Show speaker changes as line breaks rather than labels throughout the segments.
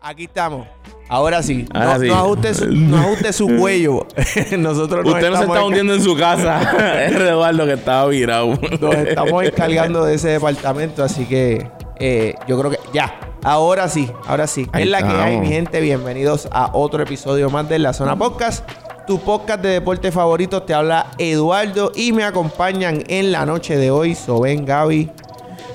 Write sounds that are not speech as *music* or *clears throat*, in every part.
Aquí estamos. Ahora sí.
Ahora
no,
sí.
no ajuste su, no ajuste su
*laughs*
cuello. *laughs* Nosotros nos
Usted no se
estamos
está hundiendo en su
*laughs*
casa. *laughs* Es Eduardo que estaba virado.
Nos
*laughs*
estamos encargando de ese departamento, así que eh, yo creo que ya. Ahora sí, ahora sí.
Ahí
es la que
estamos.
hay, mi gente. Bienvenidos a otro episodio más de La Zona Podcast. Tu podcast de deporte favorito te habla Eduardo y me acompañan en la noche de hoy Soben, Gaby,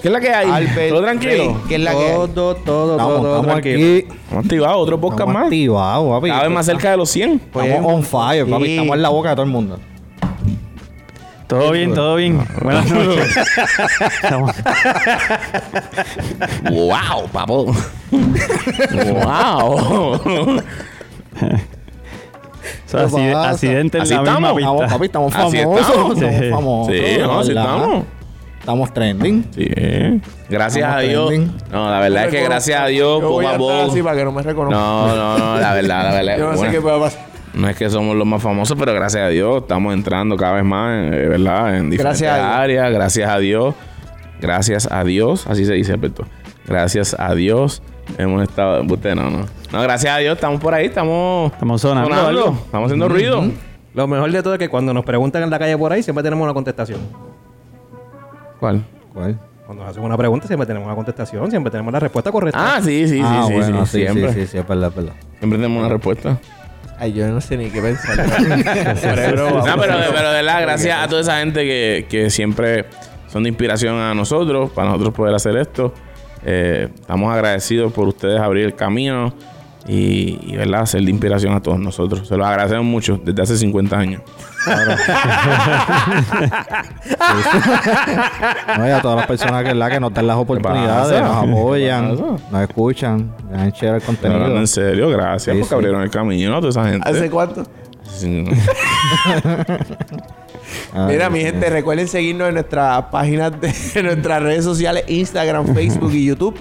¿Qué es la que hay?
Albert,
¿Todo tranquilo?
Rey, que es la que hay.
todo, todo,
Estamos-
todo,
estamos
tranquilo.
aquí. Estamos activados. Otro podcast
Estamos
más.
activados, papi.
Cada vez más cerca de los 100.
Estamos on fire, papi.
Sí.
Estamos en la boca de todo el mundo.
Todo bien, todo bien. Buenas noches.
Estamos-
¡Wow, papo! ¡Wow!
O sea, acci-
pasa?
accidente en
Así
la
estamos.
misma
Estamos,
pista.
papi, estamos
Así
famosos.
estamos.
Estamos,
Sí.
famosos.
sí, no, así
¿verdad?
estamos.
Estamos trending.
Sí. Gracias
Estamos
a Dios.
trending.
No, la verdad es que gracias a
Yo
Dios,
voy a
poco a
estar
poco.
así para que no me reconozcan.
No, no, no, la verdad, la verdad.
yo no sé
Bueno,
qué pueda pasar.
no es que somos los más famosos, pero gracias a Dios estamos entrando cada vez más, eh, ¿verdad? En diferentes
Gracias a Dios.
áreas, gracias a Dios. Gracias a Dios, así se dice, Alberto. Gracias a Dios hemos estado. Usted no, no. No, gracias a Dios estamos por ahí, estamos.
Estamos sonando algo.
Estamos haciendo ruido.
Lo mejor de todo es que cuando nos preguntan en la calle por ahí, siempre tenemos una contestación.
¿Cuál?
¿Cuál?
Cuando nos hacen una pregunta, siempre tenemos una contestación, siempre tenemos la respuesta correcta.
Ah, sí, sí, sí,
ah,
sí,
bueno,
sí, siempre.
sí, sí, sí, es verdad, es verdad.
Siempre tenemos una respuesta.
Ay, yo no sé ni qué pensar. Pero es broma.
No, Ah, pero, pero de verdad, gracias a toda esa gente que, que siempre son de inspiración a nosotros, para nosotros poder hacer esto. Eh, estamos agradecidos por ustedes abrir el camino y, y, ¿verdad? ser de inspiración a todos nosotros. Se los agradecemos mucho desde hace 50 años.
*laughs* No, y a todas las personas que, la, que nos dan las oportunidades,
pasa?
nos apoyan,
¿Qué pasa?
nos escuchan, le dan share al
Pero hablando
contenido.
en serio, gracias
Sí,
porque
sí.
abrieron el camino a toda esa gente.
¿Hace cuánto?
Sí. *laughs*
Ah,
Mira, mi
sí.
gente, recuerden seguirnos en nuestras páginas de *laughs* en nuestras redes sociales, Instagram, Facebook y YouTube.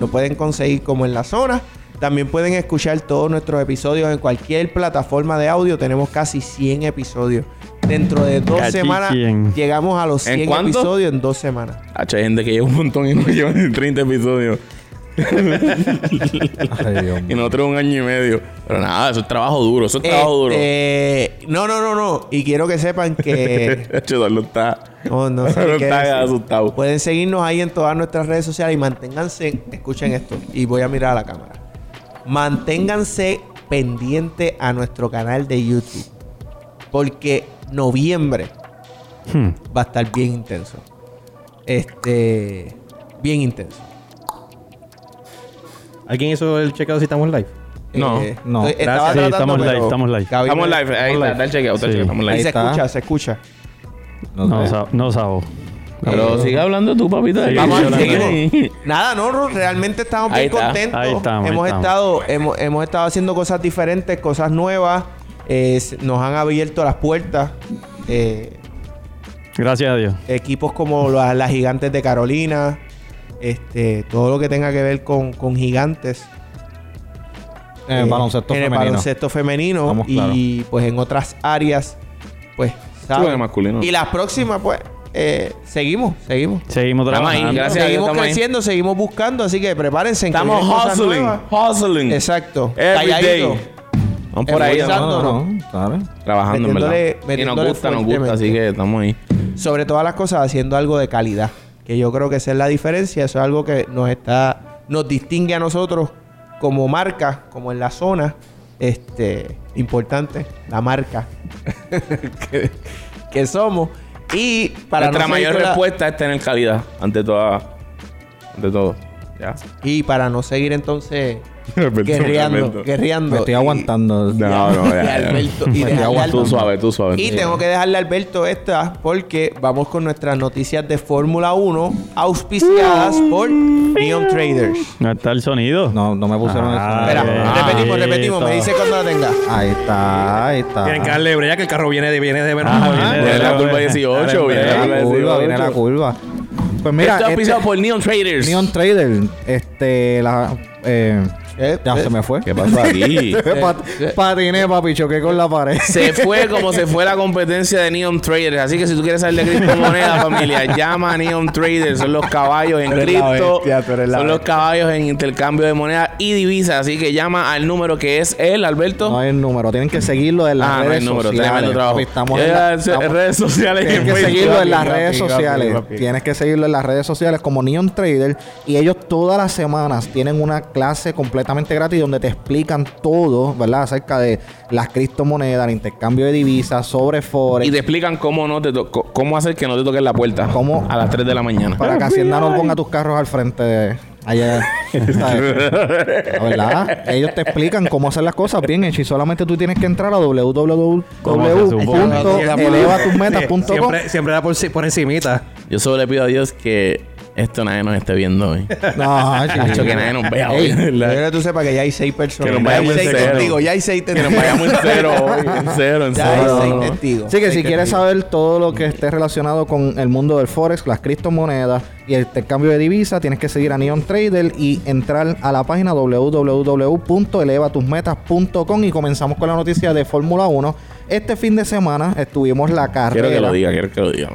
Nos pueden conseguir como en la zona. También pueden escuchar todos nuestros episodios en cualquier plataforma de audio. Tenemos casi 100 episodios. Dentro de dos
Casi
semanas
100.
llegamos a los
¿En
100
cuánto?
episodios en dos semanas.
Hacho, Hay gente que lleva un montón y no *laughs* lleva ni 30 episodios.
Ay, Dios
Y
mío.
nosotros un año y medio. Pero nada, eso es trabajo duro, eso es trabajo duro.
Este, no, no, no, no. Y quiero que sepan que
*laughs* Hacho, Eduardo está.
No, no sé
*laughs* Eduardo
qué
está
decir.
asustado.
Pueden seguirnos ahí en todas nuestras redes sociales y manténganse, escuchen esto, y voy a mirar a la cámara. Manténganse pendiente a nuestro canal de YouTube. Porque noviembre
Hmm.
va a estar bien intenso. Este. Bien intenso.
¿Alguien hizo el chequeo si estamos live?
No,
no.
Eh, estoy- estaba
Gracias. Sí,
tratando,
estamos
pero
live, estamos live.
Gaby
Estamos
me-
live, ahí está, está el chequeo, está el
Sí.
chequeo, estamos
Ahí,
live.
se
está.
escucha, se escucha.
No,
No,
sé.
sabo- no sabo.
Pero sigue hablando tú, papito.
Sí,
Vamos
yo
a
la
seguir. Nada, no, Ru, realmente estamos
Ahí
bien
está.
contentos.
Ahí estamos,
hemos
ahí estamos.
estado, hemos, hemos estado haciendo cosas diferentes, cosas nuevas. Eh, s- nos han abierto las puertas. eh,
Gracias a Dios.
equipos como la- las gigantes de Carolina. Este, todo lo que tenga que ver con, con gigantes.
En
eh,
el baloncesto
en el
femenino.
baloncesto femenino.
Estamos
y pues en otras áreas. Pues, ¿sabes?
en el masculino.
Y las próximas, pues, eh, seguimos, seguimos.
Seguimos
Estamos ahí,
trabajando.
gracias. a Dios,
seguimos
estamos ahí.
creciendo, seguimos buscando, así que prepárense. que
Estamos
vienen cosas
hustling,
nuevas.
hustling.
Exacto.
Mm. Every
Calladito.
day. Vamos por ahí,
Esforzando.
¿no?
No, no, ¿sabes?
trabajando, en
Metiéndole-
verdad. Y nos
metiéndole
gusta, nos gusta, así
fuertemente.
que estamos ahí.
Sobre todas las cosas, haciendo algo de calidad. Que yo creo que esa es la diferencia. Eso es algo que nos está, nos distingue a nosotros como marca, como en la zona. Este, importante, la marca
*laughs*
que, que somos. Y para
Nuestra
no seguir
mayor
con la-
respuesta es tener calidad ante toda. Ante todo. Ya.
y para no seguir entonces
Alberto,
guerreando,
Alberto.
guerreando.
Me estoy
Y-
No,
aguantando.
no, ya,
y
ya.
Alberto, y
Ya,
dejarle
aguanta,
al-
Tú suave, tú suave.
Y
tú
tengo
suave.
que dejarle a Alberto esta porque vamos con nuestras noticias de Fórmula 1 auspiciadas por Neon Traders.
No está el sonido.
No, no me pusieron el
Ah,
Espera,
sonido.
Ah,
repetimos,
eh,
repetimos. Me
todo.
dice cuando la tenga.
Ahí está, ahí está.
Tienen que darle brea que el carro viene de viene de menos.
Ajá,
Ah,
viene
Viene
de-
la curva 18, viene
Viene
la
la curva, viene la
18.
curva. Pues mira,
Esto es
este
auspiciado por Neon Traders.
Neon Trader, este, la, eh,
Eh,
Ya
eh,
se me fue.
¿Qué pasó
*laughs*
aquí? Eh,
Pat- patiné, papi, choqué con la pared.
Se fue como se fue la competencia de Neon Traders. Así que si tú quieres salir de
*laughs*
criptomoneda, familia, llama a Neon Traders. Son los caballos
Tú
en
eres la
cripto.
bestia, tú eres la
Son los caballos en intercambio de moneda y divisas. Así que llama al número que es él, Alberto.
No hay número, tienen que seguirlo en las
ah, no hay
redes
número.
sociales.
Tremendo trabajo.
papi, estamos
Ya,
en la-
en se-
estamos-
redes sociales. y en
Tienes que
Facebook.
seguirlo en las
rápido,
redes
rápido,
sociales.
rápido.
Tienes que seguirlo en las redes sociales como Neon Trader. Y ellos todas las semanas tienen una clase completamente gratis donde te explican todo, ¿verdad? Acerca de las criptomonedas, el intercambio de divisas, sobre Forex.
Y te explican cómo no te to- co- cómo hacer que no te toquen la puerta.
¿Cómo?
A las 3 de la mañana.
Para que Hacienda no ponga tus carros al frente de allá.
*laughs*
¿sabes? La verdad, ellos te explican cómo hacer las cosas bien hechas y solamente tú tienes que entrar a www.elevatusmetas.com
Siempre, siempre era por, si- por encimita.
Yo solo le pido a Dios que esto nadie nos esté viendo
*laughs*
hoy.
No,
Cacho, que nadie nos vea hoy.
Yo
eh,
¿verdad?
creo que tú sepas que ya hay seis personas.
Que nos
Ya hay
vayamos en
seis
cero.
testigos, ya hay seis
Que nos
testigos.
vayamos en cero hoy. En cero, en
Ya hay
cero.
seis
¿no?
testigos.
Así que
Seis
si quieres
testigos.
saber todo lo que esté relacionado con el mundo del Forex, las criptomonedas y el intercambio de divisas, tienes que seguir a Neon Trader y entrar a la página www.elevatusmetas.com y comenzamos con la noticia de Fórmula 1. Este fin de semana estuvimos la carrera.
Quiero que lo diga, quiero que lo diga.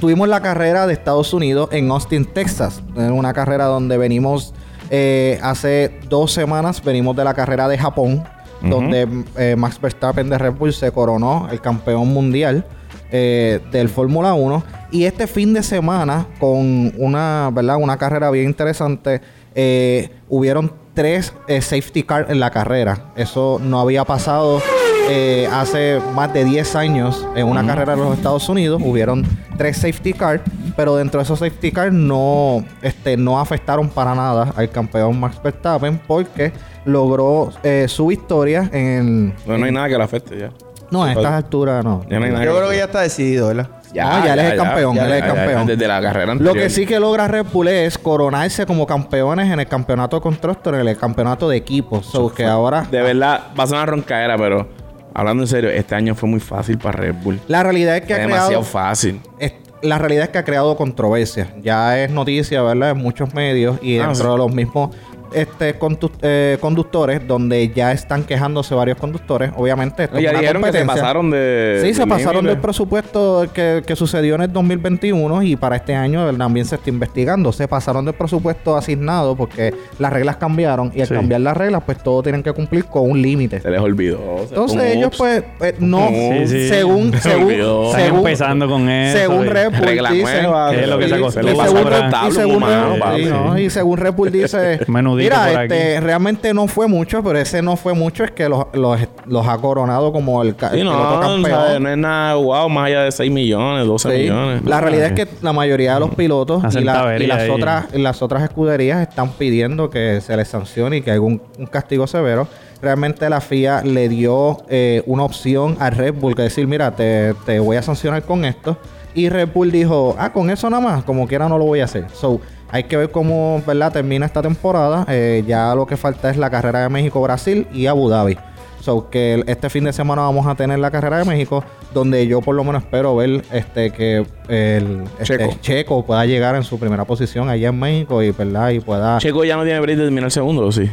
Tuvimos la carrera de Estados Unidos en Austin, Texas. En una carrera donde venimos eh, hace dos semanas, venimos de la carrera de Japón,
Ujú.
donde eh, Max Verstappen de Red Bull se coronó el campeón mundial eh, del Fórmula 1. Y este fin de semana, con una, ¿verdad? una carrera bien interesante, eh, hubieron tres eh, safety car en la carrera. Eso no había pasado eh, hace más de 10 años en una carrera de los Estados Unidos. Hubieron tres safety car, pero dentro de esos safety car no, este, no afectaron para nada al campeón Max Verstappen porque logró eh, su victoria en...
No, no hay nada que la afecte ya.
No, a estas alturas no.
Ya no hay nada
Yo
que
creo que
la
ya
afecte.
está decidido, ¿verdad?
Ah, ya él es el campeón, él es el campeón.
Desde la carrera
Lo
anterior.
que sí que logra Red Bull es coronarse como campeones en el campeonato de constructor, en el campeonato de equipos. So, que ahora
De verdad, va a sonar roncaera, pero hablando en serio, este año fue muy fácil para Red Bull.
la realidad es que
Fue
ha
demasiado
creado
fácil.
es- la realidad es que ha creado controversia. Ya es noticia, ¿verdad? En muchos medios y
Ah,
dentro
sí.
de los mismos este, condu- eh, conductores, donde ya están quejándose varios conductores. Obviamente, esto es
Ya
una
dijeron que se
competencia.
pasaron de.
Sí, se
del
pasaron
límite.
del presupuesto que, que sucedió en el 2021 y para este año el- también se está investigando. Se pasaron del presupuesto asignado porque las reglas cambiaron y al
Sí.
cambiar las reglas, pues todos tienen que cumplir con un límite.
Se les olvidó. se
Entonces
fue un
ellos
ups.
pues eh, no,
Sí, sí.
según
Se
según
olvidó.
Están
según
empezando con eso.
según
y-
Red Bull
Regla
dicen-
nueva,
que es lo que
y-
se
y
acostumbra.
según
Para
Red-
tabla
y según
humana,
Red-
Pablo.
sí, ¿no? Y según Red Bull dice,
Menudito por
mira,
aquí.
este, realmente no fue mucho, pero ese no fue mucho es que los, los, los ha coronado como el, ca-
Sí,
el
no,
piloto
¿sabes? no es nada wow, más allá de 6 millones, 12
Sí.
millones.
La realidad es que la mayoría de los pilotos
Hacen
y, la- y
tabería
las
ahí.
otras y las otras escuderías están pidiendo que se les sancione y que haya un, un castigo severo. Realmente la FIA le dio eh, una opción a Red Bull que decir, mira, te, te voy a sancionar con esto. Y Red Bull dijo, ah, con eso nada más, como quiera no lo voy a hacer. So, hay que ver cómo ¿verdad? termina esta temporada. Eh, ya lo que falta es la carrera de México-Brasil y Abu Dhabi. So que el- este fin de semana vamos a tener la carrera de México, donde yo por lo menos espero ver este que el este,
Checo.
Checo. pueda llegar en su primera posición allá en México y verdad y pueda
Checo ya no tiene break de terminar segundo, ¿o sí?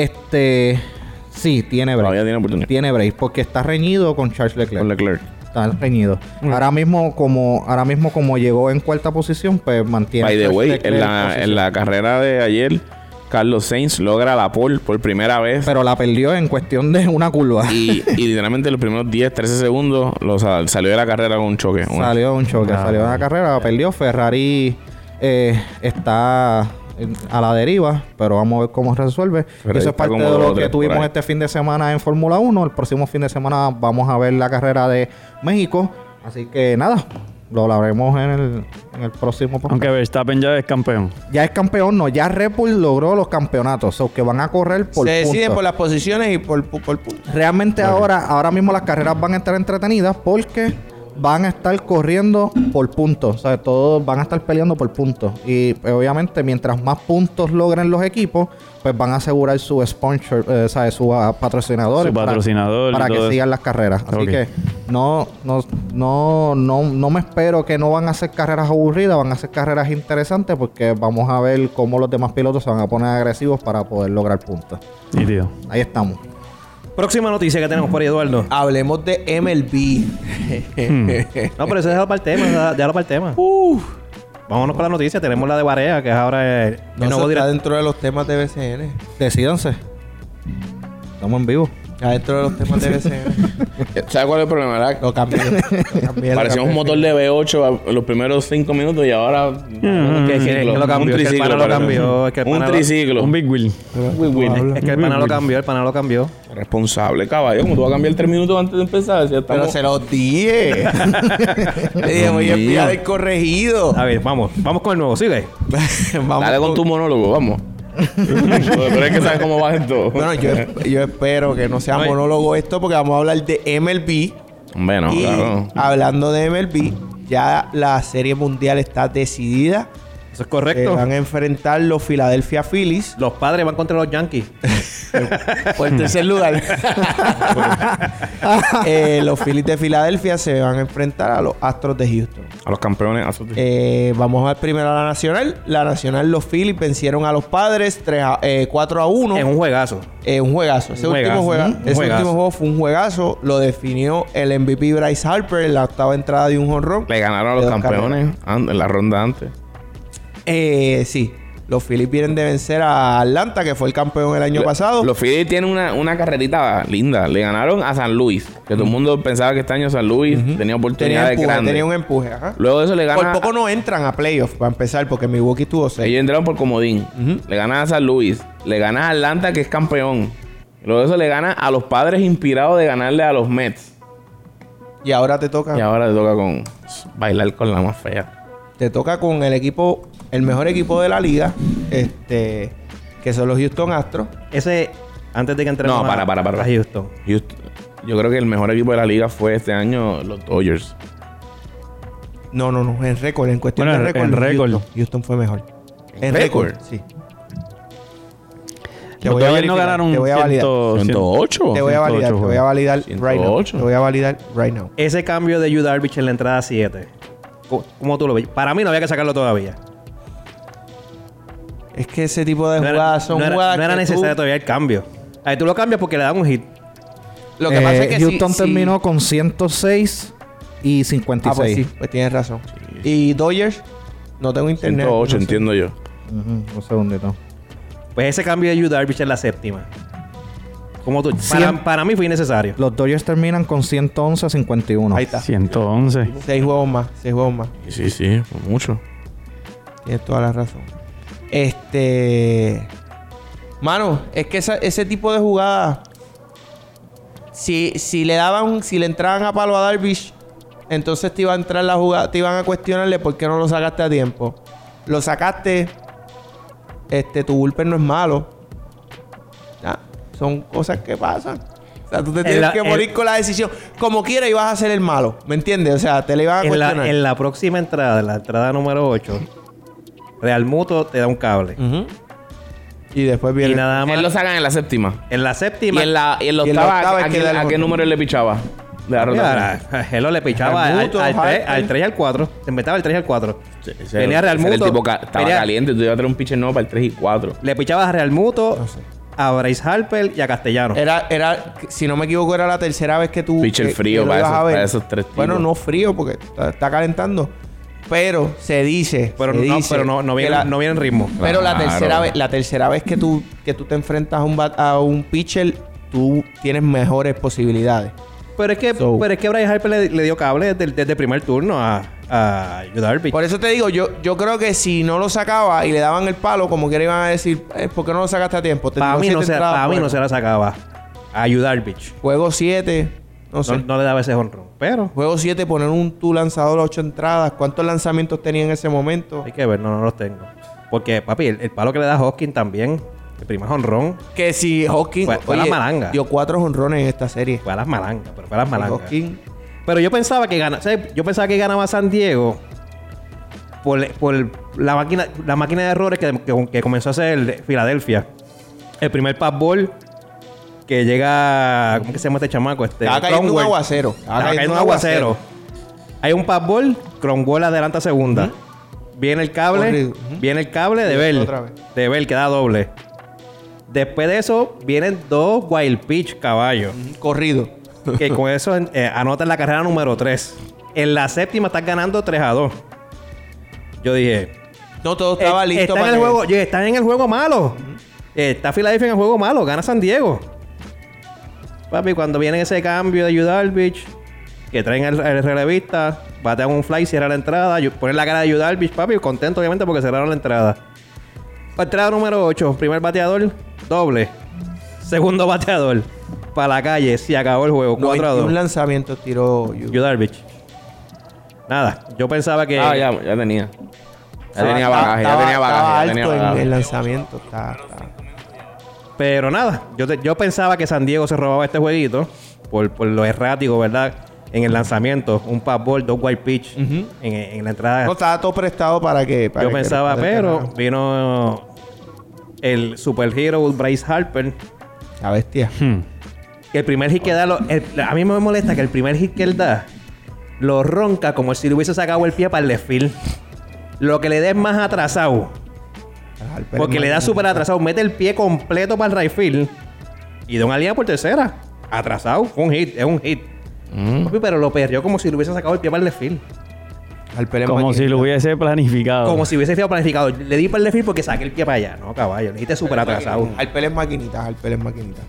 este sí tiene break.
Todavía tiene oportunidad.
Tiene break porque está reñido con Charles Leclerc.
Con Leclerc. Mm.
Está reñido. Ahora mismo como ahora mismo como llegó en cuarta posición, pues mantiene
By the
Charles
way,
este
Leclerc
en la,
posición.
en la carrera de ayer, Carlos Sainz logra la pole por primera vez.
pero la perdió en cuestión de una curva.
Y, y literalmente los primeros 10, 13 segundos los sal- salió de la carrera con un choque. Una-
Salió un choque, salió una carrera, la perdió. Ferrari eh, está en- a la deriva, pero vamos a ver cómo resuelve.
Ferrari
Eso es
está
parte
como
de
dos o
lo
tres
que
por
tuvimos
ahí.
este fin de semana en Fórmula 1. El próximo fin de semana vamos a ver la carrera de México. Así que nada, lo hablaremos en el, en el próximo podcast.
Aunque Verstappen ya es campeón.
Ya es campeón, no, ya Red Bull logró los campeonatos, o que van a correr por
Se deciden
puntos.
por las posiciones y por, por, por puntos.
Realmente ahora, ahora mismo las carreras van a estar entretenidas porque van a estar corriendo por puntos. O sea, todos van a estar peleando por puntos. Y pues, obviamente, mientras más puntos logren los equipos, pues van a asegurar su sponsor, eh, ¿sabes? Sus ah, patrocinadores.
Su patrocinador y
Para, para
todo
que
eso.
sigan las carreras. Así
Ok.
que No, no, no, no, no me espero que no van a ser carreras aburridas, van a ser carreras interesantes porque vamos a ver cómo los demás pilotos se van a poner agresivos para poder lograr puntos.
Y tío.
Ahí estamos.
Próxima noticia que tenemos por ahí, Eduardo.
Hablemos de MLB.
No, pero eso déjalo para el tema, deja- déjalo para el tema. Vámonos con la noticia. Tenemos la de Barea, que es ahora el,
no
el
eso
nuevo
está
director.
dentro de los temas de BCN.
Decídanse. Estamos en vivo.
Está dentro de los temas de BCN.
¿Sabes cuál es el problema? verdad?
lo cambié. Lo cambié, lo
Parecía un
cambié.
motor de V8 a- los primeros 5 minutos y ahora. un
Mm, que- que lo cambió,
un
que el
triciclo.
pana lo
parece.
cambió, que el
un
pana lo-
triciclo.
Un Big Wheel.
Es que el pana lo cambió, el pana lo cambió.
Responsable, caballo. Como tú vas a cambiar 3 minutos antes de empezar, decía,
Pero
estamos-
se los dije.
*laughs*
Le dije,
Dios
voy a enviar
mío.
el corregido.
A ver, vamos. Vamos con el nuevo. Sigue.
*laughs* Vamos
Ah, Dale con tu
*laughs*
monólogo, vamos. Pero es que sabes cómo va esto.
Bueno, yo, yo espero que no sea
Oye.
monólogo esto porque vamos a hablar de MLB.
Hombre, no,
y
claro.
hablando de MLB, ya la serie mundial está decidida.
Eso es
Se
correcto.
van a enfrentar los Philadelphia Phillies
Los padres van contra los Yankees.
por el
*laughs*
tercer lugar. *laughs* Eh, los Phillies de Filadelfia se van a enfrentar a los Astros de Houston.
A los campeones, a sus-
Eh, vamos a ver primero a la Nacional. La Nacional, los Phillies vencieron a los padres 3 a, eh, 4 a 1.
Es un juegazo.
Eh, un juegazo. Ese,
Un
último,
juegazo.
juega-
Un
ese
juegazo.
último juego fue un juegazo. Lo definió el MVP Bryce Harper en la octava entrada de un jonrón.
Le ganaron a los
de dos
campeones an- en la ronda antes.
Eh, sí. Los Phillies vienen de vencer a Atlanta, que fue el campeón el año pasado.
Los Phillies tienen una, una carrerita linda. Le ganaron a San Luis. Que todo el mundo pensaba que este año San Luis tenía
tenía
oportunidades
empuje,
grandes.
tenía un empuje. ajá.
Luego de eso le
Por
ganan.
poco no entran a playoffs para empezar, porque Milwaukee tuvo
Ellos
6.
entraron por comodín. Le ganas a San Luis. Le ganas a Atlanta, que es campeón. Luego de eso le ganas a los padres inspirados de ganarle a los Mets.
Y ahora te toca,
Y ahora le toca con bailar con la más fea.
te toca con el equipo, el mejor equipo de la liga, este, que son los Houston Astros.
Ese, antes de que entremos
No,
a-
para, para, para.
a Houston.
Houston- Yo creo que el mejor equipo de la liga fue este año los Dodgers.
No, no, no, en récord, en cuestión
Bueno,
de
en-
récord.
en
los
récord.
Houston, Houston fue mejor. En
récord?
récord, sí. Te
Los
voy a
Dodgers no
verificar,
ganaron
te voy a validar.
100,
108.
Te voy a validar,
108
te voy a validar right now.
108.
Te voy a validar right now.
Ese cambio de Yu Darvish en la entrada 7. Co- ¿Cómo tú lo ves? Para mí no había que sacarlo todavía.
Es que ese tipo de
No era,
jugadas son
no era-
jugadas
no era
que tú-
necesario todavía el cambio. Ahí tú lo cambias porque le dan un hit.
Lo que pasa
Eh,
es que sí-
Houston
sí-
terminó con 106 y 56.
Ah, pues sí, pues tienes razón. Y Dodgers, no tengo internet.
108,
no sé.
entiendo yo.
Ujú, un segundito.
Pues ese cambio de Yu Darvish en la séptima. Como tú,
Cien-
para, para mí fue innecesario.
Los Dodgers terminan con 111 a 51.
Ahí está.
111.
Seis juegos más, seis juegos más.
Y Sí, sí, mucho.
Tienes toda la razón. Este. Mano, es que esa- ese tipo de jugada. Si, si le daban, si le entraban a palo a Darvish, entonces te iba a entrar la jugada, te iban a cuestionarle por qué no lo sacaste a tiempo. Lo sacaste. Este, tu bullpen no es malo. Ah, son cosas que pasan. O sea, tú te
En
tienes
la-
que
en-
morir con la decisión. Como quiera, ibas a ser el malo. ¿Me entiendes? O sea, te le iban a
En la,
cuestionar.
en la próxima entrada, la entrada número 8, Real Muto te da un cable.
Ujú. Y después viene.
Y nada
Él
más.
lo sacan en la séptima.
En la
Y
séptima.
en la, y en la
Y en la
octava,
octava
¿a,
es que
qué-
da el
a qué
botón.
número él le pichaba? De la rotación.
Mira, *laughs* él lo le pichaba al,
Muto,
al,
Harper.
3 y al 4. Se inventaba el 3 y al 4.
Ese-
Venía Real
ese era
Muto.
El tipo ca- estaba
venía-
caliente. Tú ibas a traer un pitcher nuevo para el 3 y 4.
Le pichabas a Real Muto,
No sé.
a Bryce Harper y a Castellano.
Era, era, si no me equivoco, era la tercera vez que tú.
Pitcher
que-
frío
que lo
para
ibas
esos-
a ver.
para esos tres tipos.
Bueno, no frío porque está, está calentando. Pero se dice.
pero,
se
no,
dice
pero no, no,
que
viene,
la-
no viene en ritmo.
Pero la
Claro.
tercera vez, la tercera vez que tú, que tú te enfrentas a un, bat- a un pitcher, tú tienes mejores posibilidades.
Pero es que,
So-
pero es que Bryce Harper le, le dio cable desde, el- desde el primer turno a, a Yu Darvish.
Por eso te digo, yo, yo creo que si no lo sacaba y le daban el palo, como quiera iban a decir, eh, ¿por qué no lo sacaste a tiempo? Te
Para
tiró
mí, no
siete
se,
entradas,
para mí
bueno.
no se la sacaba a Yu Darvish.
Juego 7, no sé.
No, no le daba ese honrón. Pero
Juego 7, poner un tu lanzador a 8 entradas. ¿Cuántos lanzamientos tenía en ese momento?
hay que ver, no, no los tengo. Porque, papi, el, el palo que le da a Hoskin también, el primer honrón,
Que si Hawking
Fue- fue la malanga.
dio cuatro honrones en esta serie.
fue a las malangas. Pero fue a las malangas.
Hawking,
Pero yo pensaba que ganaba, yo pensaba que ganaba San Diego por, por la máquina, la máquina de errores que, que- que comenzó a hacer Filadelfia. El primer pass ball que llega. ¿Cómo que se llama este chamaco? Este,
Estaba cayendo un
Cromwell.
aguacero. Estaba
Estaba cayendo un aguacero. Hay un passball, Cromwell adelanta segunda. Viene el cable,
Corrido. Ujú.
viene el cable de
Y
Bell.
otra vez.
De Bell, que da doble. Después de eso, vienen dos wild pitch caballos.
Ujú, Corrido.
que con eso eh, anotan la carrera número 3. En la séptima estás ganando 3 a 2. Yo dije,
No, todo estaba
eh,
listo
está en
para
el
que-
juego, yo, está en el juego malo. Eh, está Philadelphia en el juego malo, gana San Diego. Papi, cuando viene ese cambio de Judalvich, que traen el, relevista, batean un fly, cierra la entrada, yo- ponen la cara de Judalvich, papi, contento obviamente porque cerraron la entrada. Entrada número 8, primer bateador, doble. Segundo bateador, para la calle, se acabó el juego, 4 a
91
2.
lanzamientos tiró Yu.
Judalvich. Nada, yo pensaba que...
Ah, ya, ya tenía. Ya
Estaba-
tenía bagaje, ya
estaba-
tenía
estaba
bagaje. Ya tenía
alto en-
bagaje.
en lanzamiento. Está- está-
Pero nada, yo, te- yo pensaba que San Diego se robaba este jueguito por, por lo errático, ¿verdad? En el lanzamiento, un passball, dos white pitch en, en la entrada.
No, estaba todo prestado para que. para
Ah. yo
que-
pensaba,
para que-
pero vino el superhero Bryce Harper.
La
*laughs*
bestia.
Que el primer hit que da, lo- el- a mí me molesta que el primer hit que él da lo ronca como si le hubiese sacado el pie para el left field. Lo que le da es más atrasado.
Harper
Porque
es
le da
magnífico.
súper atrasado. Mete el pie completo para el right field. Y da una línea por tercera. Atrasado. Un hit. Es un hit.
Mm.
Papi, pero lo perdió como si le hubiese sacado el pie para el left field.
Harper es
Como si
magnífico.
lo hubiese
Ah,
planificado.
Como si hubiese sido planificado. Le di para el left field porque saqué el pie para allá. No, caballo. Le dijiste súper atrasado.
Harper es maquinita, Harper es maquinita.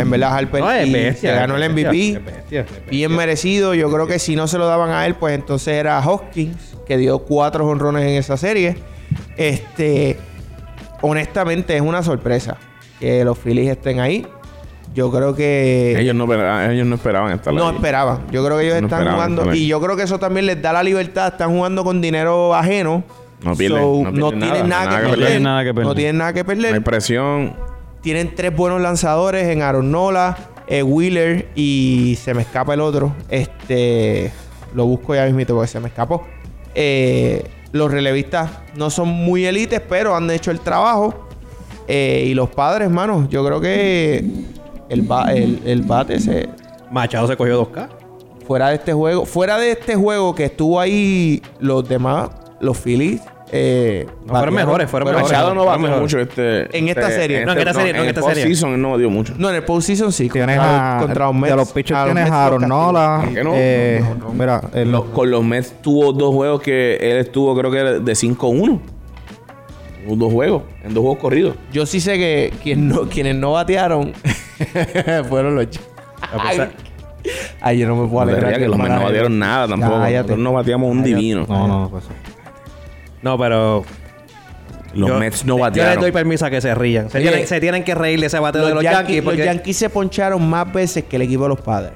En verdad, Harper
No,
y
es bestia.
se ganó el
es
MVP.
bestia, es bestia, es bestia.
Bien merecido. Yo creo que si no se lo daban a él, pues entonces era Hoskins, que dio cuatro honrones en esa serie. Este, honestamente, es una sorpresa que los Phillies estén ahí. Yo creo que
Ellos no, esperaban- ellos no esperaban estar
no
ahí.
esperaban. Yo creo que ellos
No
están
esperaban
jugando.
también.
Y yo creo que eso también les da la libertad. Están jugando con dinero ajeno.
No pierden, no pierden
tienen
nada,
nada,
nada
que
que
perder.
perder. Nada que perder.
No tienen nada que
No hay
perder.
presión.
Tienen tres buenos lanzadores en Aaron Nola, eh, Wheeler y se me escapa el otro. Este lo busco ya mismito porque se me escapó. Eh, los relevistas no son muy élites, pero han hecho el trabajo. Eh, y los padres, mano, yo creo que el, ba- el, el bate se,
Machado se cogió 2K.
fuera de este juego, fuera de este juego que estuvo ahí los demás, los Phillies, eh,
No, fueron mejores, fueron
Pero
mejores.
Machado no
Ahora
batió
mejor.
mucho este...
En esta
este-
serie.
No, en esta serie, no, en
el
esta serie.
postseason él no dio mucho.
No, en el postseason sí.
Tienes
contra,
a,
contra un Mets.
Ah, de los pitchers tienes
Mets
a Aaron
los
Nola.
¿Por qué no?
eh, Mira, el-
Los- con los Mets tuvo dos juegos que él estuvo, creo que de 5-1. Tuvo Dos juegos, en dos juegos corridos.
castigó. Yo sí sé que quien no- quienes no batearon fueron los *laughs* Yankees.
A pesar-
Ay, yo no me puedo
No te
alegrar.
rías que los Mets no batieron nada tampoco.
Cállate.
Nosotros no bateamos un divino.
no, no, no, pues,
No, pero...
Los
yo-
Mets no
Yo les
batearon.
doy permiso a que se rían. Se,
Oye,
tienen, se tienen que reír de ese bateo
Los,
de los
Yankees,
Yankees. porque-
los Yankees se poncharon más veces que el equipo de los padres.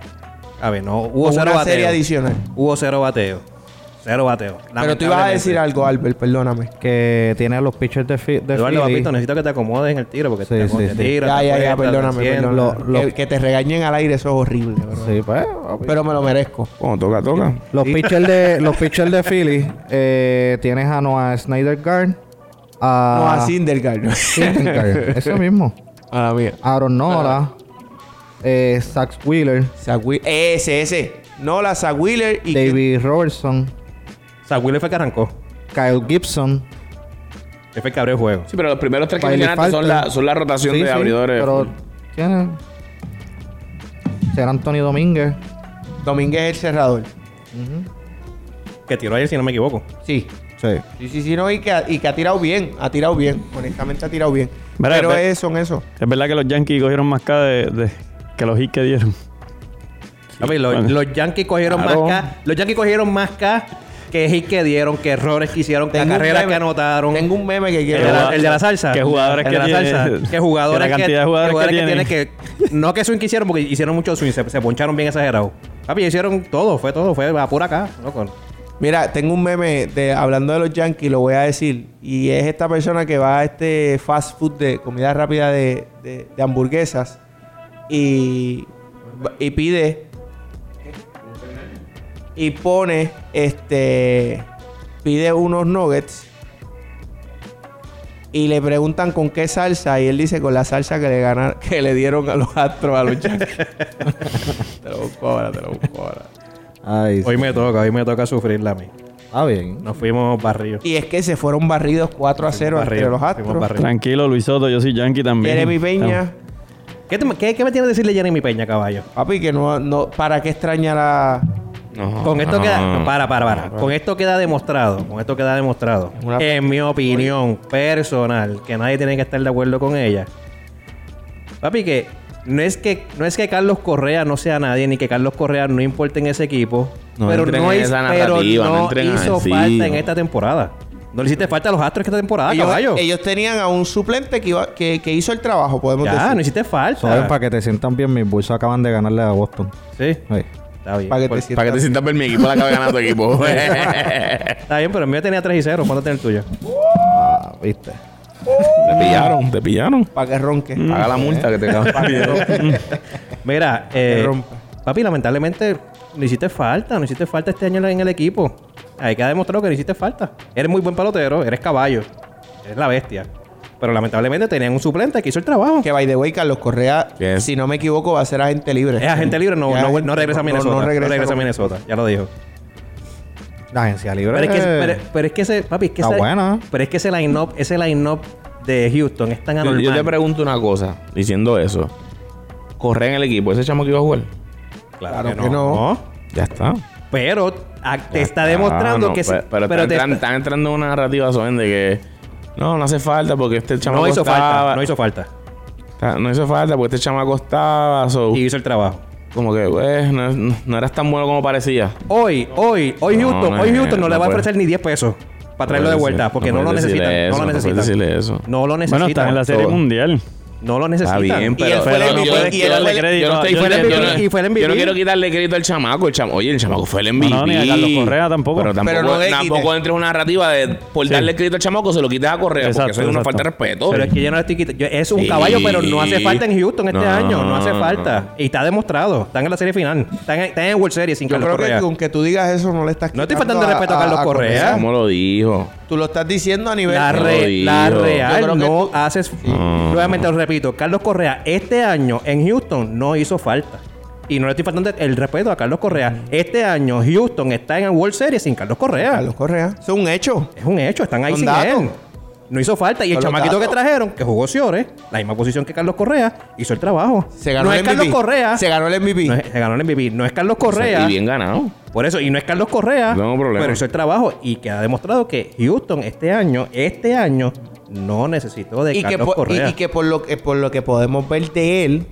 A ver, no. Hubo
Con
cero
una serie
bateo.
adicional.
Hubo cero bateo. Cero bateo.
Pero tú ibas a decir
Lamentablemente.
algo, Albert, perdóname.
que tiene los pitchers de, fi- de
Eduardo
Philly.
Papito, necesito que te acomodes en el tiro porque
Sí,
te,
sí,
te
sí.
tira,
Ya,
te
ya, ya,
aprieta, te
perdóname,
enciende.
perdóname.
Lo- lo-
Que, que te regañen al aire, eso es horrible, bro.
Sí, pues,
Pero me lo merezco.
Bueno, toca, toca.
Los pitchers de los pitchers de Philly eh, tienes a Noah Snyder Garn, a
No, a Sindergaard.
Syndergaard, ese mismo,
a la mía.
Aaron Nola, eh, Zach Wheeler,
Zach Wheeler. Ese, ese. No, la Zach Wheeler y...
David Robertson,
O sea, Willy fue el que arrancó.
Kyle Gibson.
Él fue el que abrió el juego.
Sí, pero los primeros tres que
Bailey
mencionaste son
Falta.
la, son la rotación
Sí,
de
sí,
abridores.
Pero tiene será Antonio Domínguez.
Domínguez el cerrador.
Que tiró ayer, si no me equivoco.
Sí.
Sí.
Sí, sí, sí, no. Y que, ha- y que ha tirado bien. Ha tirado bien. Honestamente ha tirado bien.
Mira,
Pero
ve-
es- son eso.
Es verdad que los Yankees cogieron más K de, de- que los hits que dieron.
Papi, los,
bueno.
los Yankees cogieron
Claro.
más K. Los Yankees cogieron más K que hit que dieron, que errores que hicieron, que
Tengo un
carreras
meme-
que anotaron.
Tengo un meme que
El
quiero...
de, la,
jugador-
el de la salsa.
qué jugadores
El
que
de la
tiene- *laughs*
salsa. Qué jugadores
que la cantidad de jugadores que tiene.
que- no que swing que hicieron, porque hicieron mucho swing. Se, se poncharon bien exagerados. Papi, hicieron todo. Fue todo. Fue a pura K. loco.
Mira, tengo un meme de hablando de los Yankees, lo voy a decir. Y es esta persona que va a este fast food de comida rápida de, de- de hamburguesas y, y pide y pone este pide unos nuggets Y le preguntan con qué salsa y él dice con la salsa que le gana- *laughs* que le dieron a los Astros a los Yankees. *laughs* te lo busco ahora, te lo busco ahora.
Ay,
Hoy me toca, hoy me toca sufrirla a mí.
está bien.
Nos fuimos barrios.
Y es que se fueron barridos 4 a 0 entre
barridos,
los
fuimos
Astros.
barridos.
Tranquilo, Luis Soto, yo soy yankee también. Ah.
Jeremy Peña,
¿Qué, te- qué- qué me tiene que decirle Jeremy Peña, caballo?
papi, que no, no para qué extrañar a
No,
Con esto
no,
queda.
no, no.
no, para, para, para. Con esto queda demostrado. Con esto queda demostrado.
Una-
En mi opinión personal, que nadie tiene que estar de acuerdo con ella. Papi, que no es que no es que Carlos Correa no sea nadie, ni que Carlos Correa no importe en ese equipo.
No
pero,
entren
no
en
es-
esa
pero
narrativa, no
no
entren a-
hizo
sí.
falta en esta temporada. No le hiciste falta a los astros esta temporada,
ellos,
Ah, caballo.
ellos tenían a un suplente que iba, que, que hizo el trabajo, podemos
ya,
decir.
no hiciste
Saben,
falta.
para que te sientan bien, mis Bulls acaban de ganarle a Boston.
Sí,
Ay.
está bien.
para que te
Pues,
sientas.
Para que te sientas ver mi equipo, la acaba de ganar tu *laughs* equipo.
Está bien, pero el mío tenía 3 y 0. ¿Cuánto tiene el tuyo?
Ah, viste.
te pillaron, te pillaron.
para que ronque.
Mm.
Paga la multa que te cago.
Mira, eh,
rompa.
papi, lamentablemente no hiciste falta, no hiciste falta este año en el equipo. Hay que demostrar que no hiciste falta. Eres muy buen pelotero, eres caballo, eres la bestia. Pero lamentablemente tenían un suplente que hizo el trabajo.
Que by the way, Carlos Correa,
¿Qué es?
si no me equivoco, va a ser agente libre.
Es agente libre, no,
Es
no,
agente-
no regresa a
no-
Minnesota. No,
no regresa
regresa, a
con-
Minnesota, ya lo dijo.
La agencia libre.
Pero es que,
eh,
pero, pero es que ese, papi, es que
Está
ese,
buena.
Pero es que ese line-up, ese line-up de Houston es tan anormal.
Yo te pregunto una cosa, diciendo eso. Corre en el equipo, ese chamo que iba a jugar.
Claro que no.
Ya está.
Pero a- te está
Ah,
demostrando
no,
que... se-
pe- Pero,
pero
están,
te
entrando,
está-
están entrando en una narrativa Soben, de que no, no hace falta porque este chamo
no hizo falta,
costaba.
no hizo falta.
Ah, no hizo falta porque este chamo costaba. so,
Y hizo el trabajo.
Como que, pues, no, no- no eras tan bueno como parecía.
Hoy, hoy, hoy
No,
Houston,
no,
hoy
no,
Houston no,
no
le va a
puede.
ofrecer ni 10 pesos para traerlo de
puedes
vuelta,
decir-
porque no, lo
puedes decirle
necesitan,
eso,
no lo
puedes
necesitan.
decirle eso.
No lo
Bueno,
necesitan.
están en la Serie
todo.
Mundial.
No lo
Está
necesitan.
bien,
Y
pero...
él fue el
pero
MVP,
yo-
y él
yo-
fue el-
yo no estoy
y fue el
diciendo-
MVP,
yo no-
y fue el
Yo no
MVP.
quiero quitarle crédito al chamaco. el chamo- oye, el chamaco fue el MVP.
No, no, ni a Carlos Correa tampoco.
Pero tampoco,
Pero no le
tampoco
quites.
entres en una narrativa de por
Sí.
darle crédito al chamaco se lo quites a Correa.
Exacto,
porque eso es una
exacto.
falta de respeto.
Pero es que yo no le estoy quitando. yo- Es un
Sí.
caballo, pero no hace falta en Houston este
No.
año. No hace falta. Y está demostrado. Están en la serie final. Están en, están en World Series sin
Yo
Carlos
creo
Correa.
que con que tú digas eso no le estás
No estoy
quitando
faltando respeto a Carlos Correa.
¿Cómo lo dijo?
Tú lo estás diciendo a nivel...
La,
No
re-
lo digo.
la
Yo
creo
real
que-
no haces. Mm.
No.
Nuevamente lo repito, Carlos Correa este año en Houston no hizo falta. Y no le estoy faltando el respeto a Carlos
Mm.
Correa. Este año Houston está en el World Series sin Carlos Correa.
Carlos Correa. Es un hecho.
Es un hecho, están ahí
Son
sin
datos.
él. No hizo falta. Y el
Son los
chamaquito que
datos.
trajeron, que jugó Ciores, la misma posición que Carlos Correa, hizo el trabajo.
Se ganó
no
el
es
MVP.
Carlos Correa.
Se ganó el MVP.
No es- se ganó el MVP. No es Carlos Correa.
Y bien ganado.
Por eso, y no es Carlos Correa.
No tengo problema.
Pero hizo el trabajo y queda demostrado que Houston este año, este año, no necesitó de
y, que por,
Carlos
y-
Correa.
y que por lo que por lo que podemos ver de él,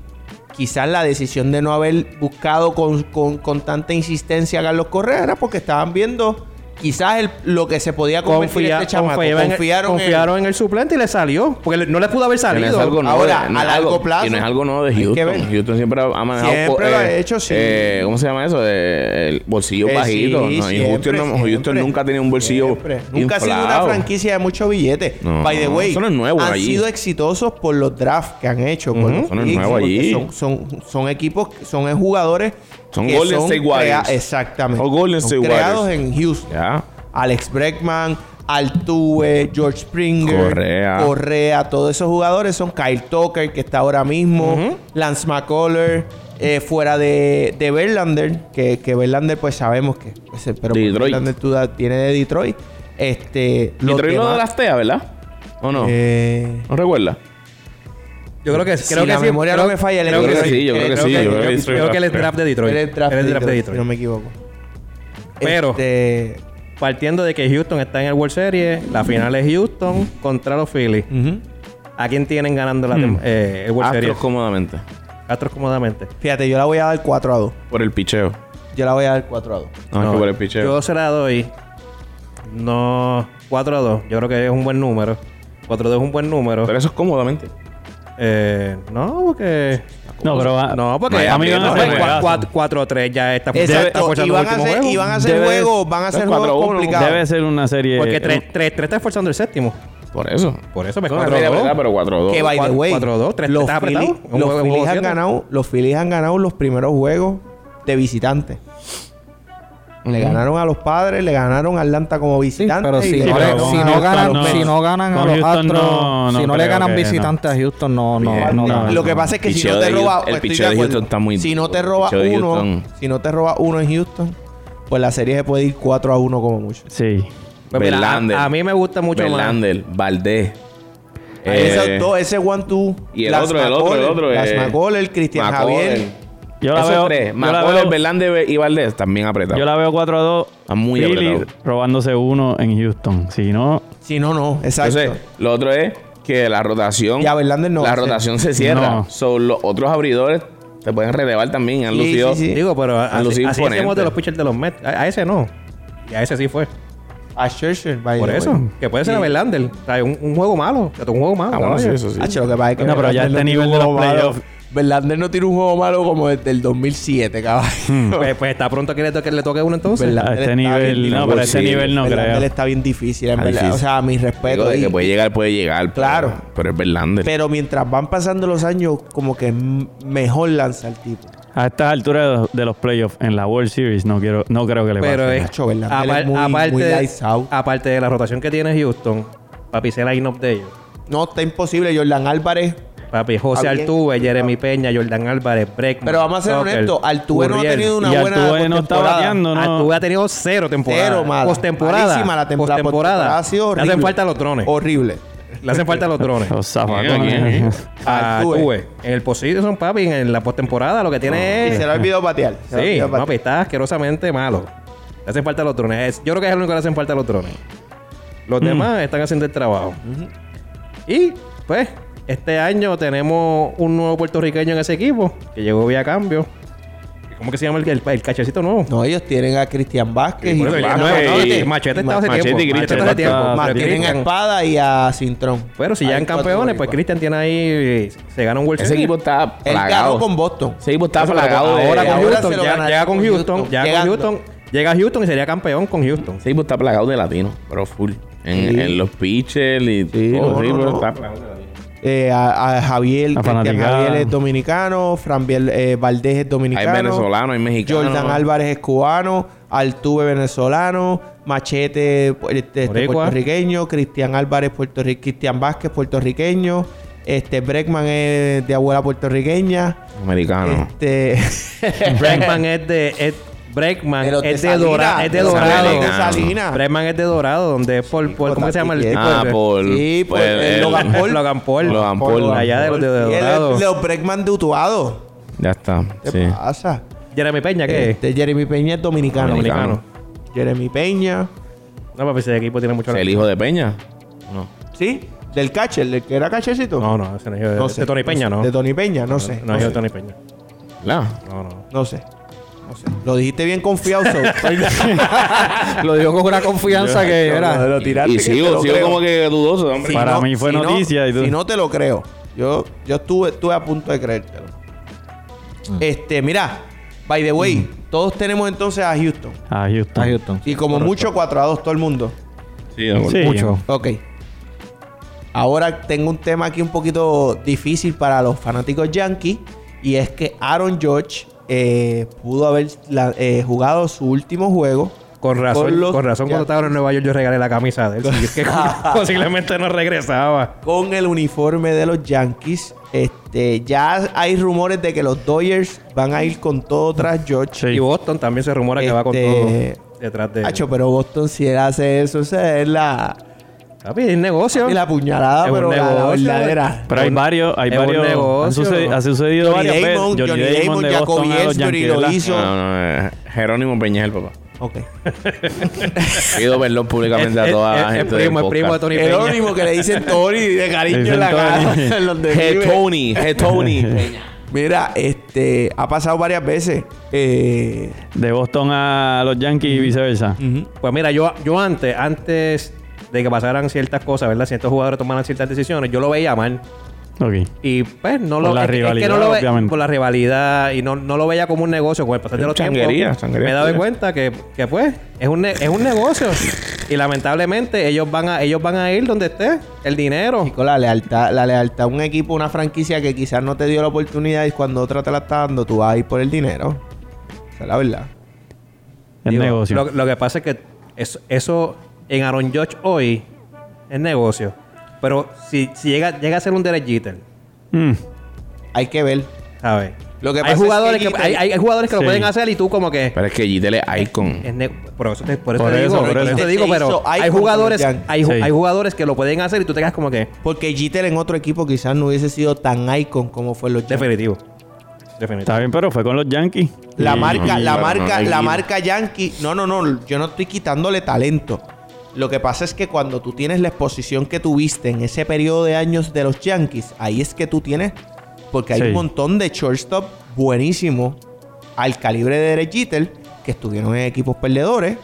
quizás la decisión de no haber buscado con, con- con tanta insistencia a Carlos Correa era porque estaban viendo quizás el- lo que se podía convertir
Confía-
este chamaco.
confiaban en-
confiaron en-
confiaron en el suplente y le salió. Porque le- no le pudo haber
Y no
salido.
es algo nuevo
Ahora,
de- no
a
es
largo
algo-
plazo.
Y no es algo nuevo de
Hay que
Houston.
ver.
Houston siempre ha manejado.
Siempre
po-
lo ha hecho, sí.
eh, ¿Cómo se llama eso? Eh, el bolsillo
Eh,
bajito.
sí,
¿no? Y
siempre,
Houston, no-
siempre.
Houston nunca ha tenido un bolsillo.
Siempre. Nunca ha sido una
inflado.
franquicia de mucho billete.
No,
By the way,
eso no es nuevo
han
allí.
sido exitosos por los drafts que han hecho. con los
Eso no es
picks,
nuevo
porque
allí.
Son, son, son equipos, son jugadores.
Son
que
Golden State Warriors.
crea- Exactamente.
Son Golden
Son
State
creados
Warriors.
en Houston.
Ya.
Alex Bregman, Altuve, George Springer,
Correa.
Correa, todos esos jugadores son Kyle Tucker, que está ahora mismo, Lance McCuller, eh, fuera de, de Verlander, que, que Verlander pues sabemos que es el- pero pues,
Detroit.
Verlander tú da- viene de Detroit. Este, los
Detroit no
demás,
de las TEA, ¿verdad? ¿O no?
eh,
¿No recuerda?
Yo creo que,
Si
creo que
la
sí,
memoria
creo-
no me falla, el
creo que
Detroit-
sí.
yo creo que
creo
sí.
que-
Yo
creo
creo que
Creo que él es draft de Detroit.
él es draft
Él es
de
draft de
Detroit, si no
Detroit.
me equivoco.
Pero-
Este,
Partiendo de que Houston está en el World Series, la final es Houston contra los Phillies.
ujú.
¿A quién tienen ganando la tem- eh, el World
Hmm. Astros
Series?
cómodamente.
Astros cómodamente.
Fíjate, yo la voy a dar 4 a 2.
Por el picheo.
Yo la voy a dar 4 a 2.
No, es que por el picheo.
Yo se la doy. No, 4 a 2. Yo creo que es un buen número. 4 a 2 es un buen número.
Pero eso es cómodamente.
Eh, no, porque.
No, pero va-
No,
No,
porque
ya
a mí
aprieto,
van a
no,
hacer
juegazo.
4 a 3. Ya está está
Exacto.
forzando
Y
el
van a
último
hacer,
juego.
y van a hacer
Debe-
juegos, van a hacer
Entonces,
juegos
4-1,
complicados.
Debe ser una serie.
Eh, Porque 3, 3, 3 está forzando el séptimo.
Por eso.
Por eso me
Es una serie
4
apretada, pero 4-2.
Que by the
Cuatro-
way,
cuatro, dos, tres,
los,
tres,
Phillies-
apretado. Un
los
juego- un
Phillies
juego
han
siete.
ganado, los Phillies han ganado los primeros juegos de visitantes. Le ganaron a los padres, le ganaron a Atlanta como
Sí,
visitante. y
pero si,
le
no,
ganaron
le-
a-
si
pero con
no
Houston
ganan,
no.
si no ganan a
Con
los
Houston
Astros,
no, no
si no le
creo
ganan
que
visitantes a Houston, no, no,
Bien,
no,
no.
ganan.
Lo que pasa es que si
Picheo
no te
de
roba,
Houston- el
estoy
picheo de
acuerdo.
Houston está muy-
Si no te
el
roba
picheo de
uno,
Houston.
si no te roba uno en Houston, pues la serie se puede ir 4 a 1 como mucho.
Sí.
Pues mira,
Verlander.
a, a mí me gusta mucho más.
Verlander, Valdés.
Esos
eh,
dos, ese one two
y el otro, el otro, el otro,
Las
eh,
McCollers, Cristian Javier.
McCollum.
Yo la
Esos
veo.
tres,
yo la
McCollum,
veo-
Verlander y Valdés también apretados.
Yo la veo 4 a 2.
Está muy
Philly
apretado.
robándose uno en Houston. Si no,
Si no, no, exacto.
Entonces, lo otro es que la rotación.
Y a Verlander no eh. va
La
a ser.
rotación se cierra.
No.
So, los otros abridores te pueden relevar también. Han
Sí,
lucido.
sí, sí.
Digo, pero a-
Han
así,
lucido
así
imponente.
hacemos de los pitchers de los Mets. A, a ese no. Y a ese sí fue.
a Scherzer, by
Por
the
eso.
way.
Que puede ser
Sí.
a Verlander. O sea, un, un juego malo. Que tocó un juego malo.
Ah, bueno, sí,
caballo.
eso sí.
Hacho, lo que pasa es que
No, pero ya
Verlander
este
tira un
nivel de los
juego malo.
playoffs.
Verlander no tiene un juego malo como desde el 2007, caballo.
Pues, pues está pronto que le toque, le toque uno entonces.
Verlander
a este
está
nivel.
bien
no,
difícil.
pero a este
Sí,
nivel no
Verlander
creo.
está bien difícil, en
Está
verdad.
difícil.
O sea, mi respeto.
Digo, de
y-
que puede llegar, puede llegar. pero-
pues, Claro.
Pero es Verlander.
Pero mientras van pasando los años, como que m- mejor lanza el tipo.
A estas alturas de los, de los playoffs en la World Series no quiero, no creo que le pase.
Pero es,
Nacho, Pues, ¿verdad? Él
apar-
es muy-
aparte,
muy lights out.
aparte de la rotación que tiene Houston, papi, ese line-up de ellos.
No, está imposible. Jordan Álvarez.
Papi, José
Está bien.
Altuve, Jeremy Peña, Jordan Álvarez, Breckman.
Pero vamos a ser
Tucker,
honestos. Altuve no ha
Gurriel.
tenido una
y
buena
Altuve no está
postemporada.
bateando, ¿no?
Altuve ha tenido cero temporadas.
Cero mala.
Postemporada.
Malísima la templa- postemporada.
Postemporada.
Ha sido
Le
horrible.
hacen falta los drones.
Horrible.
Le hacen falta los drones.
*laughs*
Los
Bien, bien.
zapatos.
A
Altuve.
Altuve. En el posible son papi, en la postemporada lo que tiene
Y
es...
se le ha olvidado batear. Se le ha
Eh. Sí,
olvidado
papi,
batear.
está asquerosamente malo. Le hacen falta los drones. Es- Yo creo que es el único que le hacen falta los drones. Los demás están haciendo el trabajo. Y, pues, este año tenemos un nuevo puertorriqueño en ese equipo que llegó vía cambio. ¿Cómo que se llama el, el, el cachecito nuevo?
No, eh, ellos tienen a Cristian Vázquez.
Bueno,
y
el-
Vázquez
no,
Machete.
no,
y-
este- Machete estaba hace
Machete y
tiempo. Machete
Christian.
hace tiempo.
Está-
Pero
Machete
Tienen a
Christian-
Espada y a Cintrón.
Pero si
Hay
llegan
cuatro
campeones, pues
boricuas.
Cristian tiene ahí... Se gana un World
Ese
Series.
equipo está
Él
plagado.
ganó con Boston.
Ese equipo está
Eso, pero
plagado de.
ahora
de-
con
ahora
Houston,
se lo
ya-
ganaron
llega con
con
Houston,
Houston,
llega con
llegando.
Houston, llega a Houston y sería campeón con Houston.
Ese equipo está plagado de latinos, pero full. En,
Sí.
en los pitchers y
Sí,
todo.
no,
sí,
no,
pero
no.
está plagado de latinos.
Eh, a, a Javier.
La
Cristian
fanaticada.
Javier es dominicano. Fran Biel- eh, Valdés es
Hay
dominicano.
venezolanos, hay mexicanos.
Jordan Álvarez es cubano, Altuve venezolano, Machete pu- este, este,
Boricua.
puertorriqueño, Cristian Álvarez puertorriqueño, Cristian Vázquez puertorriqueño, este Breckman es de abuela puertorriqueña,
Ah,
Americanos.
este
Breckman es de es,
*laughs*
Breckman
pero
es de,
Salinas,
Dora- es de
de
Dorado.
Salinas, de
Americano.
Salinas.
Breckman es de Dorado, donde es por, por- ¿cómo se llama
Tati,
el tipo?
Ah,
El- pues,
por.
Sí, por el Logan Paul.
Logan Paul.
Logan
Por
Paul.
Allá de los de
Y él es
Dorado.
Leo Breckman de Utuado.
Ya está.
¿Qué
Sí.
pasa?
Jeremy Peña, ¿qué es?
Este, Jeremy Peña es dominicano.
Dominicano.
Jeremy Peña.
No, papi, ese equipo tiene mucho...
¿El hijo de Peña? No.
¿Sí? Del catcher, del que era catchercito.
No, no, ese no es
No
Eh, de-
sé.
de Tony Peña, ¿no?
De Tony Peña, no sé.
No
no
es de
sé.
Tony Peña.
¿La?
No, no.
No sé. No sé. Lo dijiste bien confiado. so. *laughs*
Lo digo con una confianza que
No,
era.
lo tiraste
Y
que te
sigo,
lo
sigo
creo.
como que dudoso, hombre.
Si
Para mí fue
si
noticia y todo.
Si no te lo creo. Yo, yo estuve, estuve a punto de creértelo.
Mm.
Este, mira, by the way, todos tenemos entonces a Houston.
*laughs* A Houston.
A Houston.
Y como mucho 4 a 2 todo el mundo.
Sí, de acuerdo.
Sí.
Mucho.
Ok. Ahora tengo un tema aquí un poquito difícil para los fanáticos Yankees. Y es que Aaron George eh, pudo haber la- eh, jugado su último juego.
Con razón,
Con
con,
los Ah.
razón cuando
Yankees.
estaba en Nueva York yo regalé la camisa de él.
*laughs*
Sí, es que *laughs* posiblemente no regresaba.
con el uniforme de los Yankees. Este, ya hay rumores de que los Dodgers van a ir con todo tras George.
Sí.
Y Boston también se rumora que va con
Este-
todo detrás de
Hacho, pero Boston si él hace eso, o sea, es la,
Papi, es negocio.
es la puñalada,
Es un
pero la, la
negocio.
verdadera.
Pero hay varios, hay
es un
varios. Han
negocio.
sucedi- ha sucedido
Johnny
varias
Damon,
veces.
Johnny Damon,
de Boston
Jacoby
a los
Ellsbury
Yankees,
lo
¿verdad?
hizo.
No, no, eh, Jerónimo Peña es el papá.
Ok.
Pido perdón públicamente a toda la gente. del
primo, el primo de
podcast.
Tony
El
Peña.
único que le dicen Tony de cariño
Le
en la
dicen Tony.
cara. *laughs* en donde
Je
vive.
Tony, Je Tony. Peña.
*laughs* Mira, este, ha pasado varias veces. Eh,
De Boston a los Yankees y viceversa.
Pues mira, yo, yo antes, antes de que pasaran ciertas cosas, ¿verdad? Ciertos jugadores tomaran ciertas decisiones, yo lo veía mal.
Ok.
Y pues no
Por
lo
la
es que- es que
rivalidad,
no lo ve-
obviamente.
Por la rivalidad y no, no lo veía como un negocio con el pasar de los
Changuería,
tiempos.
changuería.
me he dado cuenta que, que, pues es un, ne- es un negocio. y lamentablemente ellos van a ellos van a ir donde esté el dinero.
Chico, la lealtad, la lealtad a un equipo, una franquicia que quizás no te dio la oportunidad y cuando otra te la está dando, tú vas a ir por el dinero. Esa es la verdad.
Es Es
Digo,
negocio.
Lo, lo que pasa es que eso, eso en Aaron Judge hoy es negocio. Pero si, si llega, llega a ser un Derek Jeter,
Mm.
Hay que ver.
¿sabes?
Lo que
hay,
pasa es
jugadores
que
que,
Jeter-
hay, hay- hay jugadores que
Sí.
lo pueden hacer y tú como que...
Pero es que Jeter es icon.
es ne- por eso te, por eso
Por
te
eso,
digo,
por
por
eso.
eso te digo,
Te hizo
pero hay
icon
jugadores,
con los Yankees.
hay, ju-
Sí.
hay jugadores que lo pueden hacer y tú te quedas como que
Porque Jeter en otro equipo quizás no hubiese sido tan icon como fue en los Yankees.
definitivo. Definitivo.
Está bien, pero fue con los Yankees.
La
Sí,
marca,
sí,
la
claro, no
marca,
hay
la
guía.
marca Yankee. No, no, no. Yo no estoy quitándole talento. Lo que pasa es que cuando tú tienes la exposición que tuviste en ese periodo de años de los Yankees, ahí es que tú tienes. Porque hay
Sí.
un montón de shortstop buenísimos al calibre de Derek Jeter que estuvieron en equipos perdedores.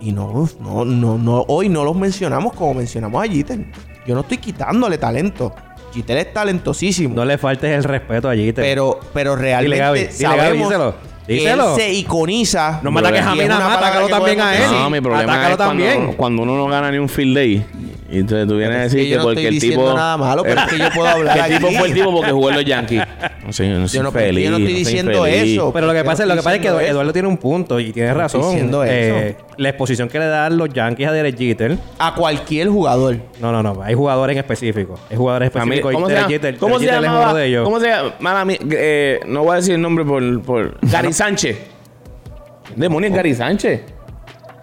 Y no, no, no, no, hoy no los mencionamos como mencionamos a Jeter. Yo no estoy quitándole talento. Jeter es talentosísimo.
No le faltes el respeto a Jeter.
Pero, pero realmente
Gaby, dile,
sabemos
Gaby, díselo.
que
Díselo.
él se iconiza.
No me ataques a
Y
mí
es
nada
una
más,
palabra
atácalo
que
también
podemos
a él.
usar.
No, mi problema
Atácalo
es cuando,
también.
cuando uno no gana ni un field day. Y entonces tú vienes a
Es que
decir que,
yo no
porque
estoy
el
diciendo
tipo.
nada malo, pero es que yo puedo
que
hablar
*laughs* el tipo
aquí.
fue el tipo porque jugó en los Yankees. No sé, yo no soy
Yo no- yo no
feliz.
estoy
soy
diciendo
feliz.
eso.
Pero lo que
Yo
pasa,
no
lo que
estoy
pasa es que
diciendo eso.
Eduardo tiene un punto y tiene
estoy
razón.
diciendo
Eh, La exposición que le dan los Yankees a Derek Jeter.
A cualquier jugador.
No, no, no. Hay jugadores en específico. Hay jugadores
A mí-
específicos. y
Pues ¿Cómo se
Derek
llama?
Jeter-
¿Cómo se
Derek Jeter es uno
llamaba?
de ellos.
¿Cómo se llama? Mala mía, eh, no voy a decir el nombre por. por Gary Sánchez. Demonio es Gary Sánchez.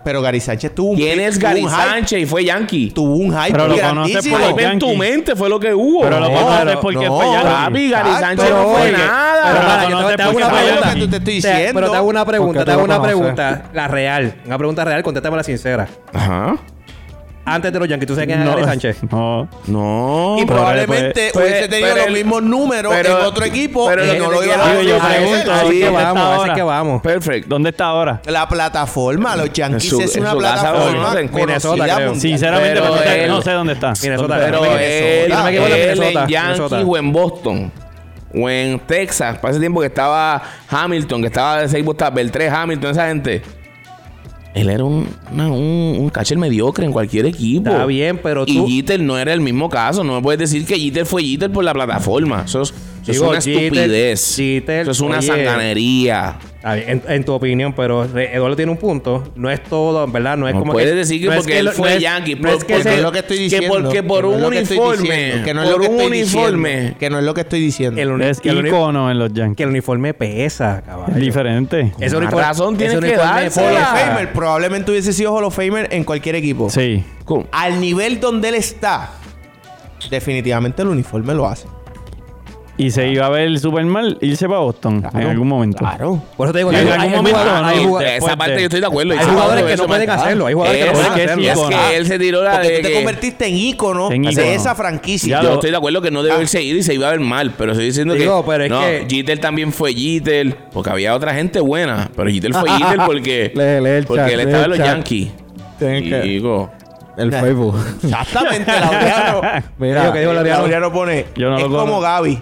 Pero Gary Sánchez tuvo un
¿Quién
pick,
es
tuvo
Gary
un hype,
Sánchez? Y fue Yankee.
Tuvo un hype
Pero lo conoces
grandísimo.
por los
Fue en tu
Yankee.
mente fue lo que hubo.
Pero lo
No,
conoces
pero-
porque
no,
fue Yankee.
Papi, Gary
Exacto,
Sánchez no fue
oye,
Pero
nada.
nada, yo te,
conoces
te hago
porque
una
fue
pregunta.
Yankee.
Te estoy
Te-
diciendo.
pero te hago una pregunta,
Porque
te hago
tú lo
una
conoces.
pregunta. La real. Una pregunta real, contéstame la sincera.
Ajá.
Antes de los Yankees, ¿tú sabes quién es Gary Sánchez?
*laughs* No.
No.
Y probablemente
Pues,
hubiese tenido
pero
los
el-
mismos números
pero-
en otro equipo
pero
y
lo que
no
te
lo
quiero-
iban a
Digo, yo
hacer.
pregunto,
Así
ahí
que
está
vamos.
vamos,
ahora.
que vamos.
Perfecto.
¿Dónde está ahora?
La plataforma, los Yankees
En su-
es
en
una
su casa,
plataforma
bueno, en
Minnesota,
conocida
creo.
mundial.
Sinceramente,
Pero
no sé-
él-
no sé dónde está.
Minnesota.
Pero
Yo no me
él,
equivoco, yo no me
él
equivoco,
en
Minnesota,
Yankees
Minnesota.
o en Boston. O en Texas. Para ese tiempo que estaba Hamilton, que estaba de 6 botas, Beltré, Hamilton, esa gente. Él era un, una- un, un catcher mediocre en cualquier equipo.
Está bien, pero
Y
tú-
Jeter no era el mismo caso. No me puedes decir que Jeter fue Jeter por la plataforma. Eso es, eso es
Digo,
una
Jeter-
estupidez.
Jeter,
eso es una
oye.
sanganería.
Está bien, en, en tu opinión, pero re- Eduardo tiene un punto. No es todo, en verdad, no es
No
como
puedes
que,
decir que
no es
porque él
lo-
fue
no es-
Yankee,
No
por-
es que
porque
Que no
ese-
es lo que estoy
que
diciendo.
porque por
no es
un
lo que estoy
uniforme,
diciendo, Que no es lo
por
que
un
estoy
uniforme.
diciendo, Que no es lo que estoy diciendo.
el uni-
Es
que el uni-
icono en los
que
Yankees.
el uniforme pesa,
Es
caballo.
diferente.
Ese
Con más
uniforme-
razón
ese
tienes que
uniforme
dársela.
pesa.
Hall of
Ah.
Famer. Probablemente hubiese sido Hall of Famer en cualquier equipo.
Sí.
¿Cómo?
Al nivel donde él está, definitivamente el uniforme lo hace.
Y se iba a ver super mal irse para Boston en algún momento.
Claro.
Por eso te digo,
En
hay-
algún
hay
momento
jugadores-
no,
hay
no,
jugad-
de-
Esa
después
parte
de-
yo estoy de acuerdo.
hay jugadores que no pueden hacerlo, hay jugadores que no
Es-
pueden
es
hacerlo.
que
Ah.
él se tiró la
Porque
de
tú te
que-
convertiste en ícono
En ícono.
de esa franquicia.
Ya
Yo
lo-
estoy de acuerdo que no debió irse ir y se iba a ver mal, pero estoy diciendo
Digo,
que,
pero es
no,
que-
Jeter también fue Jeter, porque había otra gente buena, pero Jeter fue Jeter porque,
Lee, lee el
porque
chat,
él
lee
estaba
el
en los
chat.
Yankees.
Tienen
Y
que-
digo,
*laughs*
El Facebook.
Exactamente, Laureano.
Mira,
Digo que digo, Laureano.
Laureano pone,
Yo no
es
lo
como
conozco.
Gaby.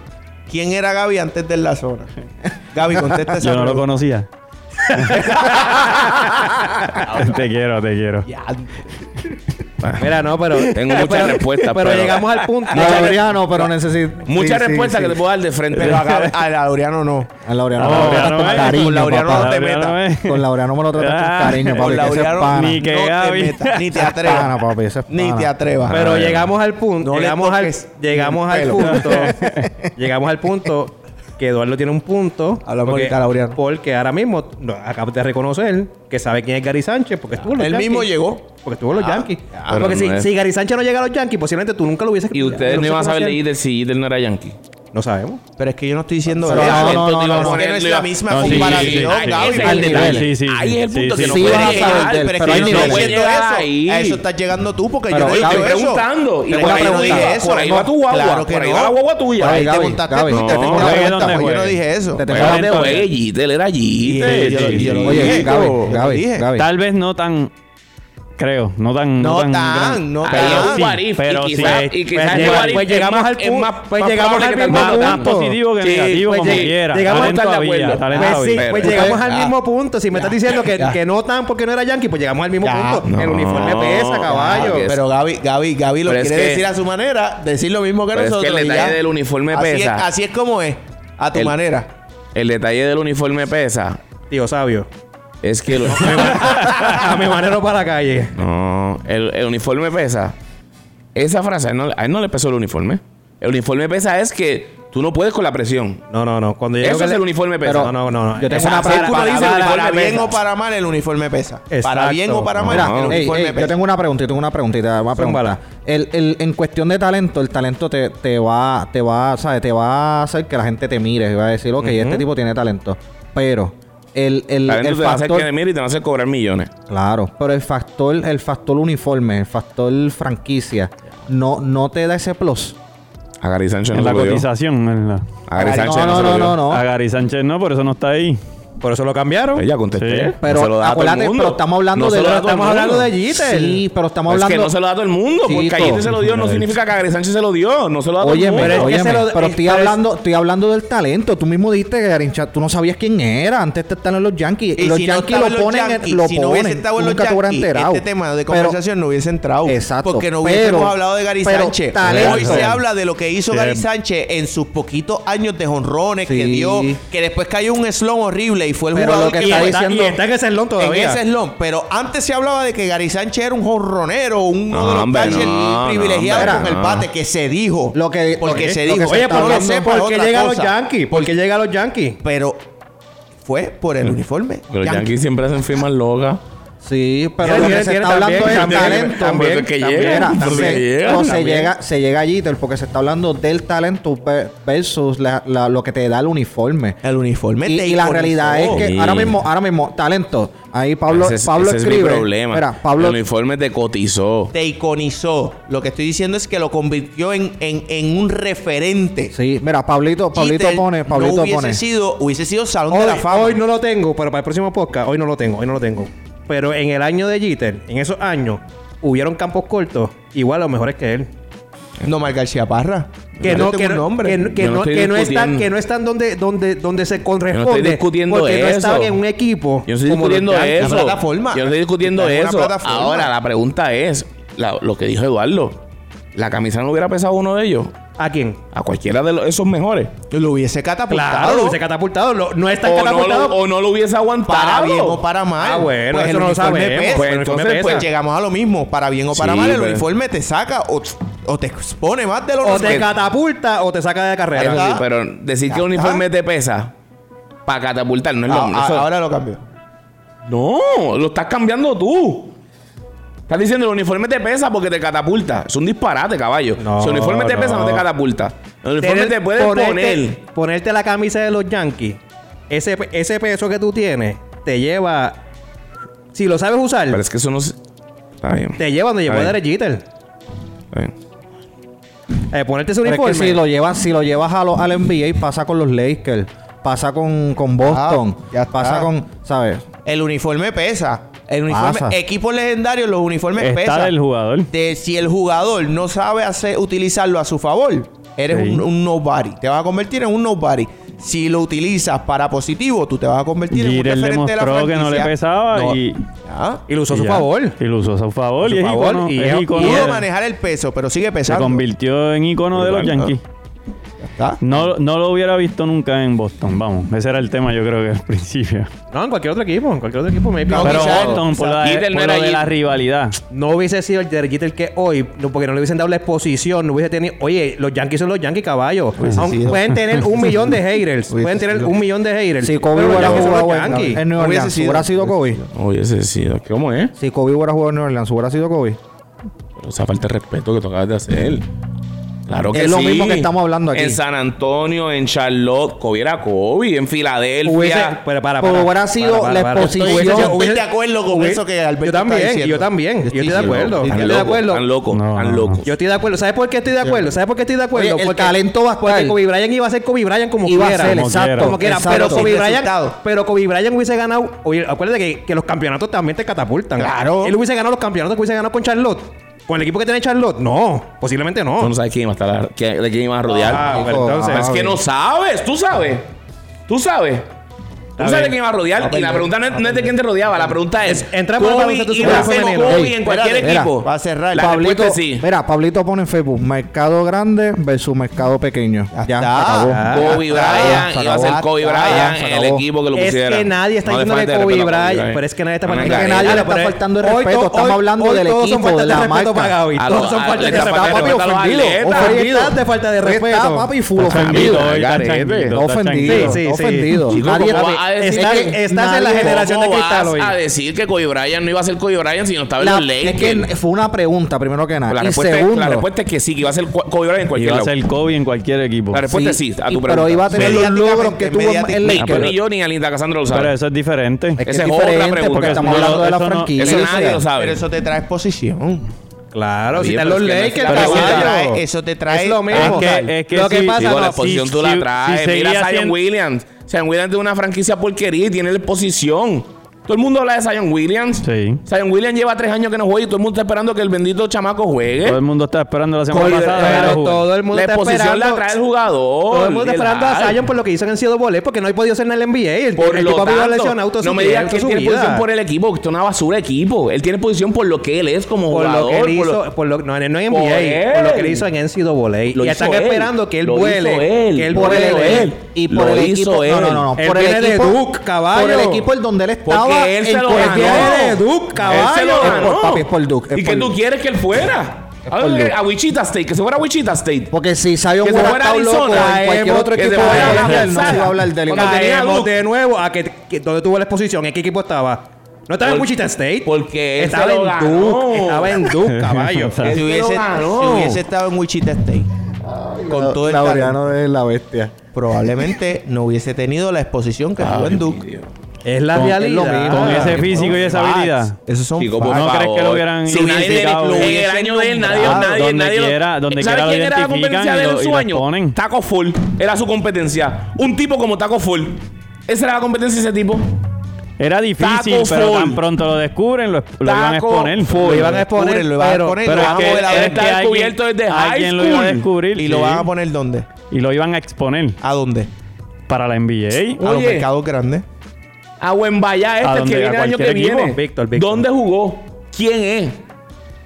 ¿Quién era Gaby antes de él la zona? *laughs* Gaby, contesta esa
Yo no lo
pregunta.
conocía. *laughs* te quiero, te quiero.
Mira, no, pero.
Tengo muchas
pero-
respuestas,
Pero
pero-
llegamos al punto.
No, Laureano, pero necesito.
muchas
sí, sí,
respuestas
sí.
que te puedo dar de frente.
Pero a, Gaby- a Laureano no.
A Laureano
No,
me lo tratas
Laureano
con
es-
con
cariño.
Laureano
papá.
no te
Laureano
metas.
*laughs*
es-
Con Laureano me lo tratas
Ah,
con cariño, papi.
Con
Que ese es
Laureano
pana.
ni
Ni que
no
Gaby.
te metas, ni te
Ese es pana,
atrevas.
papi. Ese es
Ni
pana.
te atrevas.
Pero
Ah,
llegamos al punto.
No le
llegamos al,
toques
llegamos
el
al
pelo. *laughs*
punto. llegamos al punto que Eduardo tiene un punto.
Hablamos
porque,
ahorita, Laureano.
Porque ahora mismo no, acabas de reconocer que sabe quién es Gary Sánchez porque estuvo en los
Él
Yankees.
mismo llegó. Ah,
Porque estuvo en los Yankees.
pero
porque
no
si,
es-
si Gary Sánchez no llega a los Yankees, posiblemente tú nunca lo hubieses
y ustedes no
lo hubieses
iban a saber de
conocido.
Jeter si Jeter no era Yankee.
No sabemos.
Pero es que yo no estoy diciendo
Pero
eso.
no, no,
Entonces,
no,
te iba a
no,
poner-
no es la misma
No, sí,
comparación,
sí, sí. Ahí
Gaby.
ese
Al
es el
nivel.
detalle.
Sí, sí, sí.
Ahí es el punto que
Sí, sí,
no
sí.
puedes
Sí, vas a
llegar,
saber del-
pero
pero
es que
hay
yo no
no
estoy
niveles.
puedes
diciendo
llegar
eso.
ahí.
A eso estás llegando tú porque
Pero
yo no
Oye,
he
estoy
dicho eso.
preguntando. Y
Pero
por
es
ahí
que yo
no
no
dije
dije
eso.
eso.
Por ahí va tu guagua.
Claro que
por ahí
no.
va la guagua tuya.
Ahí
Gaby,
te montaste
Gaby.
tú y te
No,
tengo una
Gaby,
pregunta,
¿dónde
porque yo
juegue?
no dije eso.
Te tengo
Pero no te
Gaby.
juegues, Jeter era Jeter.
Sí, yo lo- yo lo
Oye,
dije.
Oye, Gaby,
Yo lo
Gaby,
dije.
Gaby.
Tal vez no tan. Creo, no tan.
No tan,
gran-
Ah,
no
Ahí es
tan.
un what if,
pero
y
sí.
quizás, y
Pues
quizás
llega-
el what if
pues
es
llegamos
más-
al
es
punto.
más-
Pues
más
llegamos
probable
al
que
mismo
tampoco
punto.
Más
tanto.
positivo que
Sí,
negativo,
pues
como
sí,
quiera.
llegamos
Talento
hasta el de
había,
acuerdo.
talento
Pues sí,
había.
pues
Pero-
llegamos al
Ya.
mismo punto. Si me estás diciendo que, que no tan porque no era Yankee, pues llegamos al mismo
Ya.
punto. El
No.
uniforme pesa, caballo.
que es-
Pero Gaby, Gaby, Gaby lo
Pero es
quiere
que-
decir a su manera, decir lo mismo que
Pero es que
nosotros.
el
y
detalle
ya.
del uniforme
Así es-
pesa.
así es como es, a tu
El-
manera.
El detalle del uniforme pesa.
Tío sabio.
es que los-
a mi manero para la calle.
*laughs* No, el, el uniforme pesa. Esa frase, a él, no, a él no le pesó el uniforme. El uniforme pesa es que tú no puedes con la presión.
No, no, no. Cuando yo
Eso
digo que
es
le-
el uniforme pesa.
No, no, no.
Yo tengo
Esa
una
frase
para-
que uno
para-
dice, el
para,
uniforme
bien
pesa.
o para mal, el uniforme pesa. Para
Exacto.
bien o para mal,
Mira,
el
ey,
uniforme
Ey, ey,
pesa.
yo tengo una pregunta, yo tengo una preguntita, una pregunta.
Zúmbala.
El, el, en cuestión de talento, el talento te, te va, te va, ¿sabes? Te va a hacer que la gente te mire y va a decir, ok, este tipo tiene talento. Pero el, el,
Talento
el
te va a hacer
factor.
que te mire y te va a hacer cobrar millones.
Claro, pero el factor, el factor uniforme, el factor franquicia, no, no te da ese plus.
A Gary Sánchez no
En la
se lo dio.
cotización. en la-
A Gary
Ay,
Sánchez
no,
se lo
no,
dio.
no, no,
A Gary Sánchez no, por eso no está ahí.
Por eso lo cambiaron.
Pues ya contesté.
Sí.
Pero
No se lo da a todo el
acuérdate,
mundo.
pero estamos hablando
No
de
se lo da a todo el
estamos
mundo.
hablando de
Jeter.
Sí, pero estamos hablando
Es que no se lo da a todo el mundo. Porque
Chico.
a Jeter se lo dio no significa que a Gary Sánchez se lo dio. No se lo da a todo el
Oye,
mundo.
pero,
es que se
pero
lo- es-
estoy
pero es-
hablando, estoy hablando del talento. Tú mismo dijiste que Garincha, tú no sabías quién era. Antes te estaban en los Yankees.
Y
los
si no
Yankees
estaba en
lo
los
ponen, en-
Yankees,
lo
si no
ponen.
hubiese estado en los
Nunca te hubieran
Yankees,
enterado.
Este tema de
Pero-
conversación no hubiese entrado.
Exacto,
Porque no
pero-
hubiésemos hablado de Gary
pero
Sánchez.
talento.
Hoy se habla de lo que hizo Gary
Sí.
Sánchez en sus poquitos años de jonrones que
Sí.
dio, que después cayó un slum horrible y fue el
Pero
jugador
lo que
que
está
fue-
Está-
diciendo-
Y está en ese slot
en
todavía.
ese slum. Pero antes se hablaba de que Gary Sánchez era un jonronero, uno
No,
de los
hombre,
catchers
no,
privilegiados
no,
con
hombre,
el
no.
bate, que se dijo.
Lo que-
porque
lo que-
se
lo
dijo.
que se
Oye,
está
¿por qué,
hablando.
sepa es
por qué
otra
llega a los
cosa.
Yankees? ¿Por qué llega a los Yankees?
Pero fue por el uniforme.
Los
Yankee.
Yankees siempre hacen firmas locas.
Sí, pero
Tiene-
lo que
tiene-
se
tiene
está hablando
también-
es
también-
talento.
también-
Mira,
que llega,
se-
por eso que llega,
no, se
también.
llega, se llega allí, porque se está hablando del talento ve- versus la- la- lo que te da el uniforme.
El uniforme
Y,
te
y la
iconizó.
realidad es que
Sí.
ahora mismo, ahora mismo, talento. Ahí Pablo,
ese es,
Pablo
ese es
escribe.
mi problema.
Mira, Pablo,
El uniforme te cotizó.
te iconizó. Lo que estoy diciendo es que lo convirtió en, en- en un referente.
sí, mira, Pablito, Pablito
Jeter
pone, Pablito
no hubiese
pone.
sido, hubiese sido Salón
Hoy,
de la Fama.
hoy no lo tengo, pero para el próximo podcast, hoy no lo tengo, hoy no lo tengo. Pero en el año de Jeter, en esos años, hubieron campos cortos igual o mejores que él.
Nomar García Parra.
Que
Yo
no,
tengo
que
un
no,
nombre.
que no- que
Yo no
no,
estoy
que no están,
discutiendo.
que no están donde, donde, donde se
Yo
corresponde.
no estoy discutiendo
porque no
eso.
estaban en un equipo.
Yo no estoy
como los
discutiendo
Yankees.
eso.
una plataforma.
Yo no estoy discutiendo
Está en una
eso.
plataforma.
Ahora, la pregunta es: la- lo que dijo Eduardo, ¿la camisa no hubiera pesado a uno de ellos?
¿A quién?
A cualquiera de los- esos mejores.
Lo hubiese catapultado.
Claro, se catapultado. lo- no están
O no, lo,
catapultados.
o no lo hubiese aguantado.
para bien o para mal.
Ah, bueno,
Pues
eso
el
no lo
uniforme
sabemos.
pesa.
Pues
el uniforme
entonces,
Pues
pesa.
llegamos a lo mismo. Para bien o para
Sí,
mal, el
pero-
uniforme te saca o, o te expone más de lo
o te
normal.
catapulta o te saca de la
Eso
carrera.
sí, pues,
Ajá.
pero decir que
Ajá.
el uniforme te pesa para catapultar no es lo
Ah,
mismo.
ah,
Eso-
Ahora lo cambió.
No, lo estás cambiando tú. Estás diciendo el uniforme te pesa porque te catapulta. Es un disparate, caballo.
No,
si el uniforme te pesa, no
no.
te catapulta. El uniforme
Tener-
te puede poner.
ponerte, ponerte la camisa de los Yankees. Ese, pe- ese peso que tú tienes te lleva. Si lo sabes usar,
Pero es que eso no se... Está bien.
te lleva donde llevó
Está
Derek Jeter.
Está bien.
Eh, ponerte ese
Pero es que
uniforme.
si lo llevas, si lo llevas a lo- al NBA, pasa con los Lakers, pasa con, con Boston,
Ah, ya está.
pasa con, ¿sabes?
El uniforme pesa. El uniforme,
Pasa.
equipos legendarios, los uniformes
Está
pesan.
del jugador.
De si el jugador no sabe hacer, utilizarlo a su favor, eres
Sí.
un, un nobody. Te vas a convertir en un nobody. Si lo utilizas para positivo, tú te vas a convertir en un
Jeter
referente de la
demostró que no le
franquicia.
pesaba
No. Ah.
y...
Ya.
y lo usó a
y
su
ya.
favor.
Y lo usó a su favor.
A su
y es
favor,
ícono.
y
es
es-
ícono.
Pudo
de-
manejar el peso, pero sigue
Se
pesando.
convirtió en ícono de los
Brutal,
Yankees.
Ya está.
No, no lo hubiera visto nunca en Boston, vamos. Ese era el tema, yo creo que al principio.
No, en cualquier otro equipo. En cualquier otro equipo, maybe.
No,
No,
Pero
quizás-
Boston, por, la,
Jeter no
por
era
lo de la
Jeter.
rivalidad.
hubiese sido el Derek Jeter que hoy, no, porque no le hubiesen dado la exposición, no hubiese tenido. Oye, los Yankees son los Yankees caballo. Aunque
sido.
Pueden tener un millón de haters.
Hubiese
pueden tener
sido.
un millón de haters.
Si Kobe
pero los
hubiera
Yankees son
jugado
los
en,
Yankees.
en New
Hubiese
Orleans,
sido.
hubiera sido Kobe.
Oye, ese sí. ¿Cómo es?
Si Kobe hubiera jugado en New Orleans, hubiera sido Kobe.
O sea, falta de respeto que tú acabas de hacer. Claro que
Es lo
sí.
mismo que estamos hablando aquí.
En San Antonio, en Charlotte, Kobe era Kobe, en Filadelfia.
Hubiese, pero para, para,
Hubiera sido la exposición.
Hubiese-
Yo
estoy
hubiese-
de acuerdo con eso que Alberto
Yo
está
también,
diciendo.
yo también. Yo estoy de acuerdo. Yo
Tan
estoy de
loco,
acuerdo.
Tan loco,
No,
tan
no,
loco.
Yo estoy de acuerdo. ¿Sabes por qué estoy de acuerdo? ¿Sabes por qué estoy de acuerdo?
Oye, el
Porque-
talento va a estar.
Porque Kobe Bryant iba a ser Kobe Bryant como
Iba a
quiera.
ser,
Como
exacto.
quiera.
Como quiera,
exacto.
pero Kobe,
Sin
Bryant,
resultado.
pero Kobe Bryant hubiese ganado. Oye, acuérdate que, que los campeonatos también te catapultan.
Claro.
Él hubiese ganado los campeonatos que hubiese ganado con Charlotte. Con el equipo que tiene Charlotte. No, posiblemente no.
Tú no sabes quién iba a estar, quién- de quién iba a rodear.
Ah,
Hijo,
bueno, entonces.
Pero es que no sabes, tú sabes. Tú sabes. Tú sabes de quién va a rodear. Y la pregunta no es, no es de quién te rodeaba. La pregunta es:
Entra por la
Kobe
pausa, tú
y
sabes,
Rafael
femenino.
Kobe
Ey,
en cualquier
espérate, mira,
equipo.
para cerrar.
La
Pablito,
respuesta es sí.
Mira, Pablito pone en Facebook mercado grande versus mercado pequeño. Ya,
está.
se acabó.
Ah,
Kobe Bryant,
se
iba a
acabó,
ser Kobe
ya,
Bryant,
se
el
acabó.
equipo que lo
Es
pusiera.
que nadie está
No le
diciendo
falte
que Kobe
respeto a
Bryant. Pero es que nadie está
No,
faltando
no,
Es que
no, no,
nadie le
Dale,
no,
está
pero-
faltando el
hoy
respeto.
to-
Estamos
hoy-
hablando
hoy
del
todos son
equipo,
faltas
de
de
la marca.
respeto para Gaby.
A
Todos
los-
son
a-
faltas
le
de
está
respeto.
faltando
Papi,
respeto a los
ofendido.
atletas.
Ofendido.
Está,
Te falta de
Está,
respeto.
papi, full
Está
ofendido.
ofendido,
Está
eh, está
ofendido.
changuito,
Está
está
ofendido.
changuito.
Sí, sí,
está
sí.
ofendido.
Chico,
Nadie-
¿cómo va a
nadie-
decir
Estás,
que-
estás en la
nadie-
generación de
¿Cómo
cristal hoy.
vas a decir que Kobe Bryant no iba a ser Kobe Bryant si no estaba en
La-
los Lakers?
es que fue una pregunta, primero que nada.
la,
y
respuesta,
segundo,
la respuesta es que sí, que iba a ser Kobe Bryant en
Y
cualquier pues,
va a
lado.
ser Kobe en cualquier equipo.
La respuesta es sí, a
y-
tu pregunta.
pero iba a tener los
Mediáticamente,
logros que tuvo en
Ni, pero ni
Lakers.
yo ni Alinda Casandra lo
Pero
sabe.
eso es diferente.
Es que es
Esa es otra
diferente
pregunta.
porque estamos
Eso no-
hablando de la
eso no-
franquicia.
Eso nadie lo
Pero
sabe.
eso te trae exposición.
Claro,
Oye,
si están
pero
los
es que no está
Lakers,
Eso te
caballo.
trae- Eso te trae.
Es lo mismo.
Ah,
Es que, es que
Lo que
si-
pasa,
Digo,
no,
la exposición
si-
tú la
si-
traes.
si
Mira a
seguía
Zion
siendo-
Williams. Zion Williams tiene una franquicia porquería y tiene la exposición. Todo el mundo habla de Zion Williams.
Sí.
Zion Williams lleva tres años que no juega y todo el mundo está esperando que el bendito chamaco juegue.
Todo el mundo está esperando la semana
Kobe
pasada.
Bryant,
pero
todo
jugó.
el mundo
la
está
exposición la
esperando-
trae el jugador.
Todo el mundo está esperando a
Relax.
Zion por lo que hizo en el CW, porque no he podido ser en el NBA. El,
Por
el
lo
tipo ha
tanto,
habido lesionado toda
no
su
me
vida,
digas que él
toda su
tiene
vida.
posición por el equipo, que esto es una basura de equipo. Él tiene posición por lo que él es como
Por
jugador.
lo que él
por lo-
hizo, por lo, no, en- no en
Por
NBA, por lo que él
él.
hizo en NCAA.
Lo
y
hizo
están
él.
esperando que él
Lo hizo
vuele.
él.
Que él
Lo
vuele.
hizo él.
Y por
Lo
el
hizo
equipo. No,
él.
no, no. no,
Él
Por el
viene de
equipo.
Duke, caballo.
Por el equipo en donde él estaba.
Porque él se
en
lo
cualquier-
ganó.
viene de Duke,
Él se
caballo.
lo
Es por-
ganó.
papi, es por Duke, es
¿Y
por
que tú
Duke.
quieres que él fuera?
por Duke.
A Wichita State, que se fuera a Wichita State.
Porque si Zion
Que se
hubiera
fuera
estado
Arizona,
loco en cualquier
caemos,
otro
que se
equipo,
fuera
de
a
la
la
liga, no se iba a hablar del
Cuando
equipo.
tenía
Caemos
Duke.
de nuevo a que, que- donde tuvo la exposición, en qué equipo estaba. No estaba en
Por-
Wichita State.
porque él
estaba
se lo
en
ganó.
Duke. Estaba en
*laughs*
Duke, caballo.
Exacto.
Si
Él
hubiese,
se lo ganó.
si hubiese estado en Wichita State, con todo el talento,
Laureano es la bestia.
probablemente no hubiese tenido la exposición que tuvo en Duke.
Es la realidad.
Con ese
Son
físico y esa
facts.
habilidad.
Esos son
Chico,
facts.
por
pues, ¿No
favor.
crees que lo hubieran
Si nadie
identificado?
lo-
Lo
en el
hubiesen
año de él, nadie,
nombrado.
nadie,
Donde
nadie lo-
quiera- donde
¿Sabes
quiera lo
quién era la
identifican
competencia
y
de él
lo-
en
y
su
lo
año?
ponen.
Taco Full. Era su competencia. Un tipo como Taco Full. Esa era la competencia de ese tipo.
Era difícil,
Taco
pero
Fall.
tan pronto lo descubren, lo, lo iban a
Taco
exponer.
Fall.
Lo iban a exponer,
Descubren, lo iban a
pero-
poner,
Pero
lo
es
van a
que,
mover a
él
ver.
es que
está descubierto
alguien-
desde high
alguien lo iba a
school.
descubrir.
¿Y lo
sí.
van a poner dónde?
Y lo iban a exponer
¿A dónde?
para la NBA.
A los
Oye.
mercados grandes.
A Wembayá
¿A
este el
dónde?
que
¿A
viene el año que
cualquier equipo?
viene.
Víctor, Víctor.
¿Dónde jugó? ¿Quién es?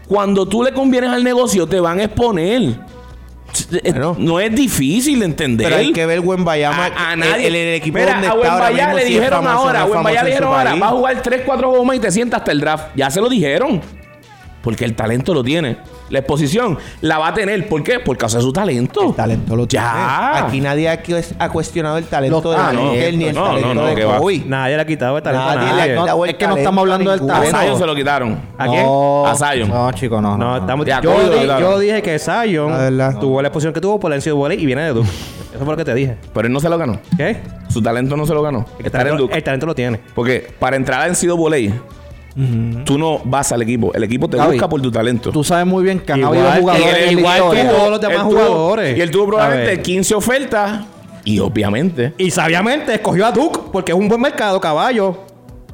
Cuando tú le convienes al negocio, te van a exponer.
Bueno.
no es difícil de entender.
Pero hay que ver buen Bayama.
a, a nadie.
El, el equipo
Mira,
donde
a
está ahora
Wembayá
mismo,
le
si es
dijeron
famoso o no
ahora, a
es famoso
Wembayá
en
le
su
dijeron ahora,
país.
va a jugar 3, 4 gomas y te sienta hasta el draft. Ya se lo dijeron. Porque el talento lo tiene. La exposición la va a tener. ¿Por qué? Por causa de su talento.
El talento lo tiene.
Ya.
Aquí nadie ha, cu- ha cuestionado el talento
Los-
de
ah,
no.
Miguel ni el
No, no,
talento
no, que
de
va.
Kobe.
Nadie le ha quitado el talento a
Nadie le ha
nadie.
quitado-
No,
el
es que no
talento
estamos hablando del
ninguno.
A
talento.
Zion se lo quitaron.
¿A quién?
No,
A Zion.
No, chico, no.
No, estamos,
De
yo,
acuerdo,
di-
claro.
yo dije que Zion
La verdad.
tuvo la exposición que tuvo por la NCAA y viene de Duke. Eso fue lo que te dije.
Pero él no se lo ganó.
¿Qué?
Su talento no se lo ganó.
El
Estar en
talento,
Duke.
el talento lo tiene.
Porque para entrar en sido voley, tú no vas al equipo. El equipo te
Gaby,
busca por tu talento.
Tú sabes muy bien que han
Igual
habido
que-
Y
jugadores
él-
en la
igual
historia.
tuvo-
todos los demás
él tuvo-
jugadores.
Y él tuvo
A
probablemente
ver.
15 ofertas. Y obviamente.
Y sabiamente escogió a Duke porque es un buen mercado, caballo.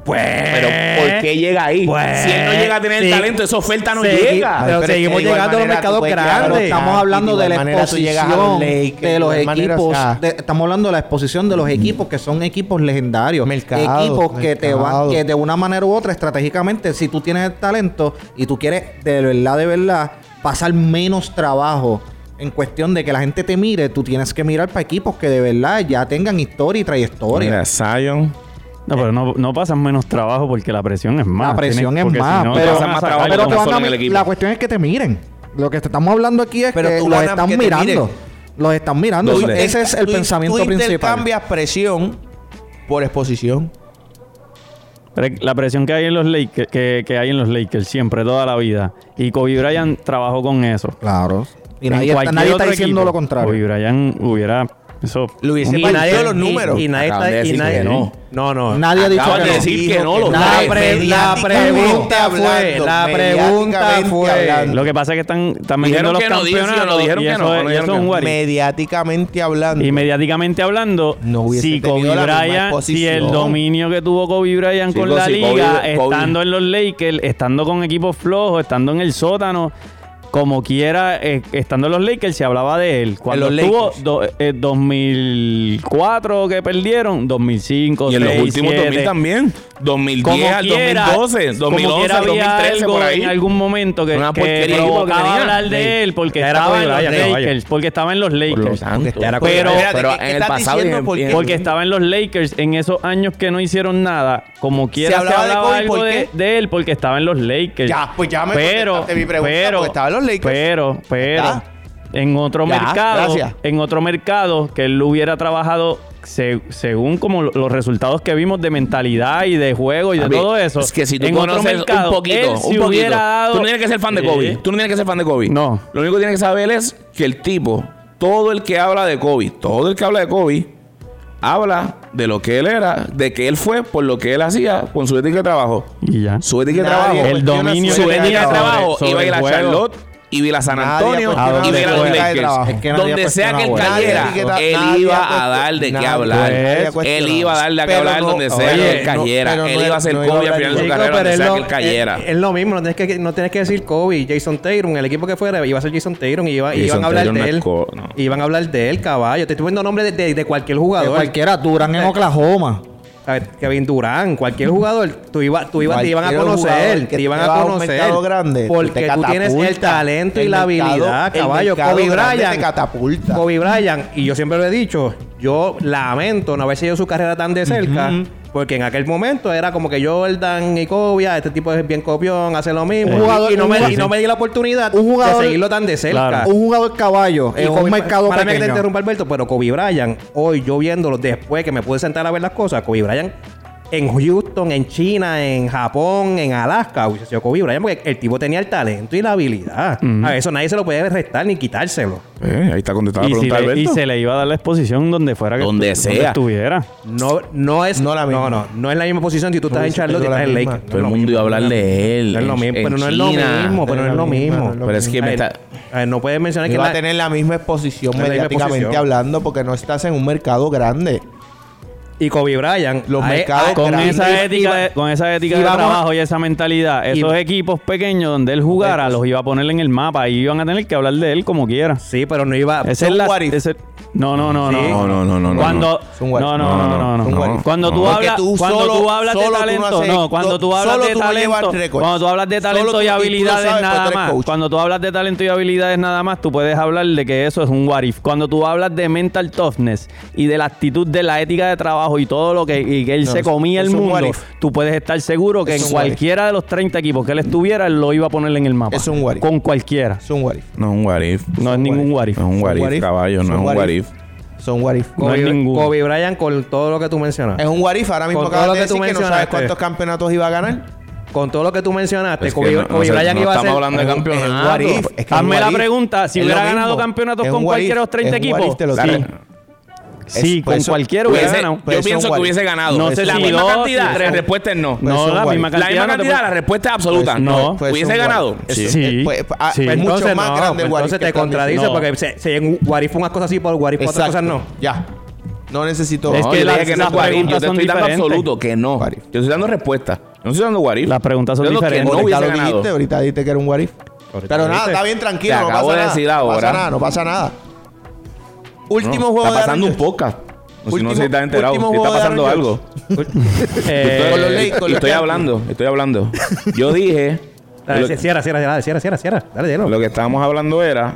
Pues.
Pero
Eh,
¿por qué llega ahí?
Pues,
si él no llega a tener
sí.
el talento, esa oferta no
Sí.
llega.
Pero
es que
seguimos
de igual
llegando
manera
a los
tú
mercados
puedes llegar a
grandes.
Estamos
Ah,
hablando
y
de la
igual manera tú llegas a
exposición
Lakers,
de los
igual manera, o
equipos.
sea,
de- estamos hablando de la exposición de los equipos que son equipos legendarios.
Mercado,
equipos que te van,
mercado.
que de una manera u otra, estratégicamente, si tú tienes el talento y tú quieres de verdad, de verdad, pasar menos trabajo. En cuestión de que la gente te mire, tú tienes que mirar para equipos que de verdad ya tengan historia y trayectoria.
Mira, Zion.
No, pero no, no pasan menos trabajo porque la presión es más.
La presión
Tienes-
es
porque
más,
si no,
pero-
te van a
más
sacar
trabajo,
Pero
de
Pero
los
te
no
van a
solo en
mi-
el equipo.
la cuestión es que te miren. Lo que te estamos hablando aquí es
Pero
que
tú
los
ganas
están
que te
mirando.
miren.
Los están mirando.
Tú
Ese ese es el
Tú-
pensamiento
tú
principal.
intercambias presión por exposición.
Pero la presión que hay en los Lakers, que, que hay en los Lakers siempre, toda la vida. Y Kobe Bryant trabajó con eso.
Claro. Y
En
nadie, está-
cualquier
nadie está
otro
diciendo
equipo,
lo contrario.
Kobe Bryant hubiera eso.
Lo hubiese
un-
partido los números.
Y, nadie
Acaban de
está. Y
decir
nadie,
que no.
no, no.
Nadie ha dicho
Acaban
que
de
no.
decir que no,
lo
lo
La,
sabe.
pre- la pregunta fue. La pregunta fue.
Lo que pasa es que están, están metiendo
Dijeron
los
que no, dijeron que no,
campeonatos.
dijeron
y
que
eso
no,
es-
no
y eso
dijeron
es un
que no.
what if.
Mediáticamente hablando.
Y mediáticamente hablando,
No hubiese
si
tenido
Kobe
la misma
Bryant, si el
exposición.
dominio que tuvo Kobe Bryant
Sí,
con
Kobe-
la
sí,
liga,
Kobe- Kobe.
estando en los Lakers, estando con equipos flojos, estando en el sótano, como quiera, eh, estando en los Lakers, se hablaba de él. Cuando
los
estuvo
Lakers.
do- eh, 2004 que perdieron, 2005,
Y en los
2006,
últimos 2000
2007.
también. 2010 al
quiera-
2012,
como
2011
quiera
al
había
2013,
algo
por ahí.
en algún momento que,
Una
que
porquería de equipo que
provocaba
tenía.
hablar de
Sí.
él porque
Ya era
estaba en los
Kobe Bryant,
Lakers,
caballo.
porque estaba en los
Por lo
Lakers.
tanto.
Ya era
pero,
Espérate,
pero
¿qué-
en
qué
el
estás
pasado y
diciendo?
en-
¿Por
y en-
qué?
Porque estaba en los Lakers en esos años que no hicieron nada. Como quiera se hablaba,
hablaba de Kobe,
algo
¿por
de,
qué?
de él porque estaba en los Lakers.
Ya, pues ya me
pero,
contestaste mi pregunta,
pero,
porque estaba en los Lakers.
Pero, pero,
Ya.
en otro
Ya,
mercado,
gracias.
en otro mercado que él hubiera trabajado se- según como lo- los resultados que vimos de mentalidad y de juego y de
Papi,
todo eso.
Es que si tú
en otro
conoces
mercado,
un poquito,
él
un
si
poquito.
hubiera dado-
Tú no tienes que ser fan de
Sí.
Kobe. Tú no tienes que ser fan de Kobe.
No.
Lo único que tienes que saber es que el tipo, todo el que habla de Kobe, todo el que habla de Kobe, habla de lo que él era, de que él fue por lo que él hacía con su ética de trabajo.
Y ya.
Su ética de
Nadie
trabajo.
cuestiona
El dominio
su
Su
que
ética de
ética de
tenía
trabajo.
trabajo
sobre-
iba a ir a
sobre el
Charlotte, iba a ir a San
Nadie
Antonio,
cuestiona
iba a ir a los
su ética de trabajo.
Lakers.
Es que nadie
Donde sea que él
cuestiona,
güey.
cayera,
Nadie etiqueta-
él
nadie
iba
cuestiona-
a dar de qué
nadie
hablar.
cuestiona.
Él iba a dar de qué
Pero
hablar
no-
donde sea
oye,
que él
no,
cayera.
pero no
Él
era-
iba a ser
no
Kobe
iba a
al
hablar
final de su
de-
carrera
pero
donde
es
sea
lo,
que él cayera.
es- es lo mismo, no tienes, que, no tienes que decir Kobe, Jason Tatum, el equipo que fuera iba a ser Jason Tatum y iba, y
Jason
iban a hablar
Tatum no
de
es
él.
co- no.
Y Iban a hablar de él, caballo. Te estoy poniendo nombre de, de- de cualquier
Que
jugador.
cualquiera, Durán en Oklahoma.
A ver, Kevin Durán, cualquier jugador, tú iba, tú iba, te iban a
Cualquier
conocer,
jugador que
te iban
te
a
va a un
conocer.
mercado grande,
porque
te
tú tienes el
catapulta.
talento y
El
la
mercado-
habilidad,
el
caballo.
mercado
Kobe
grande
Bryant.
te catapulta.
Kobe Bryant, y yo siempre lo he dicho, yo lamento no haber seguido su carrera tan de cerca. Porque en aquel momento era como que Jordan y Kobe, ah, este tipo es bien copión, hace lo mismo.
Un jugador-
y, no me,
un-
y no me di la oportunidad
Un jugador-
de seguirlo tan de cerca.
Claro.
Un jugador caballo
Y
en
Kobe-
un mercado
para mí que te
pequeño.
interrumpa Alberto, pero Kobe Bryant, hoy yo viéndolo después que me pude sentar a ver las cosas, Kobe Bryant en Houston, en China, en Japón, en Alaska, hubiese sido Kobe Bryant porque el tipo tenía el talento y la habilidad. A eso nadie se lo puede restar ni quitárselo.
Eh, ahí está contestada la
Y, si
pregunta de
le- y
Alberto.
se le iba a dar la exposición donde fuera que
Donde
estu-
sea.
estuviera.
No, no es
No la misma.
No, no, no es la misma posición si tú estás en
hubiese
Charlotte y
sido la
estás en
misma.
Lakers. No
Todo el
es lo
mundo iba a
mismo,
hablar
no es lo
de él.
mismo. No es lo
en-
mismo,
en
pero no es lo
China.
mismo, pero no es lo mismo.
no
Pero es que
A
me
ver,
está...
a ver, no puedes mencionar
No
que
iba a
la-
tener la misma exposición
No es la misma
mediáticamente
exposición.
hablando porque no estás en un mercado grande.
y Kobe Bryant
Los
a- a-
mercados
Con
Grande.
esa, ética
iba-
de, con esa ética de
iba a-
trabajo y esa mentalidad, esos equipos pequeños donde él jugara, los iba a poner en el mapa y iban a tener que hablar de él como quiera.
Sí, pero no iba
Esa es
un
la.
what if.
ese- no, no, no,
Sí.
no.
No, no, no, no, no,
Cuando,
Es un
no,
what
no,
if.
no, no, no,
Es un what if.
Cuando tú
Porque
hablas,
tú
cuando
solo-
tú hablas de
solo tú no
talento,
haces-
no, cuando tú
solo
hablas de
tú no llevas
talento,
récord.
cuando tú hablas de
Solo
talento
tú-
y
y tú lo
habilidades
sabes, pues tú
nada
eres
más,
coach.
cuando tú hablas de talento y habilidades nada más, tú puedes hablar de que eso es un what if. Cuando tú hablas de mental toughness y de la actitud de la ética de trabajo y todo lo que, y que él
No,
se
es-
comía el
es un what
mundo,
if.
tú puedes estar seguro que
Es
en
un what if.
cualquiera de los 30 equipos que él estuviera, él lo iba a poner en el mapa.
Es un what if.
Con cualquiera.
Son what if.
No es un what if.
No es ningún what if.
No es un what
What
if,
if.
caballo. No
Son
es un
what
what
if.
if.
Son what if.
No hay
Kobe,
ninguno.
Kobe Bryant con todo lo que tú mencionas.
Es un what if. Ahora mismo
Con
acabas
todo
de
lo que tú
decir que no sabes
mencionaste.
cuántos campeonatos iba a ganar.
Con todo lo que tú mencionaste,
Es que
Kobe,
no- no
Kobe
sé,
Bryant
no
iba a ser.
estamos hablando de campeonato.
Es un what if. Es que es
Hazme
un
la
what if.
pregunta, si
Es
hubiera
lo mismo.
ganado campeonatos
Es
con
un what
cualquiera de
if.
los 30
Es un what
equipos.
if, te lo
Sí.
digo.
Sí,
Es-
con
eso-
cualquiera
Hubiese-
hubiera ganado.
Pues
yo
es un
pienso
what
que
if.
hubiese ganado.
No sé
la
si
misma
dos,
cantidad,
si
la
tres.
respuesta es no.
Pues es
No,
un
la
what
misma
if.
la misma
cantidad. no te
cantidad,
puede-
la respuesta es absoluta.
Pues no.
Pues
hubiese
un what
ganado.
if.
Sí.
Es- es- pues, ah,
Sí.
es mucho
Entonces,
más
no,
grande el what if
entonces
que
te
están
contradice
diciendo.
No.
porque se, se- en Warif unas cosas sí, por Warif otras
Exacto.
cosas no.
Ya. No necesito.
Es
No,
que
yo
las-
dije que no
las
es what if. Yo
preguntas
te
son
estoy dando
diferentes.
absoluto que no.
What
Yo te estoy dando respuesta. Yo no estoy dando what if.
Las preguntas son
Yo digo que
diferentes.
no
Ya
hubiese
lo dijiste,
ganado.
ahorita dijiste que era un what if. Pero nada,
dijiste.
está bien tranquilo,
Te
no
acabo
pasa
de
nada.
decir
no
ahora.
pasa nada, no pasa nada.
No,
Último juego
Está
de
pasando un
Aaron Judge.
podcast. No sé- No
Último-
sé si estás enterado.
último
Si está
juego de
pasando
Aaron
algo.
Eh,
*laughs* Con los
Eh,
Lakers, con los
estoy
Yankees.
hablando, estoy hablando. Yo dije.
dale,
lo-
cierra, cierra, cierra, cierra, cierra, cierra. Dale, dilo.
Lo que estábamos hablando era.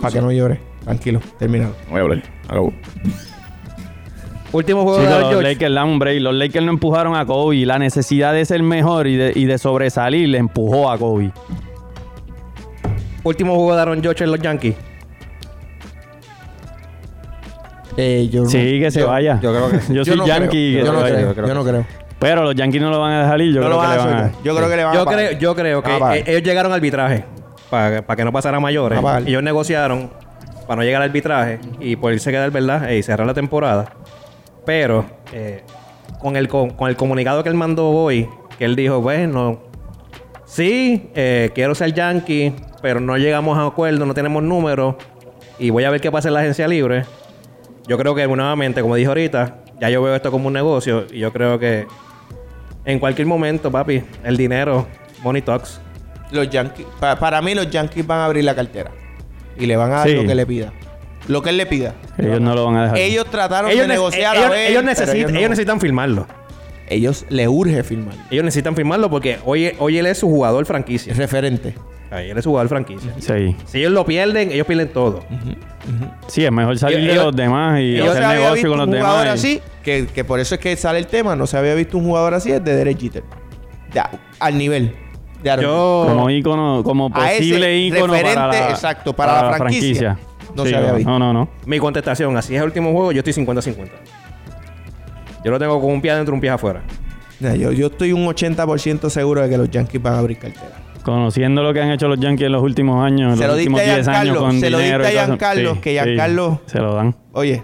Para que no llore. Tranquilo, terminado.
Voy a hablar. Acabo.
Último
Sí,
juego de
pero
Aaron
los
George.
Lakers dan un break. Los Lakers no empujaron a Kobe. La necesidad de ser mejor y de, y de sobresalir le empujó a Kobe.
Último juego de Aaron George en los Yankees.
Eh, yo no-
Sí, que se
yo-
vaya.
yo creo que-
Yo
yo
soy
no
yankee.
creo,
que
Yo
se
no
vaya.
creo.
creo
Yo no creo.
Pero los yankees no lo van a dejar ir.
No
Yo creo
lo
que
van
le
a
van a...
soltar. Yo creo que le van a
Yo
pagar.
creo, yo creo que
Ah, vale.
eh, ellos llegaron al arbitraje para que no pasara a mayores.
Ah, vale.
Ellos negociaron para no llegar al arbitraje y por irse a quedar, ¿verdad? Eh, Y cerrar la temporada. Pero eh, con, el, co- con el comunicado que él mandó hoy, que él dijo, bueno, sí, eh, quiero ser yankee, pero no llegamos a acuerdo, no tenemos números y voy a ver qué pasa en la agencia libre. Yo creo que nuevamente, como dije ahorita, ya yo veo esto como un negocio y yo creo que en cualquier momento, papi, el dinero, money talks.
los Yankees, pa- para mí los Yankees van a abrir la cartera y le van a dar
Sí.
lo que le pida. Lo que él le pida.
Ellos no lo van a dejar.
Ellos trataron
Ellos,
de
ne-
negociar
ellos-
a ver,
ellos
eh, pero
necesitan,
ellos, no.
ellos necesitan firmarlo.
Ellos le urge firmar.
Ellos necesitan firmarlo porque hoy, hoy él es su jugador franquicia.
Es referente.
Ahí él es su jugador franquicia.
Sí.
Si ellos lo pierden, ellos pierden todo.
Sí, es mejor salir
Ellos-
de los demás y
Yo
hacer
se había
negocio
visto
con los
un jugador
demás. y-
así, que, que por eso es que sale el tema, no se había visto un jugador así desde Derek Jeter. Ya, al nivel de Aaron.
Yo.
Como ícono, como
A ese
posible ícono para la,
referente, exacto, para la franquicia. No se había visto.
No, no, no.
Mi contestación, así es el último juego, yo estoy 50-50. Yo lo tengo con un pie adentro, un pie afuera.
Ya, yo, yo estoy un 80% seguro de que los Yankees van a abrir cartera.
Conociendo lo que han hecho los Yankees en los últimos años, en
Se
los
lo diste
últimos
a
10 años
Giancarlo,
con
se lo
dinero
diste
y
a
todo eso.
Giancarlo, que Giancarlo-
se lo dan.
Oye,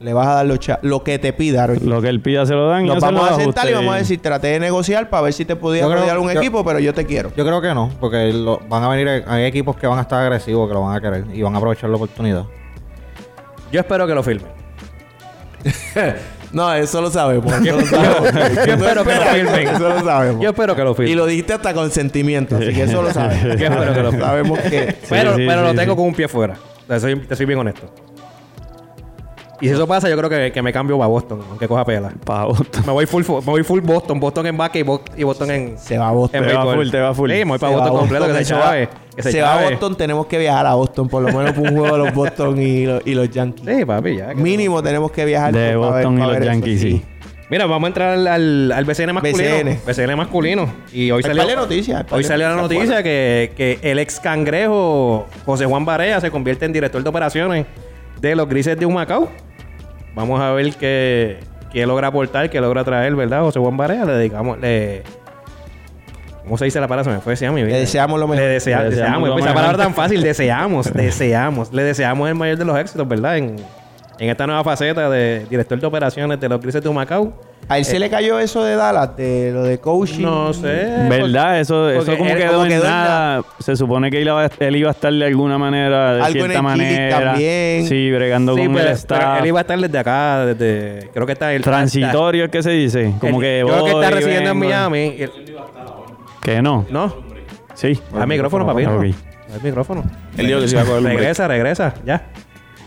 le vas a dar los cha- lo que te pida, Aaron.
Lo que él pida se lo dan. y
Nos
hacen
vamos
los
a sentar y
ajustes.
vamos a decir, traté de negociar para ver si te podía
Yo creo-
rodear un
yo-
equipo, pero yo te quiero.
Yo creo que no, porque lo- van a venir, hay equipos que van a estar agresivos, que lo van a querer y van a aprovechar la oportunidad.
Yo espero que lo firmen. *laughs*
No, eso lo sabemos. Eso lo
yo espero que lo firmen.
Eso lo sabemos.
Yo espero que lo
Y
firmen.
lo dijiste hasta con sentimiento, así que eso lo sabes.
*laughs* Yo espero Pues que lo firmen.
*laughs* Sabemos que.
pero
sí,
pero
sí,
lo tengo
sí.
con un pie afuera. Te soy, te soy bien honesto. Y si eso pasa, yo creo que, que me cambio para Boston, aunque coja pela.
*laughs*
Pa' otro.
Me voy full, fu- me voy full Boston. Boston en back y, Bo- y Boston en.
Se va a Boston.
en
Te va
béisbol.
full, te va full.
Sí, me voy para
Se va
Boston
a
completo, que se chave. Que se,
se va a
chave.
Boston, tenemos que viajar a Boston, por lo menos por un juego de los Boston y, los- y los Yankees.
Sí, papi, ya. que-
Mínimo tenemos que viajar
De
pa' ver-
Boston y
pa'
los
ver eso,
Yankees,
Eh,
sí.
Mira, vamos a entrar al, al, al BCN masculino.
BCN.
BCN. masculino. Y hoy
Hay
salió.
par de noticias, hay par
Hoy
de
salió la
noticias
noticia que, que el ex cangrejo José Juan Barea se convierte en director de operaciones de los grises de Humacao. Vamos a ver qué, qué logra aportar, qué logra traer, ¿verdad? José Juan Barea le dedicamos. Le, ¿Cómo se dice la palabra? Se me fue, se llama, mi vida.
Le deseamos lo mejor.
Le desea-
Le
deseamos.
deseamos lo
pues, esa
mejor.
palabra tan fácil, deseamos, deseamos. Le deseamos el mayor de los éxitos, ¿verdad? En, en esta nueva faceta de director de operaciones de los grises de Humacao.
A él se le cayó eso de Dallas, de lo de coaching.
No sé.
¿Verdad? Eso,
porque
eso como
él-
quedó,
como
en
quedó en
nada. Se supone que él iba, a- él iba a estar de alguna manera, de
Algo en el
cierta
Gili
manera.
también.
Sí, bregando
Sí,
con
pero,
el
pero
staff.
él iba a estar desde acá, desde. Creo que está el.
Transitorio, es que se dice?
Como
Como que
Yo creo que está
voy,
residiendo en
vengo.
Miami. y él-
Que no.
no.
Sí.
Al micrófono, papi.
Ah,
no.
ok.
*laughs* Al micrófono.
Él dijo que se iba a coger un break.
Regresa, regresa. Ya.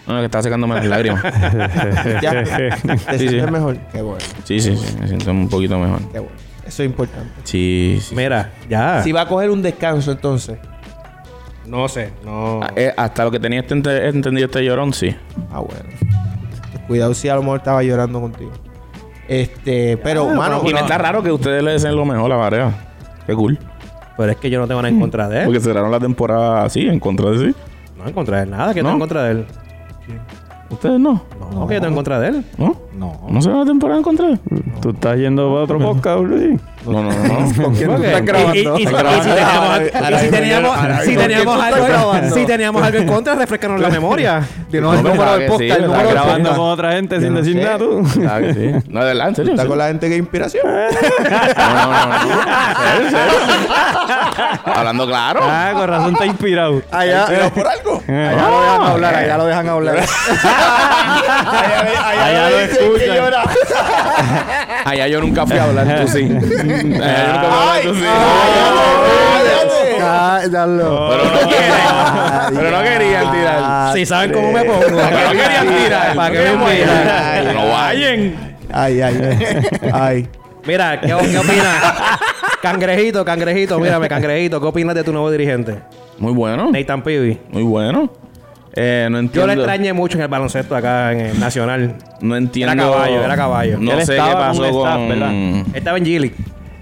No, no, que está secándome las lágrimas.
*laughs*
Ya.
*laughs*
Te
Sí, sí.
sientes mejor. Qué bueno,
Sí, sí, sí. Me siento un poquito mejor.
qué bueno. Eso es importante.
Sí, sí.
Mira, ya.
Si va a coger un descanso, entonces.
No sé. No.
Ah, eh, hasta lo que tenía este ente- entendido este llorón, sí.
Ah, bueno. Cuidado si a lo mejor estaba llorando contigo. Este, pero, mano.
y me
no-
está raro que ustedes le deseen lo mejor a Varea. Qué cool.
Pero es que yo no tengo nada en contra de él.
Porque cerraron la temporada así, en contra de sí.
No en contra de él. Nada. ¿Qué tengo
¿No?
en contra de él?
Ustedes no.
No, ¿qué tengo en contra de él?
¿No?
No.
¿No cerraron la temporada en contra de
Tú estás yendo para otro podcast, Luis.
No, no, *laughs* no. no.
¿Por qué?
estás grabando?
Y- y- y- y si
Ahora-
teníamos- y si teníamos- si teníamos algo- Si teníamos algo en contra, refrescanos la memoria.
De
No,
el número
verdad que
del
sí,
podcast, el
verdad que
número del
sí.
Grabando
podcast.
con otra gente sin
no
decir
sé.
nada, tú.
Claro Ah, que sí. *laughs* No, de verdad, en serio.
Está
sí.
con la gente que es inspiración.
*laughs* No, no, no. no. En serio, en serio. Hablando claro.
Ah, con razón está inspirado. Ah,
Allá,
por algo.
allá lo dejan hablar, allá lo dejan hablar.
Allá lo escuchan.
*laughs* Allá yo nunca fui a hablar, *laughs* tú sí. Allá yo nunca fui a hablar,
Ah,
tú sí. Ah,
Cállalo.
Pero no querían. Pero no querían tirar.
Si saben cómo me pongo.
Pero no querían tirar.
¿Para qué me tiran?
Ay, No vayan.
Ay, ay, ay. Ay.
Mira, ¿qué, qué opinas? *laughs* cangrejito, cangrejito, mírame, cangrejito. ¿Qué opinas de tu nuevo dirigente?
Muy bueno.
Nathan Pibi.
Muy bueno. Eh, no entiendo.
Yo lo extrañé mucho en el baloncesto acá en el Nacional.
No entiendo.
Era caballo, era caballo.
No
Él
sé qué
estaba con
pasó
un staff,
con.
¿verdad?
Estaba en Gilic.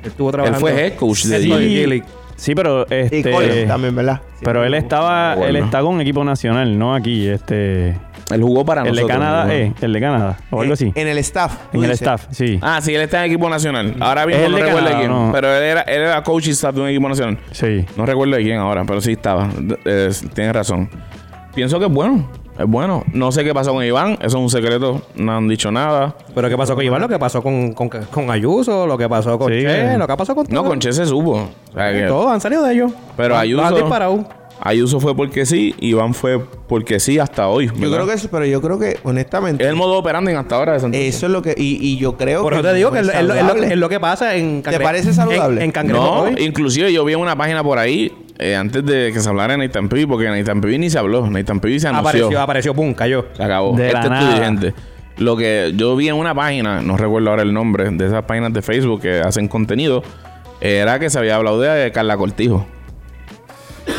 Estuvo trabajando.
Mm. fue head coach de
Head
Gillick.
Gillick.
Sí, pero
Y
este.
Collins también, ¿verdad?
Pero él estaba,
Bueno.
él está con equipo nacional, no aquí, este,
Él jugó para
el de
nosotros.
Canadá,
¿no?
eh, el de Canadá, o algo así,
En el staff. tú
en el
dices.
staff, sí.
Ah, sí, él está en equipo nacional. Ahora mismo
Él
no
de
recuerdo de
Canadá,
quién.
¿no?
Pero él era, él era coach y staff de un equipo nacional.
Sí.
No recuerdo de quién ahora, pero sí estaba. De- eh, tienes razón. Pienso que es bueno. Es bueno. No sé qué pasó con Iván. Eso es un secreto. No han dicho nada.
Pero ¿qué pasó con Iván? Lo que pasó con, con, con Ayuso, lo que pasó con
Sí,
Che,
eh.
lo que pasó con
No,
todo.
con Che se supo. O sea que-
Todos han salido de ellos.
Pero
Los-
Ayuso-
los han disparado.
Ayuso fue porque sí. Iván fue porque sí hasta hoy.
Yo creo que eso, pero yo creo que, honestamente,
Es el modo operandi hasta ahora de Santos.
eso es lo que. Y, y yo creo
Por
que.
eso te digo que es lo- es lo, es lo-
saludable.
es lo que pasa en
parece
en-
saludable?
En, Cangrejo
No,
hoy.
inclusive yo vi en una página por ahí eh, antes de que se hablara de Nathan Pivi, porque Nathan Pivi ni se habló. Nathan Pivi se anunció.
Apareció, apareció, pum, cayó.
Se acabó.
De
este
la
es tu
nada.
dirigente. Lo que yo vi en una página, no recuerdo ahora el nombre, de esas páginas de Facebook que hacen contenido, era que se había hablado de Carla Cortijo.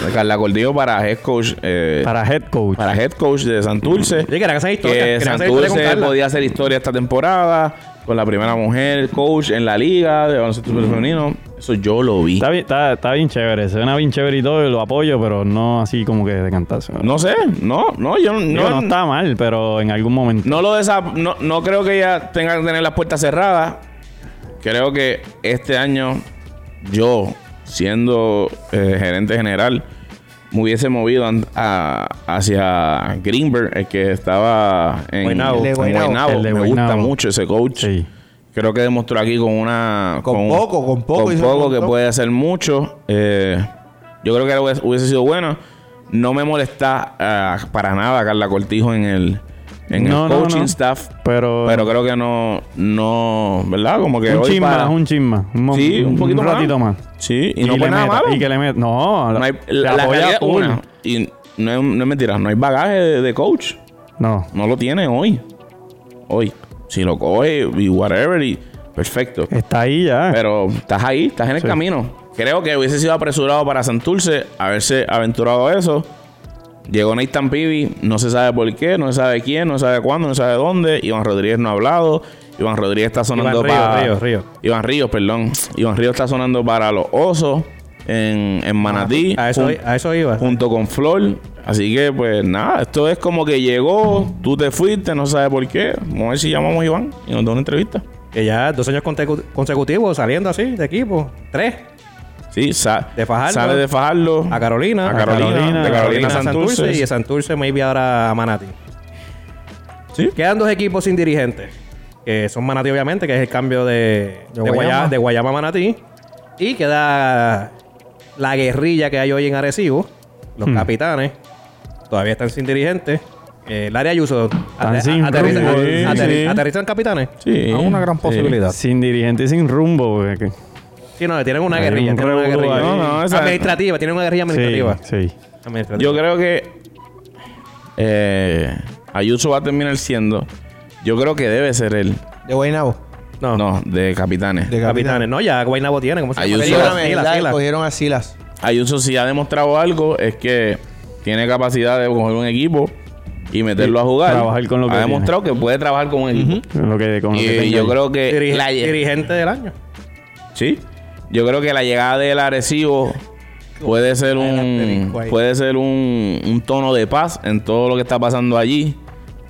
De Carla Cortijo para head coach. eh, para,
Para head coach.
head coach de Santurce.
Oye, que eran esas historias.
que
querían hacer historias con
Santurce
Carla.
podía hacer historia esta temporada con la primera mujer coach en la liga de baloncesto femenino. Eso yo lo vi.
Está bien, está, está bien chévere, suena bien chévere y todo, y lo apoyo, pero no así como que de cantarse.
No sé, no, no, yo
Digo,
no,
no, está mal, pero en algún momento.
No lo desa no, no creo que ella tenga que tener las puertas cerradas. Creo que este año yo, siendo eh, gerente general, me hubiese movido an- a- hacia Greenberg, el que estaba en
Guaynabo.
en
El de Guaynabo.
Guaynabo.
El de
Me gusta
Guaynabo.
mucho ese coach.
Sí.
Creo que demostró aquí con una...
Con poco, con poco
Con
hizo
poco
un
que
montón.
puede hacer mucho. Eh, yo creo que hubiese- hubiese sido bueno. No me molesta ah, para nada a Carla Cortijo en el, en
No,
el
no,
coaching
no.
staff.
Pero,
Pero creo que no, no, ¿verdad? Como que
un
hoy
chisma,
para-
un chisma. Un, mo-
Sí, un poquito más.
ratito más.
Sí, y no
le
por nada
meta,
malo.
Y que le met- No,
No hay-
te
la, la
apoya
realidad es
full.
una. Y no es, no es mentira, no hay bagaje de, de coach.
No.
No lo tiene hoy. Hoy. Si lo coge y whatever y perfecto.
Está ahí ya.
Pero estás ahí, estás en el
Sí.
camino. Creo que hubiese sido apresurado para Santurce haberse aventurado a eso. Llegó Nathan Pibi, no se sabe por qué, no se sabe quién, no se sabe cuándo, no se sabe dónde. Iván Rodríguez no ha hablado. Iván Rodríguez está sonando
Iván Río,
para.
Río, Río.
Iván Ríos, perdón. Iván Ríos está sonando para los osos en, en Manatí.
Ah, A eso,
jun-
a eso iba.
junto con Flor. Así que, pues nada, esto es como que llegó, tú te fuiste, no sabes por qué. Vamos a ver si llamamos a Iván y nos da una entrevista.
Que ya dos años consecu- consecutivos saliendo así de equipo. Tres.
Sí, sa-
De Fajardo.
sale de Fajardo.
A Carolina.
A Carolina, de Carolina a Santurce.
Y de Santurce maybe ahora a Manati.
Sí.
Quedan dos equipos sin dirigente. Que son Manati, obviamente, que es el cambio de, de,
De Guayama.
Guaya- de Guayama a Manatí. Y queda la guerrilla que hay hoy en Arecibo. Los
Hmm.
capitanes. Todavía están sin dirigente. Eh, el área Ayuso.
Están
ate-
sin
aterrizan-
rumbo.
ateri-
Sí, sí.
aterrizan capitanes.
Sí.
Es una gran
Sí.
posibilidad.
Sin dirigente y sin rumbo. porque que-
Sí, no, tienen una
Hay
guerrilla.
un
tienen una
revolú
guerrilla.
ahí.
No, no, esa-
administrativa, tienen una guerrilla administrativa.
Sí, sí.
Administrativa.
Yo creo que eh, Ayuso va a terminar siendo. Yo creo que debe ser él.
De Guaynabo.
No,
No, de capitanes.
De
capitanes. No, ya Guaynabo tiene. ¿Cómo se llama?
Ayuso.
Silas,
Perdóname,
Silas,
¿verdad?
Silas.
Cogieron a Silas.
Ayuso si ha demostrado algo es que tiene capacidad de coger un equipo y meterlo a jugar.
trabajar con lo que
ha
tiene.
demostrado que puede trabajar con un equipo.
Lo que, con lo
Y
que tenga
yo
ahí.
creo que
Dirige-
la-
dirigente del año.
Sí. Yo creo que la llegada del Arecibo puede ser un
asterisco ahí.
puede ser un, un tono de paz en todo lo que está pasando allí.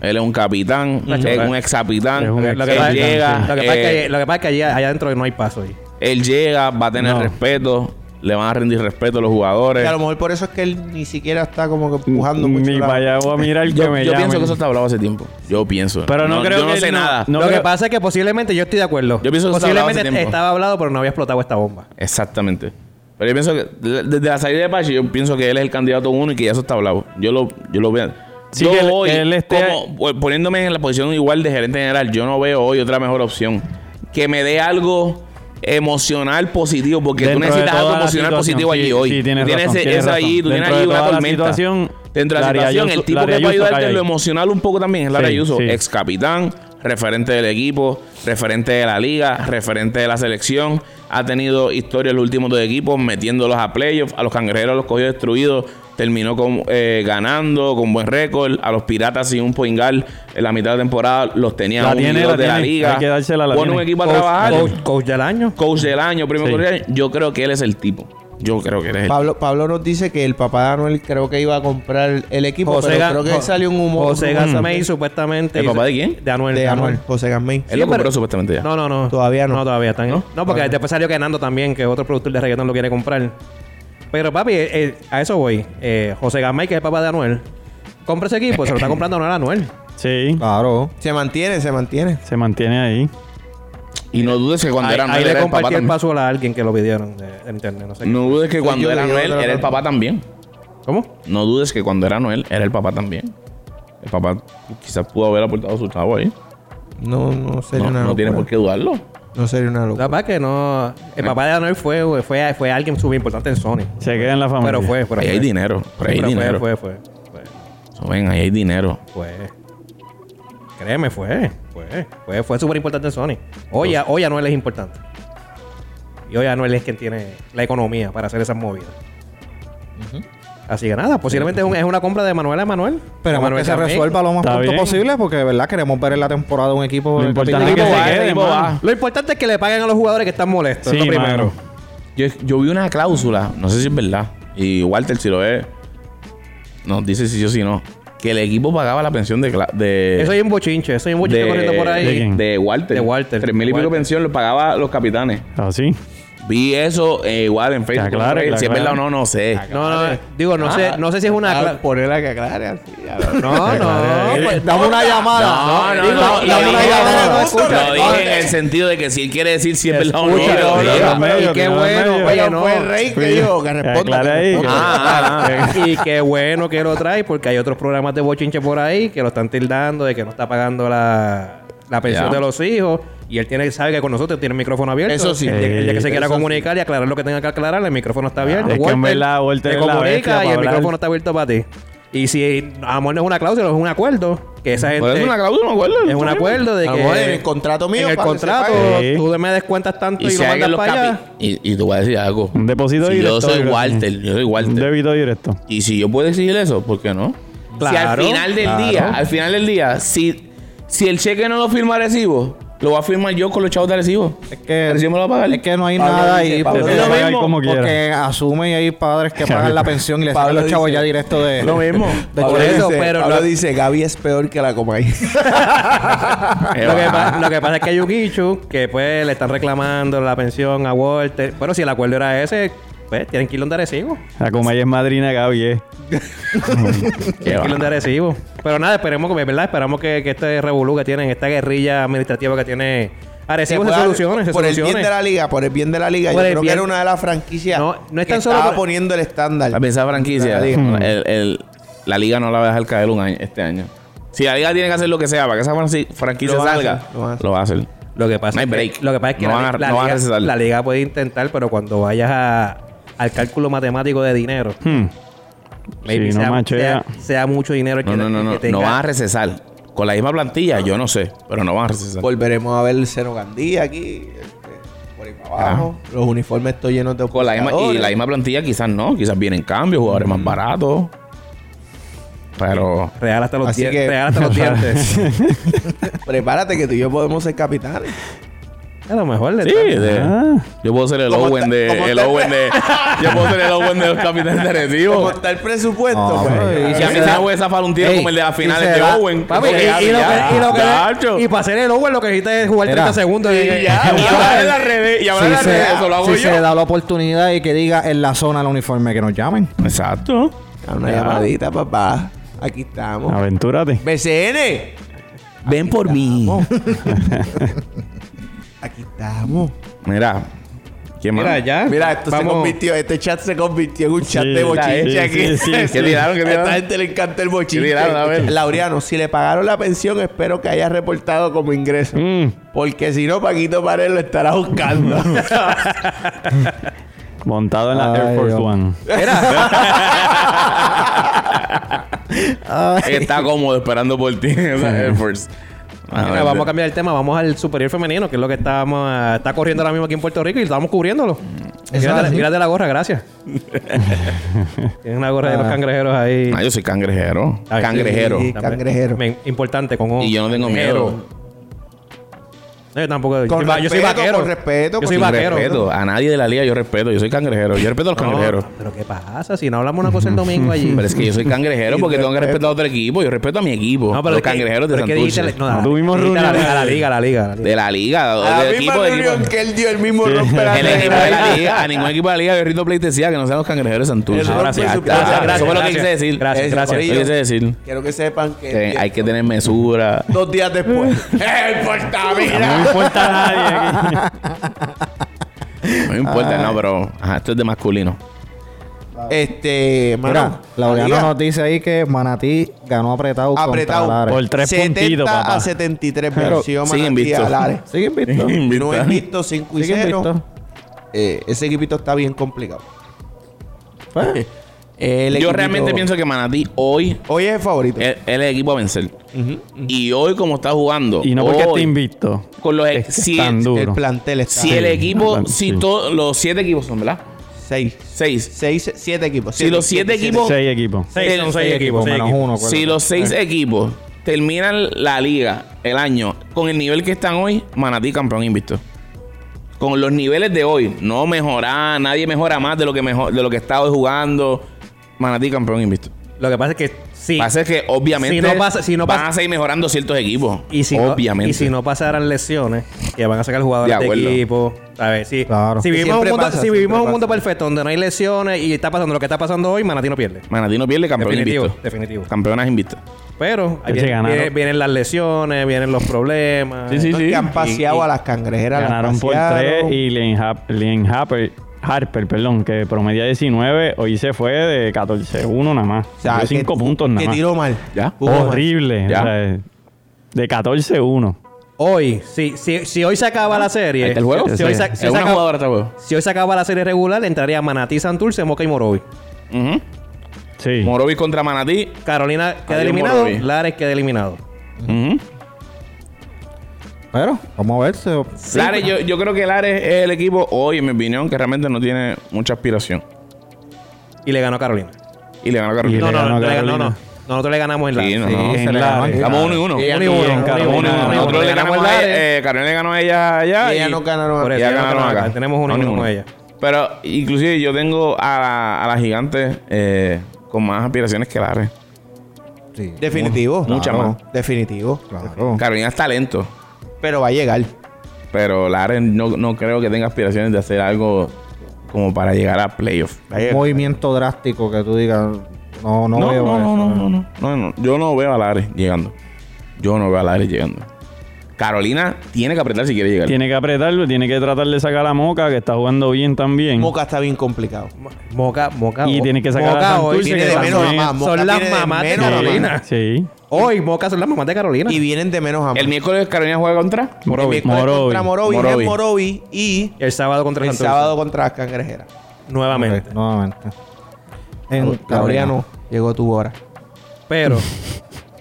Él es un capitán, es un ex capitán.
Es un
Él
Lo que, pasa, es-
llega,
lo que pasa es
eh,
que, lo que pasa es que allá, allá adentro no hay paso ahí.
él llega, va a tener
No.
respeto, le van a rendir respeto a los
Y
jugadores.
a lo mejor por eso es que él ni siquiera está como que empujando mucho.
Ni
la-
para allá voy a mirar
*laughs*
que
Yo,
me
yo pienso
llamen.
que eso está hablado hace tiempo. Yo pienso.
Pero no creo
yo no
que
sé
no-
nada.
no
lo
creo-
que pasa es que posiblemente, yo estoy de acuerdo.
Yo pienso que eso hablaba hace
posiblemente
tiempo.
estaba hablado, pero no había explotado esta bomba.
Exactamente. Pero yo pienso que de- desde la salida de Pachi, yo pienso que él es el candidato uno y que ya eso está hablado. Yo lo, yo lo veo.
Sí,
yo
que él-
hoy,
que él esté-
como, po- poniéndome en la posición igual de gerente general, yo no veo hoy otra mejor opción. Que me dé algo emocional positivo, porque
Dentro
tú
de
necesitas
toda
algo
la
emocional
situación,
positivo
sí,
allí hoy.
sí, tienes
Tú tienes
razón,
ese-
tienes
esa
razón.
allí, tú tienes
Dentro
allí
de
una
toda la
tormenta.
situación,
Dentro de la
Larry
situación,
Ayuso-
el tipo
Larry
que
Ayuso
puede ayudarte
cae
en lo
ahí.
emocional un poco también es Lara
Sí,
Ayuso,
sí.
ex capitán, referente del equipo, referente de la liga, referente de la selección. Ha tenido historia en los últimos dos equipos, metiéndolos a playoffs. A los cangrejeros los cogió destruidos. Terminó con, eh, ganando con buen récord. A los piratas sin un poingal en la mitad de temporada los tenía
La
unidos
tiene, la
de la
tiene.
liga.
Hay que dársela, la
Pone un
tiene.
equipo a
Coach,
trabajar. Coach,
coach- coach del año.
del año, primer
Sí.
coach del año. Yo creo que él es el tipo. Yo creo que él es el
Pablo, Pablo nos dice que el papá de Anuel creo que iba a comprar el equipo,
José
pero
Ga-
creo que
Jo-
salió un humor
José
rumor
Gasmey, supuestamente.
¿El
hizo-
papá de quién?
De Anuel.
de Anuel, José Gasmey.
Él lo
Siempre-
compró supuestamente ya.
No, no, no.
Todavía no.
No, todavía están. No, porque después salió que Nando también, que otro productor de reggaetón lo quiere comprar. Pero papi, eh, eh, a eso voy. Eh, José Gamay, que es el papá de Anuel, compra ese equipo, se lo está comprando Anuel a Anuel.
Sí,
Claro.
Se mantiene, se mantiene.
se mantiene ahí.
Y no dudes que *laughs* cuando
Ahí,
era
ahí
Anuel
le
era el papá
compartí el
también.
paso a alguien que lo pidieron de, de internet, no sé
No dudes que
Soy
cuando
yo,
era
yo,
Noel
otra
era el
cosa.
papá también.
qué. ¿Cómo?
No dudes que cuando era Noel era el papá también. El papá quizás pudo haber aportado su chavo ahí.
No, no sería
No,
una
no tiene por
locura.
qué dudarlo.
No sería una locura.
La verdad que no. El papá de Anuel fue, fue, fue alguien súper importante en Sony.
Se queda en la familia.
Pero fue, pero
ahí
fue.
hay dinero. Por ahí
Sí,
hay
pero
dinero.
Fue, fue, fue,
So, ven, ahí hay dinero.
fue, fue. Pues, Créeme, fue. Fue. Fue, fue súper importante en Sony. Hoy, a- hoy Anuel es importante. Y hoy Anuel es quien tiene la economía para hacer esas movidas. Así que nada, posiblemente es, un- es una compra de Manuel a Manuel.
Esperemos
Manuel
que se
también.
resuelva lo más
Está
pronto
bien.
posible porque de verdad queremos ver en la temporada un equipo... este
Lo importante es
El
que
equipo
se
va, el
quede,
equipo
mano.
va. Lo importante es que le paguen a los jugadores que están molestos.
Sí,
es lo primero.
mano.
Yo, yo vi una cláusula, no sé si es verdad, y Walter si lo ve, nos dice si sí o si no, que el equipo pagaba la pensión de... cla- de
Eso hay un bochinche, eso hay un bochinche
de,
corriendo por
¿De
ahí.
quién?
de Walter.
De Walter.
Tres mil y pico
Walter.
pensión lo pagaba los capitanes.
Así.
Vi eso eh, igual en Facebook.
aclare,
si
que
es
aclare.
verdad o no, no sé.
No, no, digo, no sé, no sé si es una cla-
ah.
ponerla que aclare así. a ver.
No, no. pues,
Dame una llamada.
no,
digo,
no,
la
lo
única
dije-
llamada,
lo
escucha.
dije en el sentido de que si él quiere decir si es verdad o no.
Escucha,
lo
escucha,
diga.
escucha. y qué bueno, oye, no.
Fue el rey que dijo que responda.
Aclara ahí.
*laughs*
Ah, ah, ah.
y qué bueno que lo trae porque hay otros programas de bochinche por ahí que lo están tildando de que no está pagando la, la pensión
Ya.
de los hijos y él tiene sabe que con nosotros tiene el micrófono abierto.
Eso sí.
El día, el día que se
Eh,
quiera
eso
comunicar y aclarar lo que tenga que aclarar, el micrófono está abierto.
es que en verdad Walter
te
es la bestia
comunica y
para
el
hablar.
micrófono está abierto para ti. Y si a lo mejor no es una cláusula, es un acuerdo que esa gente
Pero es una cláusula, me acuerdo.
es un acuerdo de
A lo
que
mejor en el contrato mío,
en el
para que se
contrato
pague.
tú me descuentas tanto y,
Y, si
lo
alguien
mandas
los
para allá.
capi- y, y te voy a decir algo.
Un depósito
si Yo
directo.
soy
creo que sí.
Walter, yo soy
Un
Walter.
débito directo.
Y si yo puedo exigir eso, ¿por qué no? si al
Claro,
final del
claro.
día, al final del día, si, si el cheque no lo firma recibo, lo va a firmar yo con los chavos de recibo.
Es que,
Recibo me lo va a pagar.
es que no hay
Pablo
nada
dice,
ahí.
Pablo
porque-
Te
Ah, pues lo
puede pagar
mismo,
como quieras.
Porque asumen y hay padres que pagan la pensión y les
Pablo
pagan los chavos
dice-
ya directo de...
Lo mismo.
De
Pablo
Por eso,
dice,
pero
Pablo
la-
dice, Gaby es peor que la Comay.
Eh,
Lo que,
va.
pa- lo que pasa es que hay un guicho que pues le están reclamando la pensión a Walter. Bueno, si el acuerdo era ese, pues tienen que irlo de Arecibo.
La Comay es madrina Gaby, eh.
Qué
Tienen que irlo de Arecibo. Pero nada, esperemos que, ¿verdad? Esperamos que, que este revolú que tienen, esta guerrilla administrativa que tiene Arecibo se
pueda-
solucione, se
por el bien de
solucione.
la liga, por el bien de la liga.
Por
yo
el
creo
bien-
que era una de las franquicias
No, no es tan
que
solo
estaba
por-
poniendo el estándar.
La pensada franquicia.
La liga.
el- el- la liga no la va a dejar caer un año, este año. Si la liga tiene que hacer lo que sea para que esa franqui- franquicia
Lo va a
salga,
hacer, lo va a hacer.
lo va a hacer.
Lo que pasa
No hay
es que-
break.
lo que pasa es que
No
la,
van a-
la
no van a
liga,
recetar.
la liga puede intentar, pero cuando vayas a- al cálculo matemático de dinero,
Hmm.
maybe
Sí, no
sea,
machea.
sea- sea mucho dinero el que,
No, no, no,
el
no.
que tenga.
No van a recesar. Con la misma plantilla, yo no sé, pero no van a recesar.
Volveremos a ver el Seno Gandhi aquí. este, por ahí para abajo. Los uniformes están llenos de
Con la misma, y la misma plantilla quizás no, quizás vienen cambios, jugadores más baratos. Pero
Real hasta los
Así
dientes.
que-
Real hasta
*laughs*
los dientes.
*laughs*
Prepárate que tú y yo podemos ser
*laughs*
capitanes.
A lo mejor le
sí,
está-
de-
Ah.
yo puedo ser el
Como
Owen
está- como
de el
está-
Owen de yo puedo ser el Owen de los capitanes de
Como
Recibo.
está el presupuesto,
Ah,
pues.
hombre.
Y a mí se me puede zafar un tiro
Ey,
como el de las
y
finales
se
de
da-
Owen.
Papi,
Porque
y,
ya-
y lo
ya,
que, y lo que-
tacho.
y para hacer el over lo que necesitas es jugar
Mira.
30 segundos. Y,
Y *laughs* ya, y hablar de la revés, y hablar de
Si
la
se,
revés, eso lo hago
si se
yo.
da la oportunidad y que diga en la zona el uniforme que nos llamen.
Exacto.
A una llamadita, papá. Aquí estamos.
Aventúrate.
BCN.
Ven por mí.
*laughs* Aquí estamos.
Mira, ¿quién más?
Mira, ya.
Mira, esto se
Vamos.
convirtió, este chat se convirtió en un chat
Sí,
de bochinche
sí,
aquí.
sí, sí, sí.
¿Qué tiraron? ¿Qué
*laughs* A
tiraron?
esta gente le encanta el bochinche.
¿Qué tiraron? A ver.
Laureano, si le pagaron la pensión, espero que haya reportado como ingreso.
Mm.
Porque si no, Paquito Pared lo estará buscando.
Montado en la
Ay,
Air Force
Dios.
One.
*laughs* Está cómodo esperando por ti *laughs* en esa Air Force. A
Mira,
ver,
vamos a cambiar el tema. Vamos al superior femenino, que es lo que estábamos, ah, está corriendo ahora mismo aquí en Puerto Rico y estamos cubriéndolo. Mira
así.
de, la gorra,
*laughs*
gracias. Tienen una gorra de los cangrejeros ahí.
Ah, yo soy cangrejero.
Ay,
cangrejero.
sí, sí. Cangrejero.
Me- importante, con O.
Y yo no tengo miedo.
No, yo tampoco.
Con
yo, soy va- yo soy
respeto,
vaquero.
con respeto,
Yo soy
con
Sin
vaquero.
respeto. A nadie de la liga yo respeto. Yo soy cangrejero. Yo respeto a los
*laughs* No,
cangrejeros.
pero ¿qué pasa? Si no hablamos una
*laughs*
cosa el domingo allí.
Pero es que yo soy cangrejero porque tengo que respetar a otro equipo. Yo respeto a mi equipo.
no, pero
los
es que-
cangrejeros de
pero es que dijiste-
Santurce.
no, a la-
Tuvimos
dijiste a la-
reunión.
A la liga, a la liga. a la liga.
De la liga.
A la
del
misma
equipo, del equipo.
reunión que él dio, *laughs* el mismo rompe la
*laughs* El equipo de la
regla.
liga. A ningún equipo de la liga yo Rito Play decía que no sean los cangrejeros de Santurce.
Ahora sí,
Ahí
gracias,
está.
gracias,
Eso fue lo que
gracias.
quise decir.
Gracias,
Eso
gracias.
fue lo que quise decir.
Quiero que sepan que...
Que hay que tener mesura.
Dos días después.
*laughs*
*laughs* ¡Eh, porta,
No me
mira!
importa a nadie aquí.
No me importa, no, pero ajá, esto es de masculino.
Este, mano,
Mira, Laureano
liga
nos dice ahí que Manatí ganó apretado, contra
apretado
Lares.
Por tres
70
puntitos, papá.
a 73
Pero
venció
siguen
Manatí a
invictos.
Lares.
¿Siguen visto?
No es
Invicta.
visto 5 y
¿Siguen
0.
visto?
eh, ese equipito está bien complicado.
¿Eh?
Eh,
Pues,
El
Yo
equipito-
realmente pienso que Manatí hoy
Hoy es el favorito.
es es el equipo a vencer. Y hoy, como está jugando.
Y no porque
hoy,
esté invicto.
Con los.
Es que
si
están
el,
duros.
el
duro.
plantel está.
si el
Sí,
equipo.
Ah,
Atlanta,
si
sí.
todos los siete equipos son, ¿verdad?
6.
Seis.
6, 7 equipos.
Si los siete equipos-
Seis equipos.
Seis, son seis
Seis
equipos. seis
menos
equipos.
uno. acuérdate.
Si los seis
Eh.
equipos terminan la liga el año con el nivel que están hoy, Manatí campeón invicto. Con los niveles de hoy, no mejorar, nadie mejora más de lo que mejor, de lo que está hoy jugando. Manatí campeón invicto.
Lo que pasa es que sí.
Pasa es que obviamente
Si no pasa- si no
van
pasa-
a seguir mejorando ciertos equipos.
Y si,
obviamente.
No, y si no pasaran lesiones, que van a sacar jugadores
De
de,
acuerdo.
equipo. A ver, si,
Claro.
si vivimos,
Siempre
un mundo,
pasa,
si
siempre
vivimos un
pasa.
mundo perfecto donde no hay lesiones y está pasando lo que está pasando hoy, Manatí no pierde.
Manatí no pierde campeón
Definitivo,
invicto.
definitivo.
Campeonas invictas.
Pero ahí
Ya se
viene-
ganaron.
viene- vienen las lesiones, vienen los problemas.
Sí, sí.
Estos que han paseado
Y- y-
a las cangrejeras. las
Ganaron por
pasearon.
tres y Lien Hap- Lien Harper, Harper, perdón, que promedia 19, hoy se fue de 14-1 nada más.
O
O
sea, que-
5 puntos nada
Que
más.
tiró mal.
Ya.
Jugó mal.
Horrible.
Ya.
o sea, de 14-1.
Hoy, si, si, si hoy se acaba la
Ah,
serie.
Ahí está el juego.
Si hoy, se-
Sí.
si
es
hoy se
una
acaba,
jugadora este juego.
si hoy se acaba la serie regular, entraría Manatí, Santurce, Moca y Morovi.
Ujú.
Sí.
Morovis contra Manatí.
Carolina queda
Adiós,
eliminado,
Morovi.
Lares queda eliminado.
Ujú.
Pero, vamos a ver. se-
Lares, yo, yo creo que Lares es el equipo hoy, en mi opinión, que realmente no tiene mucha aspiración.
Y le ganó a Carolina.
Y le ganó a Carolina.
Y
No,
le
no,
ganó
no,
a
le ganó- no,
Carolina.
no. Nosotros le ganamos en la.
Sí, no,
sí,
no.
se
En
le ganó.
Lares.
Estamos uno y uno.
Y ella
Uno y uno,
no-
uno y
Estamos uno y uno.
Carolina.
Nosotros le ganamos a
Lares.
ella, eh, Carolina le ganó a ella allá.
Y ella no ganaron.
Por
acá.
eso,
y ella
ella no
ganaron
ganó
acá.
acá. Tenemos uno y
No,
uno con
ninguno.
ella.
Pero inclusive yo tengo a la, a la gigante eh, con más aspiraciones que Lares.
Sí.
Definitivo.
Mucha
Claro.
más.
Definitivo. Oh.
Claro.
Carolina es talento.
Pero va a llegar.
Pero Lares no, no creo que tenga aspiraciones de hacer algo como para llegar a playoff.
Va a llegar.
Movimiento drástico que tú digas. No, no,
No,
veo
no, no,
eso.
no, no, no, no, no. Yo no veo a Lares llegando. Yo no veo a Lares llegando. Carolina tiene que apretar si quiere llegar.
Tiene que apretarlo, tiene que tratar de sacar a Moca, que está jugando bien también.
Moca está bien complicado.
Mo- Moca, Moca.
Y
hoy-
tiene que sacar a
Moca hoy.
Santurce,
viene
Viene
que
de
de menos a
también.
más. Moca
Son las
viene de
mamás de
menos a más.
Carolina.
Sí.
Hoy Moca son las mamás de Carolina.
Y vienen de menos a más.
El miércoles Carolina juega contra.
El
Morovi.
miércoles contra Morovi.
Morovi.
es Morovi y
el sábado contra
el
Santurce.
sábado contra las cangrejeras.
Nuevamente.
Ok, nuevamente. En
Laureano, llegó tu hora.
Pero.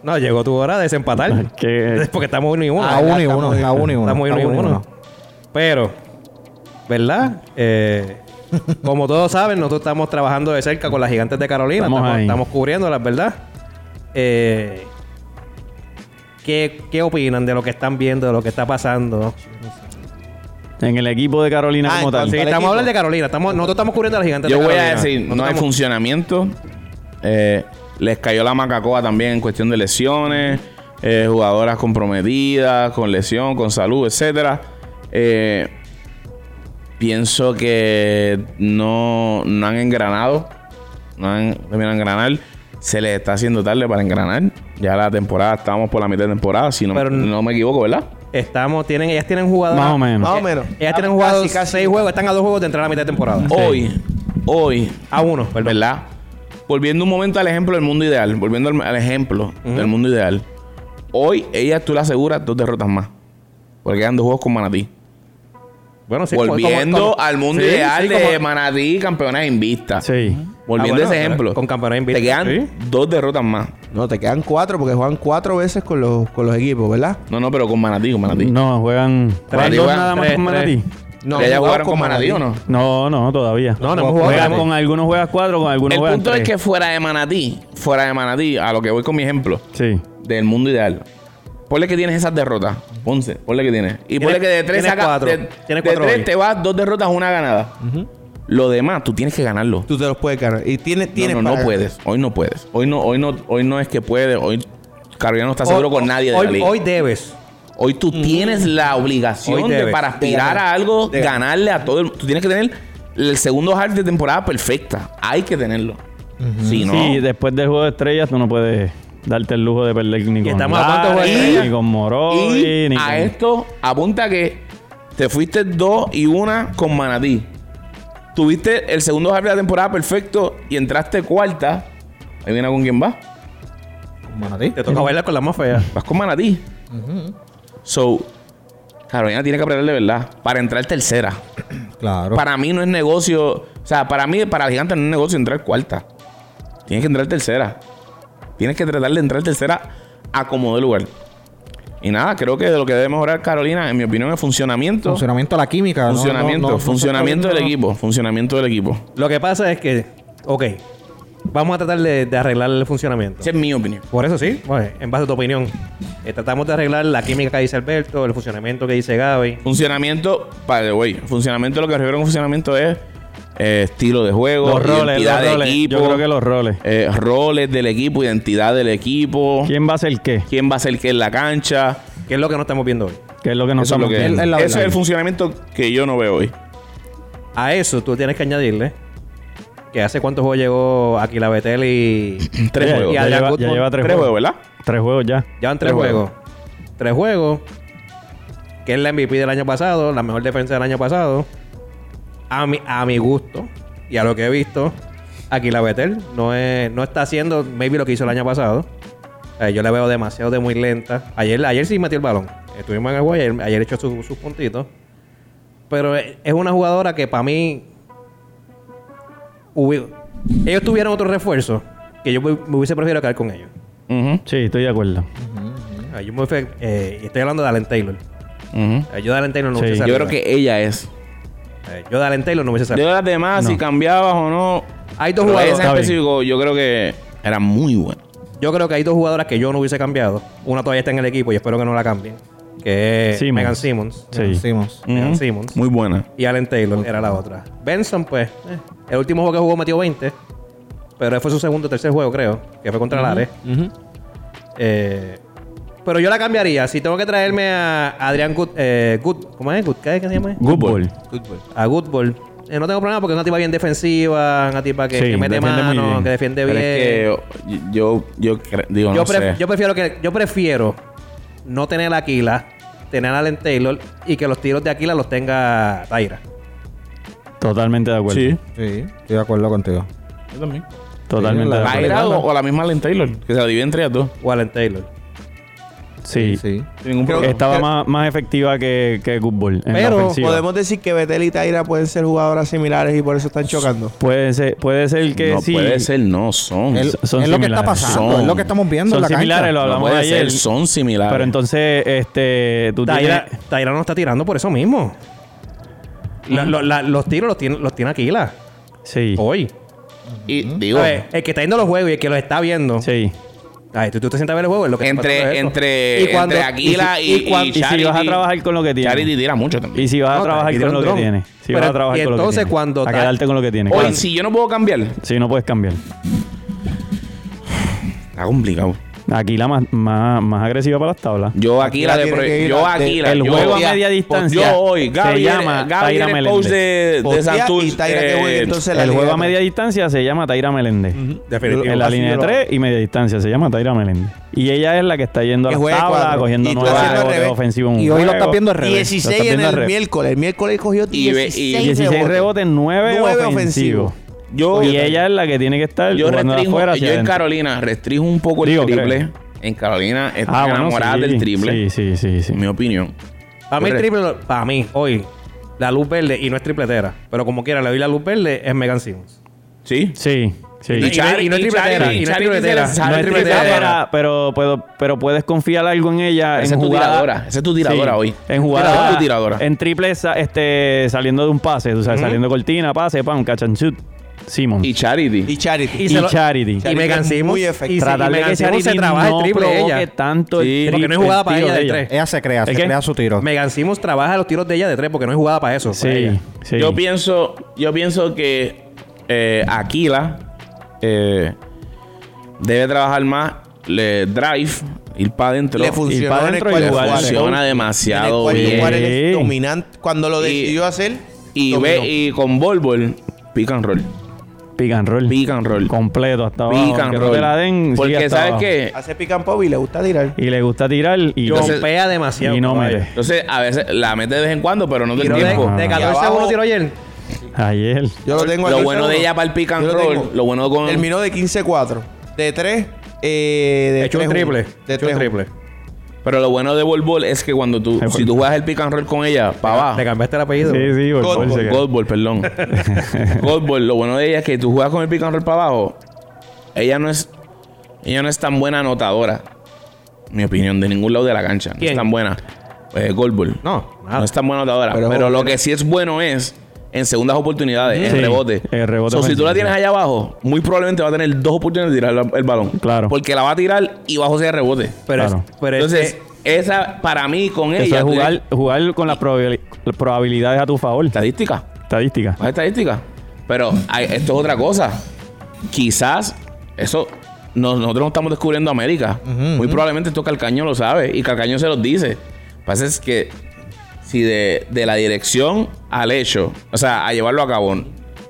No, llegó tu hora de desempatar.
Que
Es *laughs* porque estamos uno y uno.
A
Ah,
uno y
ya
uno.
estamos-
A uno y uno.
estamos uno
a
y uno. Pero, ¿verdad? Eh, como todos saben, nosotros estamos trabajando de cerca con las gigantes de Carolina.
Estamos
Estamos,
ahí.
estamos cubriéndolas, ¿verdad? Eh, ¿qué, ¿Qué opinan de lo que están viendo, de lo que está pasando?
en el equipo de Carolina
Ah,
como tal.
entonces-
Sí,
Al
estamos
equipo.
hablando de Carolina. Estamos, nosotros estamos cubriendo a las gigantes
Yo
de
voy
Carolina.
a decir, no
Nosotros
hay
estamos-
funcionamiento. Eh, les cayó la macacoa también en cuestión de lesiones. eh, jugadoras comprometidas, con lesión, con salud, etcétera. Eh, pienso que no, no han engranado. No han terminado de engranar. Se les está haciendo tarde para engranar. Ya la temporada, estábamos por la mitad de temporada, si no,
Pero-
no me equivoco, ¿verdad?
Estamos, tienen, ellas tienen jugadas.
Más o menos.
Más o menos.
Ellas tienen
Ah,
jugados
casi, casi.
seis juegos. Están a dos juegos de entrar a la mitad de temporada.
Hoy, hoy,
A uno, perdón.
Pues, ¿Verdad? Volviendo un momento al ejemplo del mundo ideal. Volviendo al, al ejemplo del mundo ideal. Hoy, ella tú le aseguras dos derrotas más. Porque quedan dos juegos con Manatí.
Bueno, sí, como- como-
Volviendo
como-
al mundo
Sí,
ideal
sí,
de
como-
Manatí, campeonas invictas.
Sí.
Volviendo a
Ah,
ese
bueno,
ejemplo.
con campeonas invictas,
Te quedan dos derrotas más.
No, te quedan cuatro porque juegan cuatro veces con los, con los equipos, ¿verdad?
No, no, pero con Manatí, con Manatí.
No, juegan. ¿Juegan
ah, Tres,
dos
juegan
nada más
tres,
con Manatí?
No,
¿Ellas
jugamos
jugaron
con
con Manatí o no?
No, no, todavía.
No, no hemos jugado.
Juegan
Hemos-
con algunos juegas cuatro, con algunos
El
juegan
punto es
tres.
que fuera de Manatí, fuera de Manatí, a lo que voy con mi ejemplo,
Sí.
del mundo ideal. Ponle que tienes esas derrotas. Ponce, ponle que tienes. Y ponle que de tres
tienes
saca-
cuatro.
De, de
Tienes cuatro
tres
hoy.
te vas dos derrotas, una ganada. Lo demás, tú tienes que ganarlo.
Tú te los puedes ganar. Y tienes, tienes
no, no,
para-
no puedes. Hoy no puedes. Hoy no, hoy no, hoy no es que puedes. Hoy Carolina no está seguro
Hoy-
con nadie de
hoy,
la liga.
Hoy
Hoy,
debes.
tú tienes la obligación
Hoy
de
debes.
para aspirar
Debes.
a algo,
Debes.
ganarle a todo el Tú tienes que tener el segundo half de temporada perfecta. Hay que tenerlo. Si no.
Sí, después del juego de estrellas tú no puedes darte el lujo de perder ni
Y
con
estamos a cuántos
Lara,
juegos de
ni
estrellas.
con Morovi,
Y
ni con...
a esto apunta que te fuiste dos y una con Manatí. Tuviste el segundo half de la temporada perfecto y entraste cuarta. Ahí viene con quién vas.
Manatí.
Te toca bailar con la más fea.
Vas con Manatí. So, Carolina tiene que aprender de verdad para entrar tercera.
Claro.
Para mí no es negocio. O sea, para mí, para Gigante no es negocio entrar cuarta. Tienes que entrar tercera. Tienes que tratar de entrar tercera a como de lugar. Y nada, creo que de lo que debe mejorar Carolina, en mi opinión, es funcionamiento.
Funcionamiento de la química. ¿no?
funcionamiento.
No, no, no se
funcionamiento
está
del
viendo-
equipo. Funcionamiento del equipo.
Lo que pasa es que, ok, vamos a tratar de, de arreglar el funcionamiento.
Esa es mi opinión.
Por eso sí, pues, en base a tu opinión. Eh, tratamos de arreglar la química que dice Alberto, el funcionamiento que dice Gaby.
Funcionamiento, para the way. Funcionamiento, lo que refiero con funcionamiento es eh, estilo de juego,
Los roles,
identidad
los
de
roles.
equipo,
Yo creo que los roles.
eh, roles del equipo, identidad del equipo, ¿Quién?
¿Quién va a ser qué?
va a ser qué en la cancha.
Que es lo que no estamos viendo hoy.
¿Qué es lo que
Eso es,
nosotros
lo que-
es la verdad.
ese es el funcionamiento que yo no veo hoy.
A eso tú tienes que añadirle que hace cuántos juegos llegó Aquila Betel y.
*clears throat* Tres
y
juegos.
Adrián
Ya lleva, ya
Guzmán.
lleva tres,
Tres
juegos.
juegos, ¿verdad?
Tres juegos ya.
Llevan tres,
Tres
juegos. Tres juegos. Que es la MVP del año pasado, la mejor defensa del año pasado. A mi, a mi gusto y a lo que he visto, Aquila Betel no, es, no está haciendo maybe lo que hizo el año pasado. Eh, yo la veo demasiado de muy lenta. Ayer, ayer sí metió el balón. Estuvimos en el ayer, ayer echó su- sus puntitos. Pero es es una jugadora que para mí. hubi- ellos tuvieron otro refuerzo que yo me me hubiese preferido quedar con ellos.
Ujú,
Sí, estoy de acuerdo.
Ah, Yo me fui, eh, y estoy hablando de Allen Taylor.
ujú.
Eh, Yo de Allen Taylor no
Sí.
hubiese
Yo
salido.
creo que ella es.
Eh, yo de Allen Taylor no hubiese
De
salido.
las demás, si cambiabas o no.
Hay dos
pero
jugadores.
esa en
Está bien.
específico, yo creo que era muy buena.
Yo creo que hay dos jugadoras que yo no hubiese cambiado. Una todavía está en el equipo y espero que no la cambien. Que es
Simmons.
Megan Simmons.
Sí.
Decimos.
Megan
Ujú.
Simmons.
Muy buena.
Y Allen Taylor era la otra. Benson, pues, eh, el último juego que jugó metió 20. Pero fue su segundo o tercer juego, creo. Que fue contra el Ares. Eh, pero yo la cambiaría. Si tengo que traerme a Adrián Good... eh, Good ¿Cómo es? Good, ¿qué es que se llama?
Good ball.
a Goodball. Eh, no tengo problema porque es una tipa bien defensiva, una tipa que,
Sí,
que mete
defiende muy
mano,
bien.
que defiende
Pero
bien.
es que yo, yo, yo cre- digo,
yo,
no
pref-
sé.
yo prefiero que yo prefiero no tener a Aquila, tener a Allen Taylor y que los tiros de Aquila los tenga Tyra.
Totalmente de acuerdo.
Sí.
Sí, estoy de acuerdo contigo.
Yo también.
Totalmente
Sí,
de
la-
acuerdo.
Mayra o, o la misma Len Taylor, que se la divide entre ellas dos.
O Allen Taylor.
Sí.
Sí.
Sin ningún
Creo-
problema.
Estaba más, más efectiva que, que Good ball en la
Pero
ofensiva.
podemos decir que Betel y Taira pueden ser jugadoras similares y por eso están chocando.
Puede ser, puede ser que
no
sí.
puede ser, no son.
Es-
son
es lo que
similares.
está pasando,
Son-
es lo que estamos viendo en
Son
la cancha.
similares, lo
no
hablamos
puede
ayer.
ser, son similares.
Pero entonces, este, tú
Tyra,
tienes...
Tyra no está tirando por eso mismo. La- lo- la- los tiros los tiene, los tiene Aquila
Sí,
hoy.
y
¿Mm?
digo,
A ver, el que está viendo los juegos y el que los está viendo.
sí.
Ay, tú, tú te sientas a ver el juego. es Lo que está pasando
entre,
es eso.
entre,
Y cuando-
entre Aquila y,
y si- y cuando-
Y si vas a trabajar con lo que tienes.
Charity tira mucho también.
Y si vas a
No,
trabajar
y
con
Don
lo que
Trump.
tienes. Si
Pero-
vas a trabajar con
y
lo que
entonces
tienes.
cuando
A
ta-
quedarte con lo que tienes.
O
claro.
y si yo no puedo cambiar.
Sí, no puedes cambiar.
Está complicado.
Aquí la más, más, más agresiva para las tablas.
Yo aquí la
Aquila tiene que
de
ir
Yo
a- de-
aquí la
El
yo-
juego a
yo-
media distancia
Yo hoy, Gaby
se llama
era- Gaby
Taira
era el coach
Meléndez.
de, de
Postea
Santurce.
y Taira que juegue
eh,
entonces la
El juego
Liga
a media distancia se llama Taira Meléndez.
Definitivo.
En la línea de tres y media distancia se llama Taira Meléndez. Y ella es la que está yendo a
Que
las
juegue
tablas,
cuatro.
cogiendo
Y tú
nueve
haciendo al
rebotes
revés.
ofensivos. en un
Y hoy lo
juego.
estás viendo al revés.
16
Lo está
en
viendo al
el
revés.
miércoles. El miércoles cogió
Y ve- y
16,
16 rebotes, 9,
Nueve
ofensivos.
ofensivos.
Yo,
y ella es la que tiene que estar
yo
jugando de
restringo,
afuera hacia
yo en
adentro.
Carolina restringo un poco el
Digo,
triple.
creo.
En Carolina está
Ah, bueno,
enamorada
sí.
del triple.
Sí, sí, sí, sí.
En mi opinión.
Para mí el
Correcto.
triple, para mí, hoy, la luz verde, y no es tripletera, pero como quiera, le doy la luz verde, es Megan Simmons.
Sí.
Sí, sí.
Y- y no es tripletera,
Chari-
y no es
Chari
tripletera.
se
No
la-
no es
triple
tripletera,
tripletera.
pero, puedo- pero puedes confiar algo en ella.
Esa
en
es tu
jugada-
tiradora, esa es tu tiradora hoy.
En jugada.
Esa es tu tiradora.
En triple, sa- este, saliendo de un pase, tú sabes, saliendo de cortina, pase, pam, catch and shoot. Simon.
Y
Mm. Y,
Charity.
Y Charity.
Y se lo-
Charity.
Charity
Megan
es
Simmons,
Muy
y-
efectiva.
Tratar
y
de
Megan
que
Simon
Charity
se trabaje el
no
triple
provoque
ella.
tanto
Sí,
el
porque
triple.
no es jugada
el
para
tiro
ella de tres.
Ella se crea, se
¿Es qué?
crea su tiro.
Megan Simmons trabaja los tiros de ella de tres porque no es jugada para eso. para
Sí,
ella.
sí.
Yo pienso, yo pienso que eh, Aquila eh, debe trabajar más, le drive, ir para adentro.
Le funcionó
Y para
en el
adentro y
cuarto
jugar.
cuarto.
Funciona
En el cuarto
demasiado
cuarto
bien.
él es
Sí.
dominante. Cuando lo
Y-
decidió hacer,
Y
dominó.
ve, y con Volvol, pick and roll.
Pick and roll.
Pick and roll.
Completo hasta abajo.
Pick and
Que no
roll.
te la den, sigue
Porque
hasta
sabes
abajo.
qué?
hace pick and pop y le gusta tirar.
Y le gusta tirar y,
Entonces-
Pompea demasiado.
y no
caballo.
mete.
Entonces, a veces la mete de vez en cuando, pero no del
Tiro de,
tiempo.
de
Ah.
14
Y
a
abajo-
1 tiro ayer.
Ayer.
Yo lo tengo
Lo
aquí,
bueno
seguro.
de ella para el pick and
Yo
roll,
tengo.
lo bueno con-
Terminó de 15-4. De 3. Eh, de
Hecho un
3-1.
triple.
De
Hecho un
3-1.
triple.
Pero lo bueno de Volbol es que cuando tú, si tú juegas el pick and roll con ella, para abajo.
Te cambiaste el apellido.
Sí, sí, por
Gol,
favor,
gol,
se quedó.
Goldball,
*laughs*
perdón. Goldball, lo bueno de ella es que tú juegas con el pick and roll para abajo. Ella no es. Ella no es tan buena anotadora. Mi opinión, de ningún lado de la cancha. No
¿Quién?
es tan buena. Eh, Goldball.
No, nada.
No es tan buena anotadora.
Pero-
Pero, lo que sí es bueno es en segundas oportunidades, en
Sí,
rebote.
el rebote
So, si tú la
ofensivo.
tienes allá abajo, muy probablemente va a tener dos oportunidades de tirar la- el balón.
Claro.
Porque la va a tirar y bajo sea rebote.
Pero,
Claro.
es- pero es
Entonces,
que-
esa para mí con
Eso
ella.
es
tú
jugar,
tienes-
jugar con las probabil- probabilidades a tu favor.
Estadística. *laughs*
Estadística.
Más estadísticas. Pero hay- esto es otra cosa. Quizás eso no- nosotros no estamos descubriendo América. Muy probablemente esto Calcaño lo sabe y Calcaño se los dice. Lo que pasa es que si de, de la dirección al hecho, o sea, a llevarlo a cabo,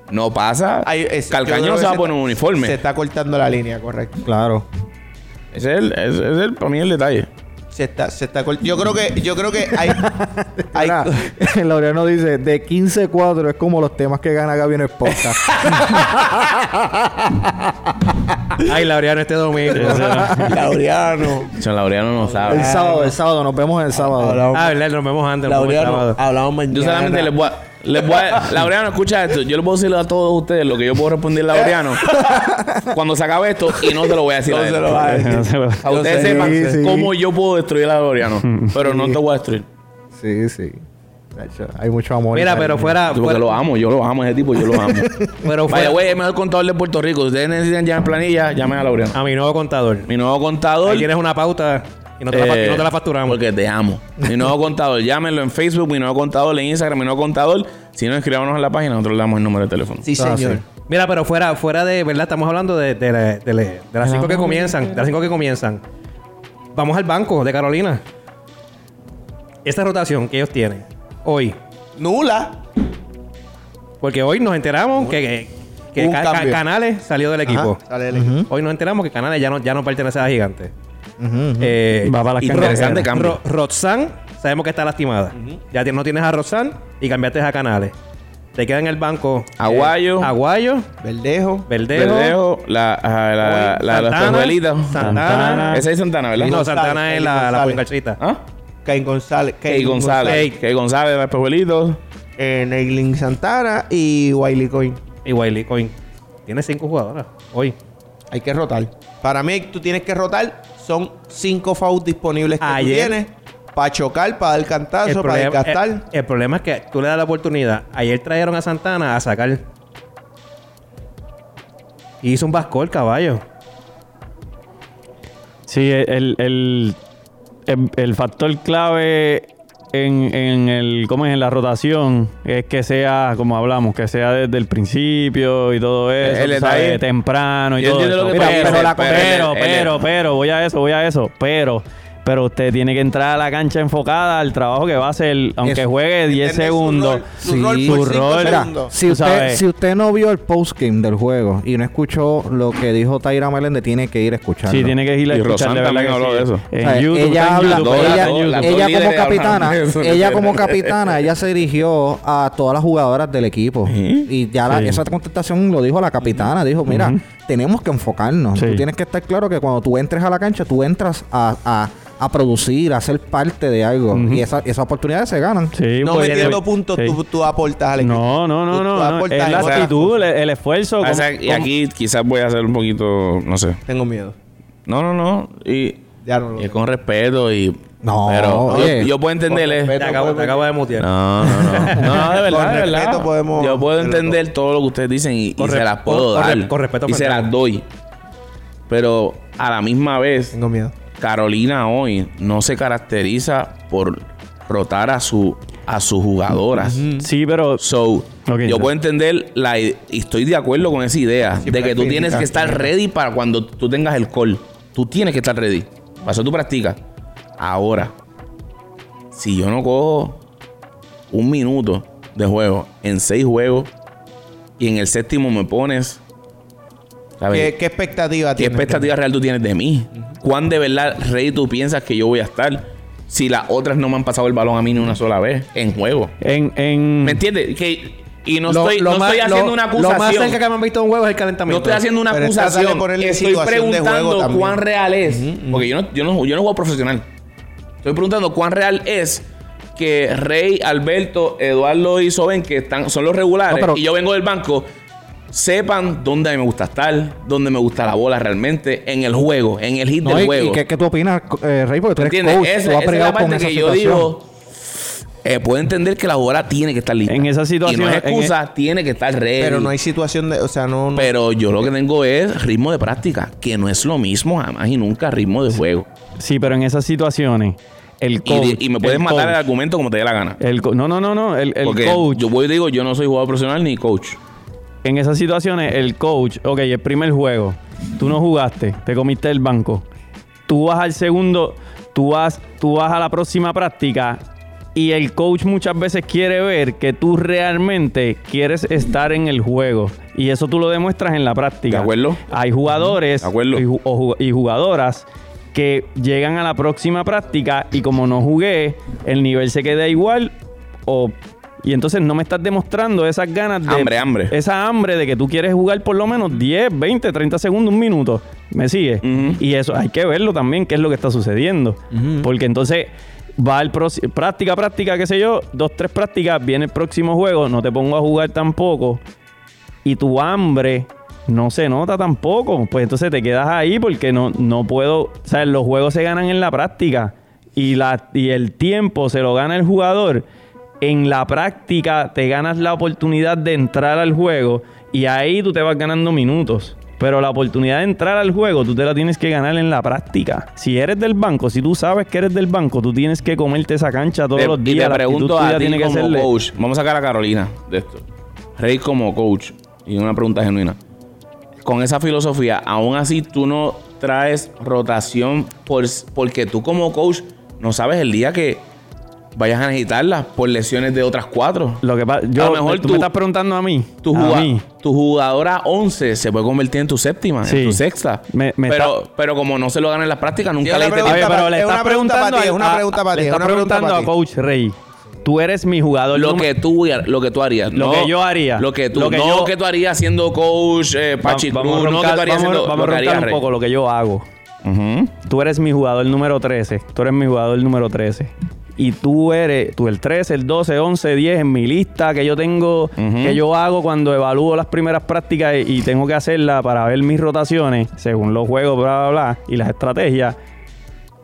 no pasa.
Ahí, es- yo
Calcaño
creo
no
que
se va a
está-
poner un uniforme.
Se está cortando la línea, correcto.
Claro.
Ese es, el, ese es el- para mí el detalle.
Se está, se está cort- Yo creo que, yo creo que hay. hay-
Mira, *laughs* Laureano dice, de 15-4 es como los temas que gana Gaby en el *laughs* podcast.
Ay, Laureano este
*laughs*
domingo.
Laureano.
San Laureano no sabe.
el sábado, el sábado, nos vemos el sábado.
Hablamos,
ah, verdad, nos vemos antes. nos vemos el
Laureano,
sábado.
hablamos mañana.
Yo solamente les voy a. Les voy
*laughs*
a Laureano, escucha esto. Yo le puedo decirle a todos ustedes lo que yo puedo responder,
*laughs*
Laureano, cuando se acabe esto y no se lo voy a decir.
No
a él.
se lo va a decir.
No se lo-
A ustedes
Sí,
sepan
sí.
cómo yo puedo destruir a Laureano, pero no te voy a destruir.
Sí, sí. Nacho, Hay mucho amor. y
Mira,
cariño.
pero fuera.
Porque
fuera-
lo amo, yo lo amo, ese tipo, yo lo amo.
Ah, *laughs* Pero
Vaya,
fuera-
güey, el mejor contador de Puerto Rico. Si ustedes necesitan llamar planilla, llamen a Laureano.
A mi nuevo contador.
Mi nuevo
Ah. Ahí
contador.
tienes una pauta y no te, la,
Eh,
y no te la facturamos.
Porque te amo. Mi nuevo contador, llámenlo en Facebook, mi nuevo contador en Instagram, mi nuevo contador. Si no, escribámonos en la página, nosotros le damos el número de teléfono.
sí,
Ah, sí.
señor.
Mira, pero fuera, fuera de, ¿verdad? Estamos hablando de, de, la- de la- de las cinco que comienzan. De las cinco que comienzan. Vamos al banco de Carolina. Esta rotación que ellos tienen hoy.
Nula.
Porque hoy nos enteramos que, que- que
Hubo un
Ca- Ca-
cambio.
Canales salió del
Ajá,
equipo.
Ah, sale el equipo.
Hoy nos enteramos que Canales ya no, ya no pertenece a Gigante. Eh,
Va para las
Interesante
cangrejera.
cambio.
Ro- Roxanne, sabemos que está lastimada. Ya ti- no tienes a Roxanne y cambiaste a Canales. Te queda en el banco. eh,
Aguayo.
Aguayo.
Verdejo.
Verdejo.
Verdejo, la, ajá, la, la, la,
Santana,
espejuelita.
Santana.
Esa es Santana, ¿verdad?
No,
González,
Santana es
Key
la, la
González.
puncachita.
¿Ah?
Cain González.
Key
Cain
González. Key González, la espejuelito.
Eh, Neglin Santana y Wiley Coin.
Y Wiley Coin. Tiene cinco jugadoras hoy.
Hay que rotar. Para mí, tú tienes que rotar. Son cinco fouls disponibles que
Ayer-
tú tienes. Para chocar, para dar
Ah,
cantazo, para desgastar.
el- eh, el problema es que tú le das la oportunidad. Ayer trajeron a Santana a sacar. Y hizo un bascol, caballo.
*laughs* Sí, el, el, el- el factor clave en, en el, ¿cómo es? en la rotación es que sea, como hablamos, que sea desde el principio y todo eso,
El
tú
detalle-
sabes, temprano y
Yo
todo
entiendo
eso.
lo que
Mira,
tú
pero,
dices,
la-
pero-
pero,
el- el-
pero, pero, voy a eso, voy a eso, pero... Pero usted tiene que entrar a la cancha enfocada al trabajo que va a hacer, aunque
Eso.
juegue
Entender
10
su
segundos.
rol, su rol por
su
cinco
rol. pues,
segundos.
tú
Si usted,
sabes.
si usted no vio el postgame del juego y no escuchó lo que dijo Tyra Melende, tiene que ir a escucharlo.
Sí, tiene que ir a
Y
escuchar,
Rosanne
de verdad
también
que
habló
sí.
de eso.
En
O sea,
YouTube,
ella
está en
habla,
YouTube,
Todas,
está en
todas,
YouTube.
las
ella, ella
líderes
como capitana,
hablan de *laughs* eso,
ella
literal.
como capitana, ella se dirigió a todas las jugadoras del equipo y ya la-
Sí.
esa contestación lo dijo la capitana, dijo, mira, tenemos que enfocarnos,
Sí.
tú tienes que estar claro que cuando tú entres a la cancha, tú entras a, a- a producir, a ser parte de algo y esa- esas oportunidades se ganan.
Sí,
no
pues,
metiendo
pues,
puntos,
sí.
tú, tú aportas al equipo.
No, no, no,
Tú-
no.
tú
no.
aportas
Es la
en otras
actitud, el, el esfuerzo.
O
cómo- *laughs*
sea, y
cómo-
aquí quizás voy a hacer un poquito, no sé.
cosas. Tengo miedo.
No, no, no. Y,
Ya no lo
y es
tengo.
con respeto y...
No,
pero yo-
oye.
yo, puedo entenderle.
Te acabo, te acabo de mutear.
No, no, no. No, de
Con
verdad, de
respeto
verdad.
podemos
Yo puedo
hacerlo
entender todo lo que ustedes dicen y, y
Con
se
re-
las puedo
con- con
dar.
re- con respeto
y se
personal.
las doy. Pero a la misma vez,
Tengo miedo.
Carolina hoy no se caracteriza por rotar a su a sus jugadoras.
Sí, pero.
So,
Ok,
yo
entonces.
puedo entender la i- y estoy de acuerdo con esa idea de que tú tienes que estar ready para cuando tú tengas el call. Tú tienes que estar ready. Pasó tu práctica. Ahora, si yo no cojo un minuto de juego en seis juegos y en el séptimo me pones, ¿sabes?
¿Qué, qué expectativa
¿Qué
tienes?
expectativa real tú tienes de mí? ¿Cuán de verdad, Rey, tú piensas que yo voy a estar si las otras no me han pasado el balón a mí ni una sola vez en juego?
En, en,
¿Me entiendes? Que Y no
Mm. Lo-
estoy,
lo
no
más-
estoy haciendo
lo-
una
Lo más cerca
acusación.
que me han visto de un huevo es el
no
calentamiento.
estoy haciendo una
Pero es tratar de
acusación.
ponerle
Estoy
situación de juego
preguntando
también.
cuán real es. Porque yo no, yo, no, yo no juego profesional. Estoy preguntando cuán real es que Rey, Alberto, Eduardo y Soben, que están, son los regulares,
No, pero-
y yo vengo del banco, sepan dónde a mí me gusta estar, dónde me gusta la bola realmente, en el juego, en el hit
No,
del
y-
juego.
¿Y qué, qué tú opinas, eh, Rey? Porque tú eres
¿Entiendes?
coach.
Esa-
tú has
esa es
pregado
la
con
parte
esa
que yo
situación.
digo. eh, puedo entender que la bola tiene que estar lista.
En esa situación-
Y no es
en
excusa,
e-
tiene que estar ready.
Pero no hay situación de. O sea, no. no-
Pero yo lo que tengo es ritmo de práctica, que no es lo mismo jamás y nunca ritmo de juego.
Sí, pero en esas situaciones, el
Y,
coach.
y me puedes
el
matar el
coach,
argumento como te dé la gana.
el co- No, no, no, no. El, el
Porque
coach.
yo voy y digo, yo no soy jugador profesional ni coach.
En esas situaciones, el coach, ok, el primer juego, tú no jugaste, te comiste el banco. Tú vas al segundo, tú vas, tú vas a la próxima práctica y el coach muchas veces quiere ver que tú realmente quieres estar en el juego. Y eso tú lo demuestras en la práctica.
De acuerdo.
Hay jugadores
De acuerdo.
y ju- o ju- y jugadoras que llegan a la próxima práctica y como no jugué, el nivel se queda igual o... Y entonces no me estás demostrando esas ganas de...
Hambre, hambre.
Esa hambre de que tú quieres jugar por lo menos 10, 20, 30 segundos, un minuto. ¿Me sigue?
Ujú.
Y eso hay que verlo también, qué es lo que está sucediendo. Porque entonces va el proci- práctica, práctica, qué sé yo, dos, tres prácticas, viene el próximo juego, no te pongo a jugar tampoco. Y tu hambre no se nota tampoco. Pues entonces te quedas ahí porque no, no puedo. O sea, los juegos se ganan en la práctica. Y, la, y el tiempo se lo gana el jugador. En la práctica te ganas la oportunidad de entrar al juego. Y ahí tú te vas ganando minutos. Pero la oportunidad de entrar al juego tú te la tienes que ganar en la práctica. Si eres del banco, si tú sabes que eres del banco, tú tienes que comerte esa cancha todos
Te-
los
Eh, Y
días.
te
la actitud
pregunto
tuya
a ti
tiene que
como
serle-
coach. Vamos a sacar a Carolina de esto. Rey como coach. Y una pregunta genuina. Con esa filosofía, aún así tú no traes rotación por, porque tú como coach no sabes el día que vayas a necesitarla por lesiones de otras cuatro.
Lo que pasa, yo,
A lo mejor
tú,
tú-
me estás preguntando a mí.
Tu,
a
juga-
mí.
tu jugadora 11 se puede convertir en tu séptima, en
Sí.
tu sexta.
Me- me
pero, pero como no se lo gana en las prácticas,
Sí,
nunca
es
le
la
diste-
pregunta
Oye, pero
pa-
le
es una
estás
pregunta
preguntando
pa' ti,
a-
es una
a-
pregunta pa'
le
ti, es
estás
una pregunta
preguntando
pa'
a Coach Rey. Tú eres mi jugador.
lo
número-
que tú lo que tú harías
Lo
no
que yo haría.
lo que tú
Lo que
no
yo-
que tú harías siendo coach eh,
Va-
Pachi
vamos a
tú, no que
roncar-
tú harías
vamos a-
siendo
vamos a
lo que harías,
roncar un
Rey.
poco lo que yo hago.
Ujú.
Tú eres mi jugador número 13. Tú eres mi jugador número 13. Y tú eres, tú el 13, el 12, 11, 10 en mi lista que yo tengo, que yo hago cuando evalúo las primeras prácticas y, y tengo que hacerla para ver mis rotaciones, según los juegos, bla, bla, bla, y las estrategias.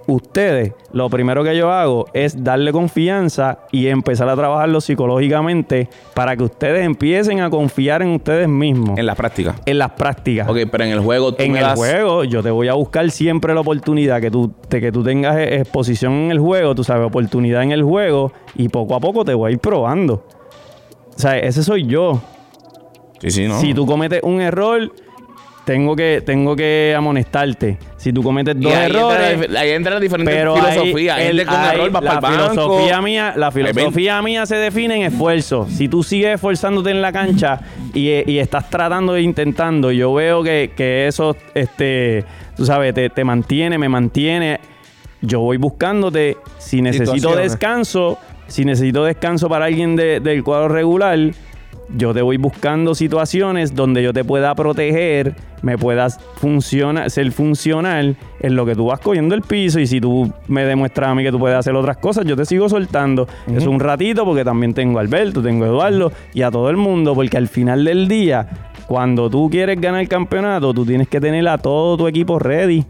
Ustedes, lo primero que yo hago es darle confianza y empezar a trabajarlo psicológicamente para que ustedes empiecen a confiar en ustedes mismos,
en
en,
las prácticas
las prácticas
ok pero en el juego tú
en
me
el
das-
juego yo te voy a buscar siempre la oportunidad que tú te- que tú tengas eh, exposición en el juego tú sabes oportunidad en el juego y poco a poco te voy a ir probando o sea ese soy yo
sí sí no
si tú cometes un error tengo que tengo que amonestarte si tú cometes
y
dos
ahí
errores
entra, la- ahí entra la diferente
pero
filosofía
ahí,
Hay gente
el-
con
ahí
error va
la
para el banco
filosofía mía la
ven.
filosofía mía se define en esfuerzo si tú sigues esforzándote en la cancha y, y estás tratando e intentando yo veo que, que eso este tú sabes te, te mantiene me mantiene yo voy buscándote si necesito
Situaciones.
descanso si necesito descanso para alguien de- del cuadro regular yo te voy buscando situaciones donde yo te pueda proteger, me puedas funciona- ser funcional en lo que tú vas cogiendo el piso y si tú me demuestras a mí que tú puedes hacer otras cosas, yo te sigo soltando. Es un ratito porque también tengo a Alberto, tengo a Eduardo y a todo el mundo porque al final del día, cuando tú quieres ganar el campeonato, tú tienes que tener a todo tu equipo ready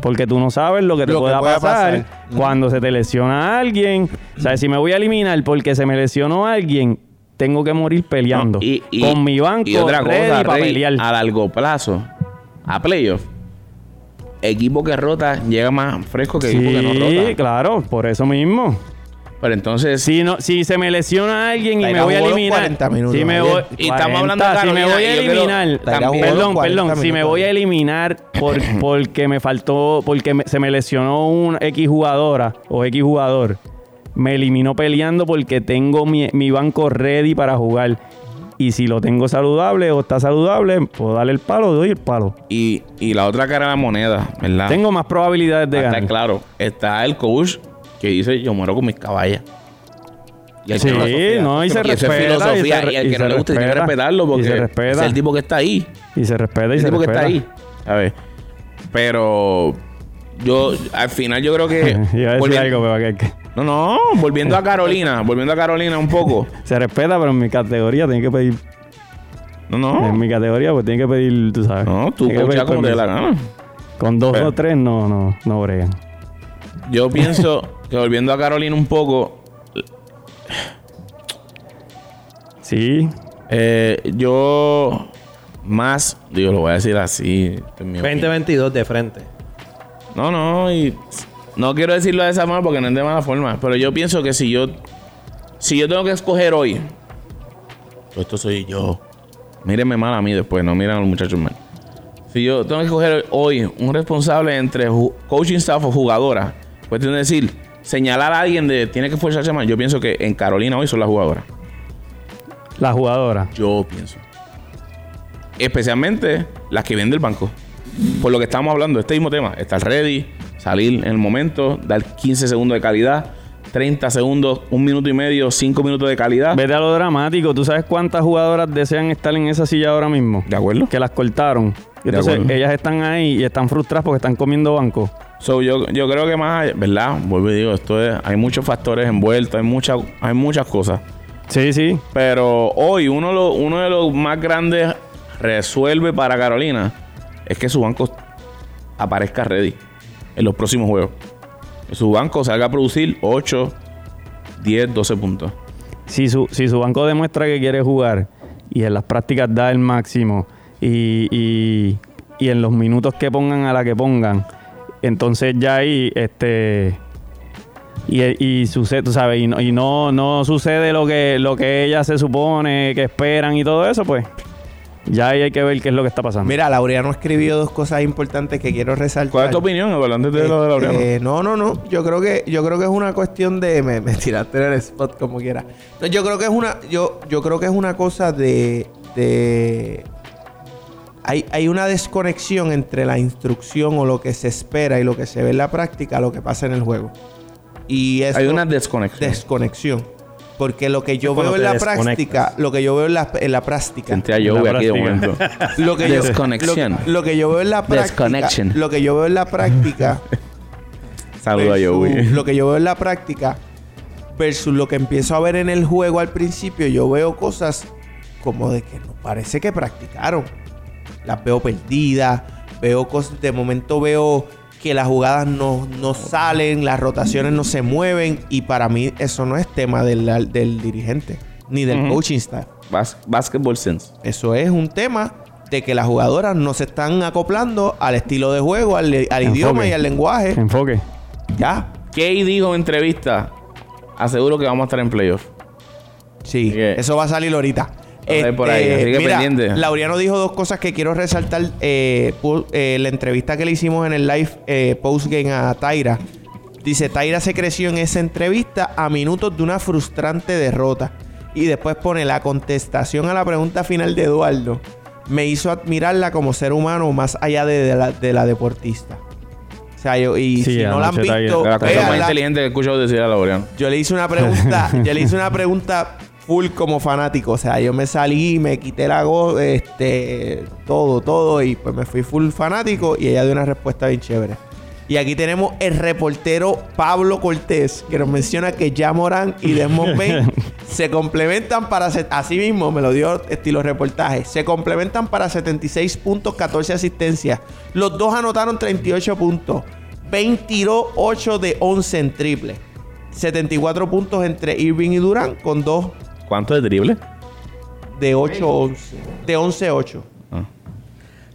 porque tú no sabes lo que te
Lo que
pueda,
pueda
pasar,
pasar. Ujú.
cuando se te lesiona alguien. O sea, si me voy a eliminar porque se me lesionó alguien, tengo que morir peleando
No, y, y-
con mi banco
y otra cosa
ready para
Rey,
pelear.
a largo plazo a playoff equipo que rota llega más fresco que equipo que no
Sí,
rota
claro, por eso mismo.
pero entonces
Si no, si se me lesiona alguien y
Taira
me voy a
jugó los
eliminar.
40 minutos
si me
ayer.
voy,
Y estamos hablando de
40, si me
Carolina,
voy a
y yo creo-
eliminar,
Taira jugó los
perdón,
40
perdón, si me
minutos
voy a
ayer.
eliminar
*laughs*
por, porque me faltó, porque me- se me lesionó un X jugadora o X jugador, me eliminó peleando porque tengo mi, mi banco ready para jugar. Y si lo tengo saludable o está saludable, puedo darle el palo, doy el palo.
y, y la otra cara de la moneda verdad
Tengo más probabilidades de
Ah,
ganar.
Está claro. Está el coach que dice, yo muero con mis caballas. Y el
Sí,
que no-
no, y
eso
se
es
respeta.
filosofía.
se
Y,
re-
el que no
se
le gusta tiene que
respeta,
respetarlo porque
Y se respeta.
es el tipo que está ahí.
Y se respeta y
Es
se
el tipo que
respeta.
está ahí. ¿Sabes? Pero yo, al final, yo creo que.
*laughs* Iba a decir
volvi-
algo, pero que, que-
No, no, volviendo a
*laughs*
Carolina, volviendo a Carolina un poco.
se respeta, pero en mi categoría tiene que pedir.
No,
En
no.
mi categoría, pues tiene que pedir, tú sabes.
No, tú
tiene que
coachas
pedir
como te dé la
permiso.
gana.
Con dos
Pero-
o tres no, no, no bregan.
Yo pienso que volviendo a Carolina un poco,
Sí.
eh, yo más, digo, lo voy a decir así. en mi opinión.
2022 de frente.
No, no, y no quiero decirlo de esa manera porque no es de mala forma, pero yo pienso que si yo si yo tengo que escoger hoy, pues esto soy yo. Mírenme mal a mí después, no miren a los muchachos mal. Si yo tengo que escoger hoy un responsable entre ju- coaching staff o jugadora, pues tiene que decir, señalar a alguien de tiene que esforzarse más. Yo pienso que en Carolina hoy son las jugadoras.
La jugadora.
Yo pienso. Especialmente las que vienen del banco. Por lo que estamos hablando, este mismo tema. Estar ready, salir en el momento, dar 15 segundos de calidad, 30 segundos, un minuto y medio, 5 minutos de calidad.
Vete a lo dramático. ¿Tú sabes cuántas jugadoras desean estar en esa silla ahora mismo?
¿De acuerdo?
Que las cortaron.
De
Y entonces
acuerdo.
ellas están ahí y están frustradas porque están comiendo banco.
So, yo, yo creo que más, ¿verdad? Vuelvo y digo, esto es, hay muchos factores envueltos, hay, mucha, hay muchas cosas.
Sí, sí.
Pero hoy uno, lo- uno de los más grandes resuelve para Carolina es que su banco aparezca ready en los próximos juegos. Que su banco salga a producir 8, 10, 12 puntos.
Si su, si su banco demuestra que quiere jugar y en las prácticas da el máximo y, y- y en los minutos que pongan a la que pongan, entonces ya ahí, este... Y, y sucede, tú sabes, y no, y no, no sucede lo que, lo que ellas se supone, que esperan y todo eso, pues ya ahí hay que ver qué es lo que está pasando.
Mira, Laureano escribió dos cosas importantes que quiero resaltar.
¿Cuál es tu opinión, Eduardo, antes de lo de Laureano?
Este, no, no, no. Yo creo que, yo creo que es una cuestión de. Me, me tiraste en el spot como quiera. No, yo creo que es una. Yo, yo creo que es una cosa de. de hay, hay una desconexión entre la instrucción o lo que se espera y lo que se ve en la práctica, lo que pasa en el juego. Y eso,
Hay una desconexión.
desconexión. Porque lo que yo
Es cuando
veo en
te
la
desconectas.
práctica, lo que yo veo en la, en la práctica,
Senté a Joey
La
aquí de
práctica.
momento.
*laughs* lo que yo-
Desconexión.
lo- lo que yo veo en la práctica,
Desconexion.
lo que yo veo en la práctica
Saluda a
versus
Joey.
Lo que yo veo en la práctica versus lo que empiezo a ver en el juego al principio, yo veo cosas como de que no parece que practicaron. Las veo perdidas, veo cosas, de momento veo que las jugadas no, no salen, las rotaciones no se mueven y para mí eso no es tema del, del dirigente ni del
Ujú.
coaching staff.
Bas- basketball sense.
Eso es un tema de que las jugadoras no se están acoplando al estilo de juego, al, al idioma y al lenguaje.
Enfoque.
Ya,
Kay dijo en entrevista, aseguro que vamos a estar en playoff.
Sí,
Así que-
eso va a salir ahorita. Este,
a ir por ahí, así que
mira,
pendiente.
Laureano dijo dos cosas que quiero resaltar. eh, pu- eh, la entrevista que le hicimos en el live eh, postgame a Taira. Dice, Taira se creció en esa entrevista a minutos de una frustrante derrota. Y después pone la contestación a la pregunta final de Eduardo. Me hizo admirarla como ser humano más allá de, de la, de la deportista. O sea, yo- y
Sí,
si no la han
anoche Taira-
visto,
La cosa más
véanla.
inteligente que he escuchado decir a Laureano.
Yo le hice una pregunta, yo le hice una pregunta full como fanático. O sea, yo me salí, me quité la go, este, todo, todo, y pues me fui full fanático y ella dio una respuesta bien chévere. Y aquí tenemos el reportero Pablo Cortés, que nos menciona que ya Morán y Desmond
*laughs*
Bain se complementan para... se- Así mismo, me lo dio estilo reportaje. Se complementan para 76 puntos, 14 asistencias. Los dos anotaron 38 puntos. Bain tiró 8 de 11 en triple. 74 puntos entre Irving y Durán con 2
¿Cuánto de drible?
de 8-11. De 11-8.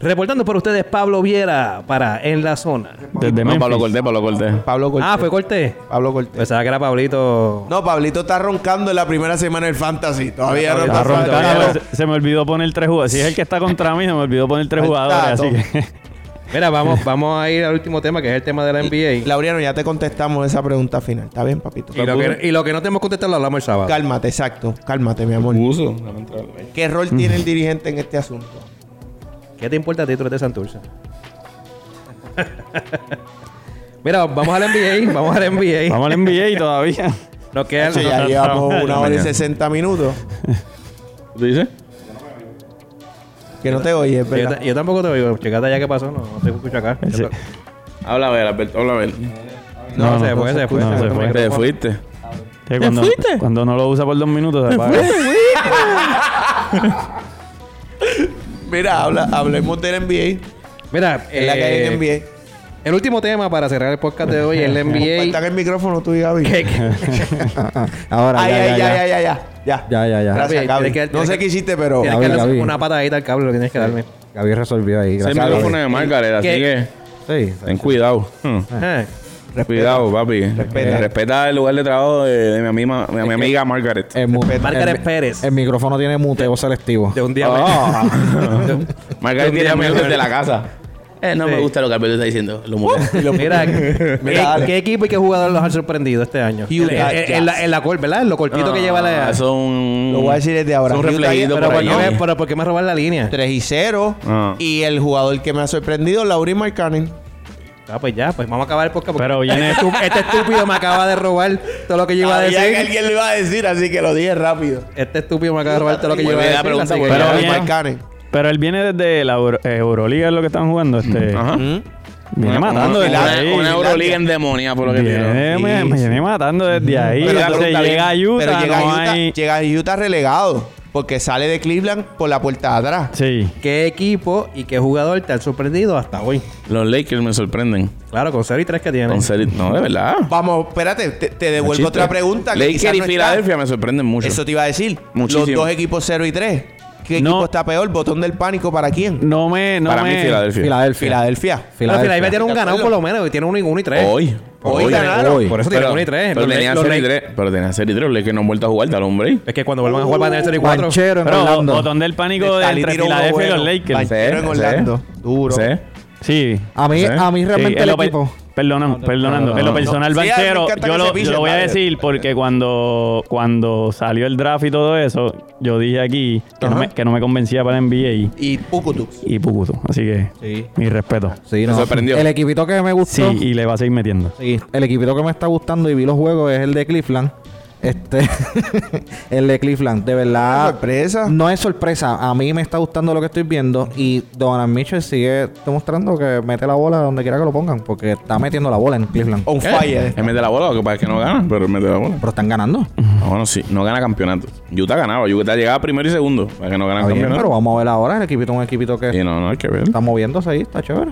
Reportando por ustedes, Pablo Viera para En la Zona.
Desde
no, Pablo Cortés,
Memphis.
Pablo Cortés.
Pablo Cortés.
Ah, fue corte.
Pablo Cortés.
Pensaba que era Pablito.
No, Pablito está roncando en la primera semana del Fantasy. Todavía no
Está
Está
pasa
roncando,
todavía
roncando,
no-
se, se me olvidó poner tres jugadores. Si es el que está contra mí, se me olvidó poner tres
Ahí está,
jugadores. Así
Tom.
que
Mira, vamos, vamos a ir al último tema, que es el tema de la NBA.
Laureano, ya te contestamos esa pregunta final. ¿Está bien, papito?
Y, lo que, y lo que no tenemos contestado lo hablamos el sábado.
Cálmate, exacto. Cálmate, mi amor.
Uso.
¿Qué rol tiene el dirigente en este asunto?
¿Qué te importa a ti, tú eres de Santurce? Mira, vamos al NBA, vamos al
*laughs*
NBA.
vamos al NBA todavía.
Nos queda
Che, ya
no,
llevamos
no.
una hora y 60 minutos.
¿Tú dices?
Que no te oyes,
yo,
¿verdad?
ta- yo tampoco te oigo. Checate allá qué pasó. No, no te escucho acá.
Sí.
Habla a ver, Alberto, habla a ver.
No,
No,
se
no,
fue, se fue.
no, se
tu
fue.
micrófono.
Te fuiste.
Sí, cuando,
fuiste?
cuando no lo usa por dos minutos se apaga.
Mira, habla, hablemos del NBA.
Mira,
Es la que hay en
eh,
NBA.
el último tema para cerrar el podcast
*laughs*
de hoy es el
Falta
NBA.
que el micrófono tú y Gaby.
*laughs*
*laughs*
Que- que-
*laughs* Ahora,
Ay,
ya,
ay,
ya,
ya,
ya.
ya, ya, ya.
Ya, ya, ya.
Gracias,
Gaby,
Gaby.
tienes que-
no
tienes
sé
que-
qué hiciste, pero...
Tienes
Gaby,
que darle
Gaby.
una patadita al cable, lo que tienes que darme.
Gaby resolvió ahí.
Es el
Gracias a
micrófono de Margaret, así
¿Qué?
que
Sí.
ten cuidado. Hmm.
Ah,
Cuidado, papi. Respeta. Respeta el lugar de trabajo de, de mi, amiga, mi, mi amiga Margaret.
El, Eh, mu-
Margaret
el-
Pérez.
el micrófono tiene muteo selectivo.
De un día a
Oh.
otro.
Ah.
*laughs*
*laughs* Margaret tiene amigos de la casa. Eh, no
Sí.
me gusta lo que Alberto está diciendo. Lo muevo.
Mira, ¿qué,
*laughs* Mira, dale.
qué equipo y qué jugador los han sorprendido este año? En,
Utah
en- en la, en la cor- ¿verdad? En lo cortito que lleva la...
Ah, Eso es un...
Lo voy a decir desde ahora.
Es un
Utah-
reflejito
pero,
por
¿por
ahí,
qué me,
¿no?
pero ¿por qué me robar la línea?
3 y 0.
Ah.
Y el jugador que me ha sorprendido, Laurie Markkanen.
Ah, pues ya, pues vamos a acabar el podcast. porque
Pero viene-
este, estu- *laughs* este estúpido me acaba de robar todo lo que yo iba a
Sabía que
decir.
alguien lo iba a decir, así que lo dije rápido.
Este estúpido me acaba de robar todo lo que yo iba a
Volví a
decir.
la pregunta,
así que-
porque
Pero
Pero
bien.
Markkanen.
Pero él viene desde la Euro- eh, Euroliga, es lo que están jugando. Este,
Ajá.
¿Mm?
Viene
Una-
matando desde
una,
ahí.
una Euroliga en demonia por lo que tiene.
Viene, me, me viene matando desde ahí.
Pero la
Entonces
pregunta
llega a
bien.
Utah,
Pero llega,
no
a Utah,
hay...
llega a Utah relegado. Porque sale de Cleveland por la puerta de atrás.
Sí.
¿Qué equipo y qué jugador te han sorprendido hasta hoy?
Los Lakers me sorprenden.
Claro, con 0 y 3 que tienen.
Con ser- No, de verdad.
Vamos, espérate, te, te devuelvo
Chiste.
otra pregunta. que quizás
Lakers y
no está.
Filadelfia me sorprenden mucho.
Eso te iba a decir.
Muchísimo.
Los dos equipos 0 y 3. ¿Qué
No.
equipo está peor? ¿Botón del pánico para quién?
No me... No
Para
me...
mí, Filadelfia.
Filadelfia.
Filadelfia.
Bueno, Filadelfia tiene un
¿Te
ganado
acuerdas?
por lo menos. y Tiene 1 y 1 y 3.
Hoy.
Hoy ganaron.
Hoy.
Por eso tiene
Pero,
1 y 3.
pero tenían 0 y 3. Pero tenían 0 y 3. Los Lakers no han vuelto a jugar. Dale, hombre.
Es que cuando vuelvan a jugar van a tener 0 y 4.
Banchero en
Pero
Orlando.
botón del pánico de
Dale,
entre
tiro uno
Filadelfia y los
bueno.
Lakers.
Banchero en
Sí,
Orlando.
sí.
Duro.
Sí.
Sí.
A mí,
Sí.
a mí realmente
Sí, en
el
lo pe-
equipo...
Perdona, perdonando. En lo personal,
Sí, a mí me
Banchero,
encanta que
yo,
se
lo,
piche,
yo lo voy a
padre.
decir porque cuando, cuando salió el draft y todo eso, yo dije aquí que, no
Ajá.
me, que no me convencía para NBA
Y Pucutu.
y Pucuto. Así que, mi respeto.
Sí,
Me sorprendió.
El equipito que me
Sí,
gustó.
y le va a seguir metiendo.
Sí, el equipito que me está gustando y vi los juegos es el de Cleveland. Este, *laughs* el de Cleveland, de verdad.
Sorpresa.
No es sorpresa. A mí me está gustando lo que estoy viendo. Y Donovan Mitchell sigue demostrando que mete la bola donde quiera que lo pongan. Porque está metiendo la bola en Cleveland.
On fire.
Él mete la bola. Lo que pasa es que no gana. Pero él mete la bola.
Pero están ganando.
No, bueno, sí. No gana campeonato. Utah ganaba. Utah llegaba primero y segundo. Para que no ganan
Está bien, pero
campeonato.
vamos a ver ahora. El equipito es un equipito que
Y no, no hay que ver.
está moviéndose ahí. Está chévere.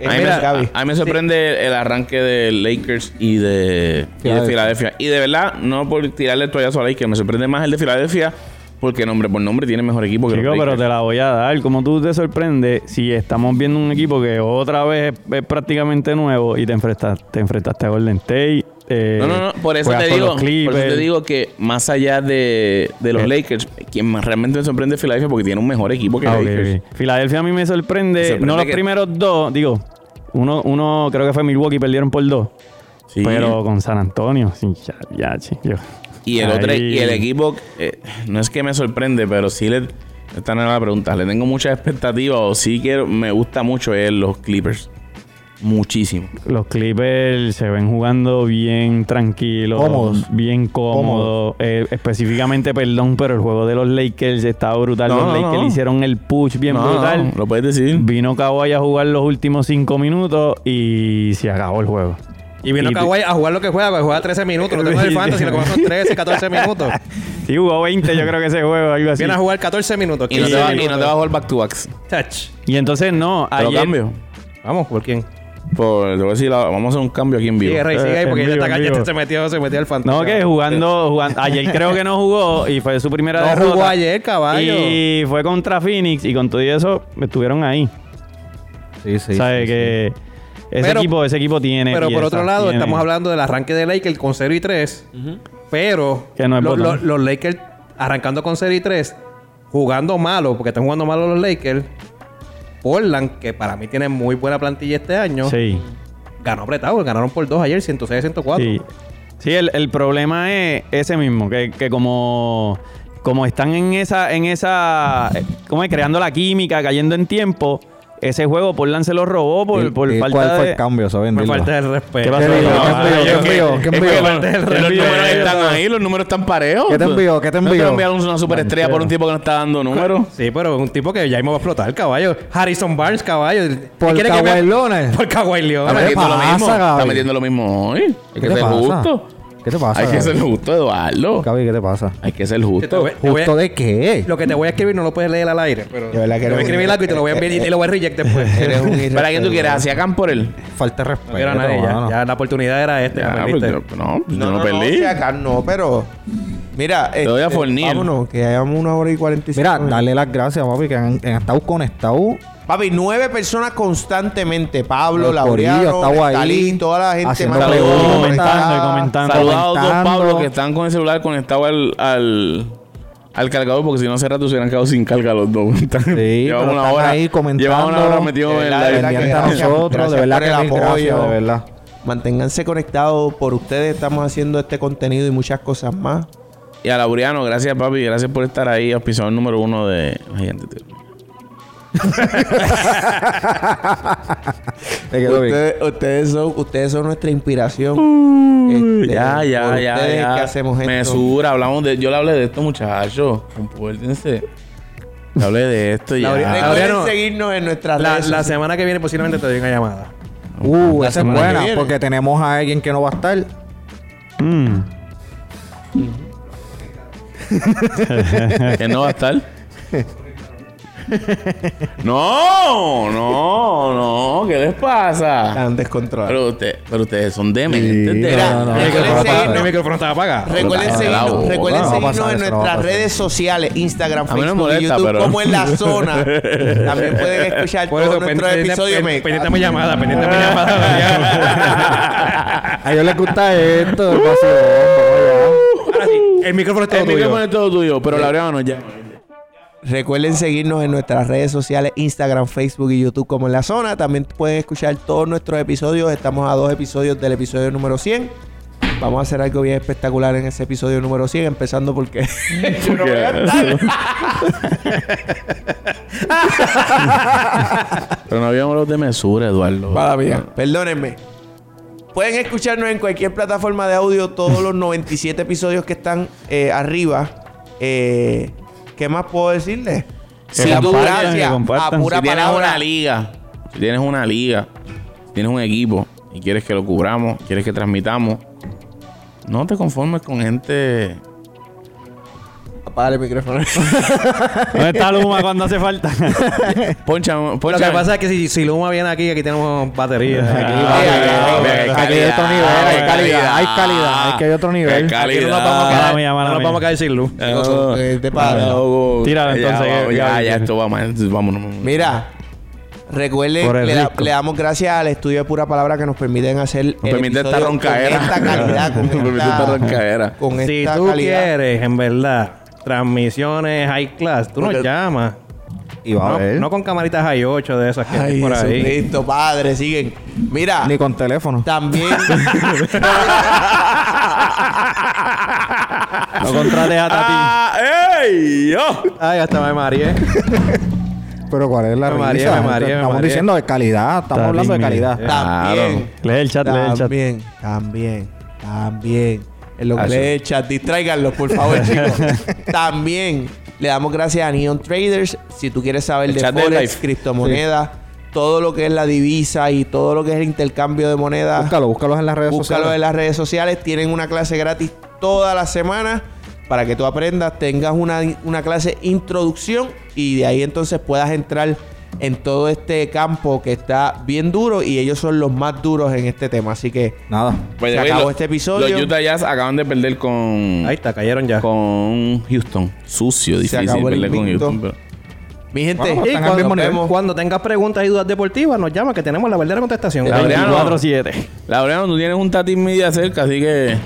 Eh,
A mí,
mira,
me,
Gaby.
a- a mí me sorprende el arranque de Lakers y de, y de
Filadelfia.
Filadelfia. Y de verdad, no por tirarle el toallazo a Lakers, me sorprende más el de Filadelfia porque nombre por nombre tiene mejor equipo que
Chico,
los
pero
Lakers.
te la voy a dar. Como tú te sorprende, si estamos viendo un equipo que otra vez es, es prácticamente nuevo y te enfrentaste, te enfrentaste a Golden State. eh,
No, no, no. Por eso,
juegas
te
con
digo,
los
por eso te
Clippers.
digo que más allá de, de los
Eh.
Lakers, quien más realmente me sorprende es Filadelfia porque tiene un mejor equipo que
Ah, ok,
Lakers.
ok. Filadelfia a mí me sorprende.
pues. Me sorprende
no los
que-
primeros dos, digo, uno, uno creo que fue Milwaukee, perdieron por dos.
Sí.
Pero con San Antonio, sí, ya, ya, sí, yo-
Y el
Ahí.
otro, y el equipo, eh, no es que me sorprende, pero sí le. Esta no era la pregunta. Le tengo muchas expectativas o sí quiero, me gusta mucho es los Clippers. Muchísimo.
Los Clippers se ven jugando bien tranquilos,
Cómodos.
bien cómodos. Eh, específicamente, perdón, pero el juego de los Lakers estaba brutal.
No,
los
no,
Lakers
no.
le hicieron el push bien
No,
brutal.
no, lo puedes decir.
Vino Kawhi a jugar los últimos cinco minutos y se acabó el juego.
Y vino
Y-
Kawhi a jugar lo que juega, porque juega 13 minutos. Lo tengo en el fantasy, lo conozco 13, 14 minutos.
Sí, jugó 20, yo creo que ese juego, algo así.
Viene a jugar 14 minutos.
Y no, te
15
va, y no te va a
minutos.
jugar back to backs.
Chach.
Y entonces, no,
Te lo
ayer,
cambio.
Vamos, ¿por quién?
Por, te voy a decir, la- vamos a hacer un cambio aquí en vivo.
Sigue, Rey, sigue ahí,
Eh,
porque
en
ya
vivo,
está
en
acá,
vivo.
ya se metió, se metió al fantasy.
No, que jugando, jugando. Ayer creo que no jugó y fue su primera
No
derrota.
jugó ayer, caballo.
Y fue contra Phoenix y con todo y eso estuvieron ahí.
Sí, sí.
¿Sabes? que ese,
Pero-
equipo, ese equipo tiene.
Pero por
piezas,
otro lado,
tiene-
estamos hablando del arranque de Lakers con 0 y 3. Pero
Que no hay
lo- lo-
botón.
los Lakers arrancando con 0 y 3, jugando malo, porque están jugando malo los Lakers. Portland, que para mí tiene muy buena plantilla este año,
Sí.
ganó apretado, ganaron por 2 ayer, 106-104.
Sí, Sí, el, el problema es ese mismo, que, que como, como están en esa, en esa, eh, como es, creando la química, cayendo en tiempo, ese juego Portland se lo robó por,
¿Y-
por
y
falta
¿Cuál fue
de-
el cambio? Saben,
Me
dilo.
falta el respeto.
¿Qué
¿Qué
pasó?
envió?
No,
Ah,
¿Qué
yo que-
envió?
es
¿Qué
que
envió?
bueno,
¿Qué
Los números están ahí, los números están parejos.
eh, ¿Qué te envió? ¿Qué te
No
envió?
enviaron una superestrella por un tipo que no está dando números.
Sí, pero es un tipo que ya mismo va a explotar, caballo. Harrison Barnes, caballo.
Por
¿Quiere que me-
Kawhi Leonard.
Por Kawhi
Está
Leonard.
¿Qué te
metiendo lo
pasa,
mismo. Está
Gaby?
metiendo lo mismo hoy. Hay que
te
ser
pasa?
justo.
¿Qué te pasa?
Hay que
Gaby?
ser justo, Eduardo.
Gaby, ¿qué te pasa?
Hay que ser
Te
justo.
voy- te voy a-
¿Justo de qué?
Lo que te voy a escribir no lo puedes leer al aire. Pero
De verdad que
te
eres
voy a
un-
escribir algo y te lo voy a enviar y te lo voy a reject
Eres
después.
un
¿Para quién tú quieres? ¿Hacia Can por él?
Falta de respeto.
No era nadie, ya,
mano.
ya la oportunidad era esta.
Ya,
la
pues,
perdiste.
yo- no, yo
No,
no,
no, no,
perdí.
sí, acá no, pero. Mira, te
doy a Fournier.
Vámonos, que hayamos una hora y cuarenta y cinco
Mira,
minutos.
dale las gracias, papi, que han, han estado conectados.
Papi, nueve personas constantemente. Pablo,
Los corillos,
Laureano,
estaba ahí,
Nestalí, toda la gente
haciendo
mala-
preguntas,
conectada.
comentando y comentando.
Saludados a dos
comentando.
Pablo que están con el celular conectado al, al, al cargador, porque si no hace rato se hubieran quedado sin carga los dos. *laughs*
*laughs* pero
llevamos una
están
hora.
ahí comentando.
Llevamos una hora metido
De
en
verdad,
la
de verdad
Pendiente
que
a
gracias,
nosotros, de
gracias
verdad
por el
que mil
apoyo.
gracias, de verdad.
Manténganse conectados por ustedes. Estamos haciendo este contenido y muchas cosas más.
Y a Laureano, gracias papi, gracias por estar ahí, auspiciador número uno de Gigante Tiro.
Te quedó bien.
Ustedes, ustedes son, ustedes son nuestra inspiración. Este,
Ya,
por
ya, ya.
ustedes
ya.
que hacemos esto.
Mesura, hablamos de. Yo le hablé de esto, muchachos. Compórtense. Le hablé de esto y
Laureano-
ya.
Recuerden
Laureano,
seguirnos en nuestras
La,
redes
la
sociales.
semana que viene posiblemente te doy una llamada.
Uh, esa es
semana que
buena,
viene.
porque tenemos a alguien que no va a estar.
Mm.
Que no va a
*laughs*
estar. no, no, no. ¿Qué les pasa?
Están descontrolados.
Pero, usted- pero ustedes son dementes.
Sí,
de-
Mira,
no, no,
Mi
recuerden
no, no, no,
micrófono-
seguirnos-
Mi micrófono estaba apagado.
Recuerden
Cállate la
seguirnos,
boca.
recuerden
No va a pasar
seguirnos en
eso, no
nuestras
va a pasar.
redes sociales, Instagram,
A mí no
Facebook,
me
y
molesta,
YouTube,
pero-
como en la
*laughs*
zona. También pueden escuchar
Por
todos
eso,
nuestros
pendiente-
episodios.
pen-
me-
pendiente a mi llamada, pendiente a mi
Ah.
llamada. Laureano.
A ellos les gusta esto. el vacilón, vamos allá.
Ahora sí, el micrófono es todo
El micrófono
tuyo.
es todo tuyo, pero Laureano no ya.
Recuerden seguirnos en nuestras redes sociales, Instagram, Facebook y YouTube como en la zona. También pueden escuchar todos nuestros episodios. Estamos a dos episodios del episodio número 100. Vamos a hacer algo bien espectacular en ese episodio número 100, empezando porque... *laughs* Yo no voy a
*laughs*
estar.
Pero no habíamos hablado de mesura, Eduardo.
Mala mía. Perdónenme. Pueden escucharnos en cualquier plataforma de audio todos los 97 episodios que están eh, arriba. Eh, ¿Qué más puedo decirles?
Que
Sin
compartan,
duda,
que
gracias.
compartan.
A pura
si tienes
palabra.
una liga, si tienes una liga, si tienes un equipo y quieres que lo cubramos, quieres que transmitamos, no te conformes con gente.
Apaga el
*laughs*
micrófono.
¿Dónde está Luma cuando hace falta? *laughs*
Poncha,
Lo
poncha.
que pasa es que si, si Luma viene aquí, aquí tenemos baterías.
Ah,
Ah,
ok,
ve, ve,
ok.
Aquí hay
calidad,
otro nivel, hay
ve,
calidad, hay calidad, hay que hay otro
Ve,
nivel.
Aquí no nos vamos a
calidad.
quedar,
Mala mía, mala
no nos
mía.
vamos a quedar sin luz.
Ah,
Eso, eh, te para.
ah, oh,
Tíralo,
ya,
entonces,
vamos,
que-
Ya,
ya,
ya,
ya.
esto va mal. entonces, Vámonos. vámonos.
Mira, recuerden,
Por el
le, da-
rico.
le damos gracias al estudio de pura palabra que nos permiten hacer. el
Nos permite esta
episodio
roncaera.
Con esta calidad. Con
*laughs* Nos permite
esta,
esta roncaera.
Con
Si
esta
tú
calidad.
quieres, en verdad, transmisiones high class, tú nos
Porque-
llamas.
Y va a
No,
ver.
no con camaritas high 8 de esas que hay
Ay,
por ahí.
Jesucristo, padre, siguen. Mira,
Ni con teléfono.
también.
*laughs*
*laughs*
No contrates a Tati.
¡Ah! ¡Ey! yo.
Ay, hasta me mareé.
Pero ¿cuál es la
Me mareé,
risa?
me mareé, me
Estamos
mareé.
diciendo de calidad, estamos
Está
hablando de
bien,
calidad.
También.
Lee el chat, lee el chat.
También, también, también. En lo que
Ah, sí.
lee el chat, distráiganlos, por
*laughs*
favor, chicos. también le damos gracias a Neon Traders. Si tú quieres saber
El
de
chat de
Forex,
Life.
criptomonedas, todo lo que es la divisa y todo lo que es el intercambio de monedas.
Búscalo, búscalo en las redes
Búscalo en
sociales.
las redes sociales. Tienen una clase gratis toda la semana para que tú aprendas, tengas una, una clase introducción y de ahí entonces puedas entrar en todo este campo que está bien duro y ellos son los más duros en este tema. Así que
Nada.
By the
Se
way,
acabó
los-
este episodio.
Los Utah Jazz acaban de perder con.
Ahí está, cayeron ya.
Con Houston. Sucio, difícil
acabó el
perder con
invicto.
Houston. pero-
mi gente,
Bueno,
Y
Están al
cuando,
mismo nivel.
vemos- cuando tengas preguntas y dudas deportivas, nos llama que tenemos la verdadera contestación.
Claro. Laureano.
24-7.
Laureano, tú tienes un Tatis media cerca, así que.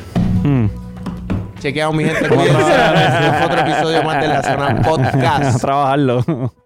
Mm.
*laughs*
chequeamos mi gente. cuídense. Este fue otro episodio más de la zona
*laughs* A
podcast.
trabajarlo.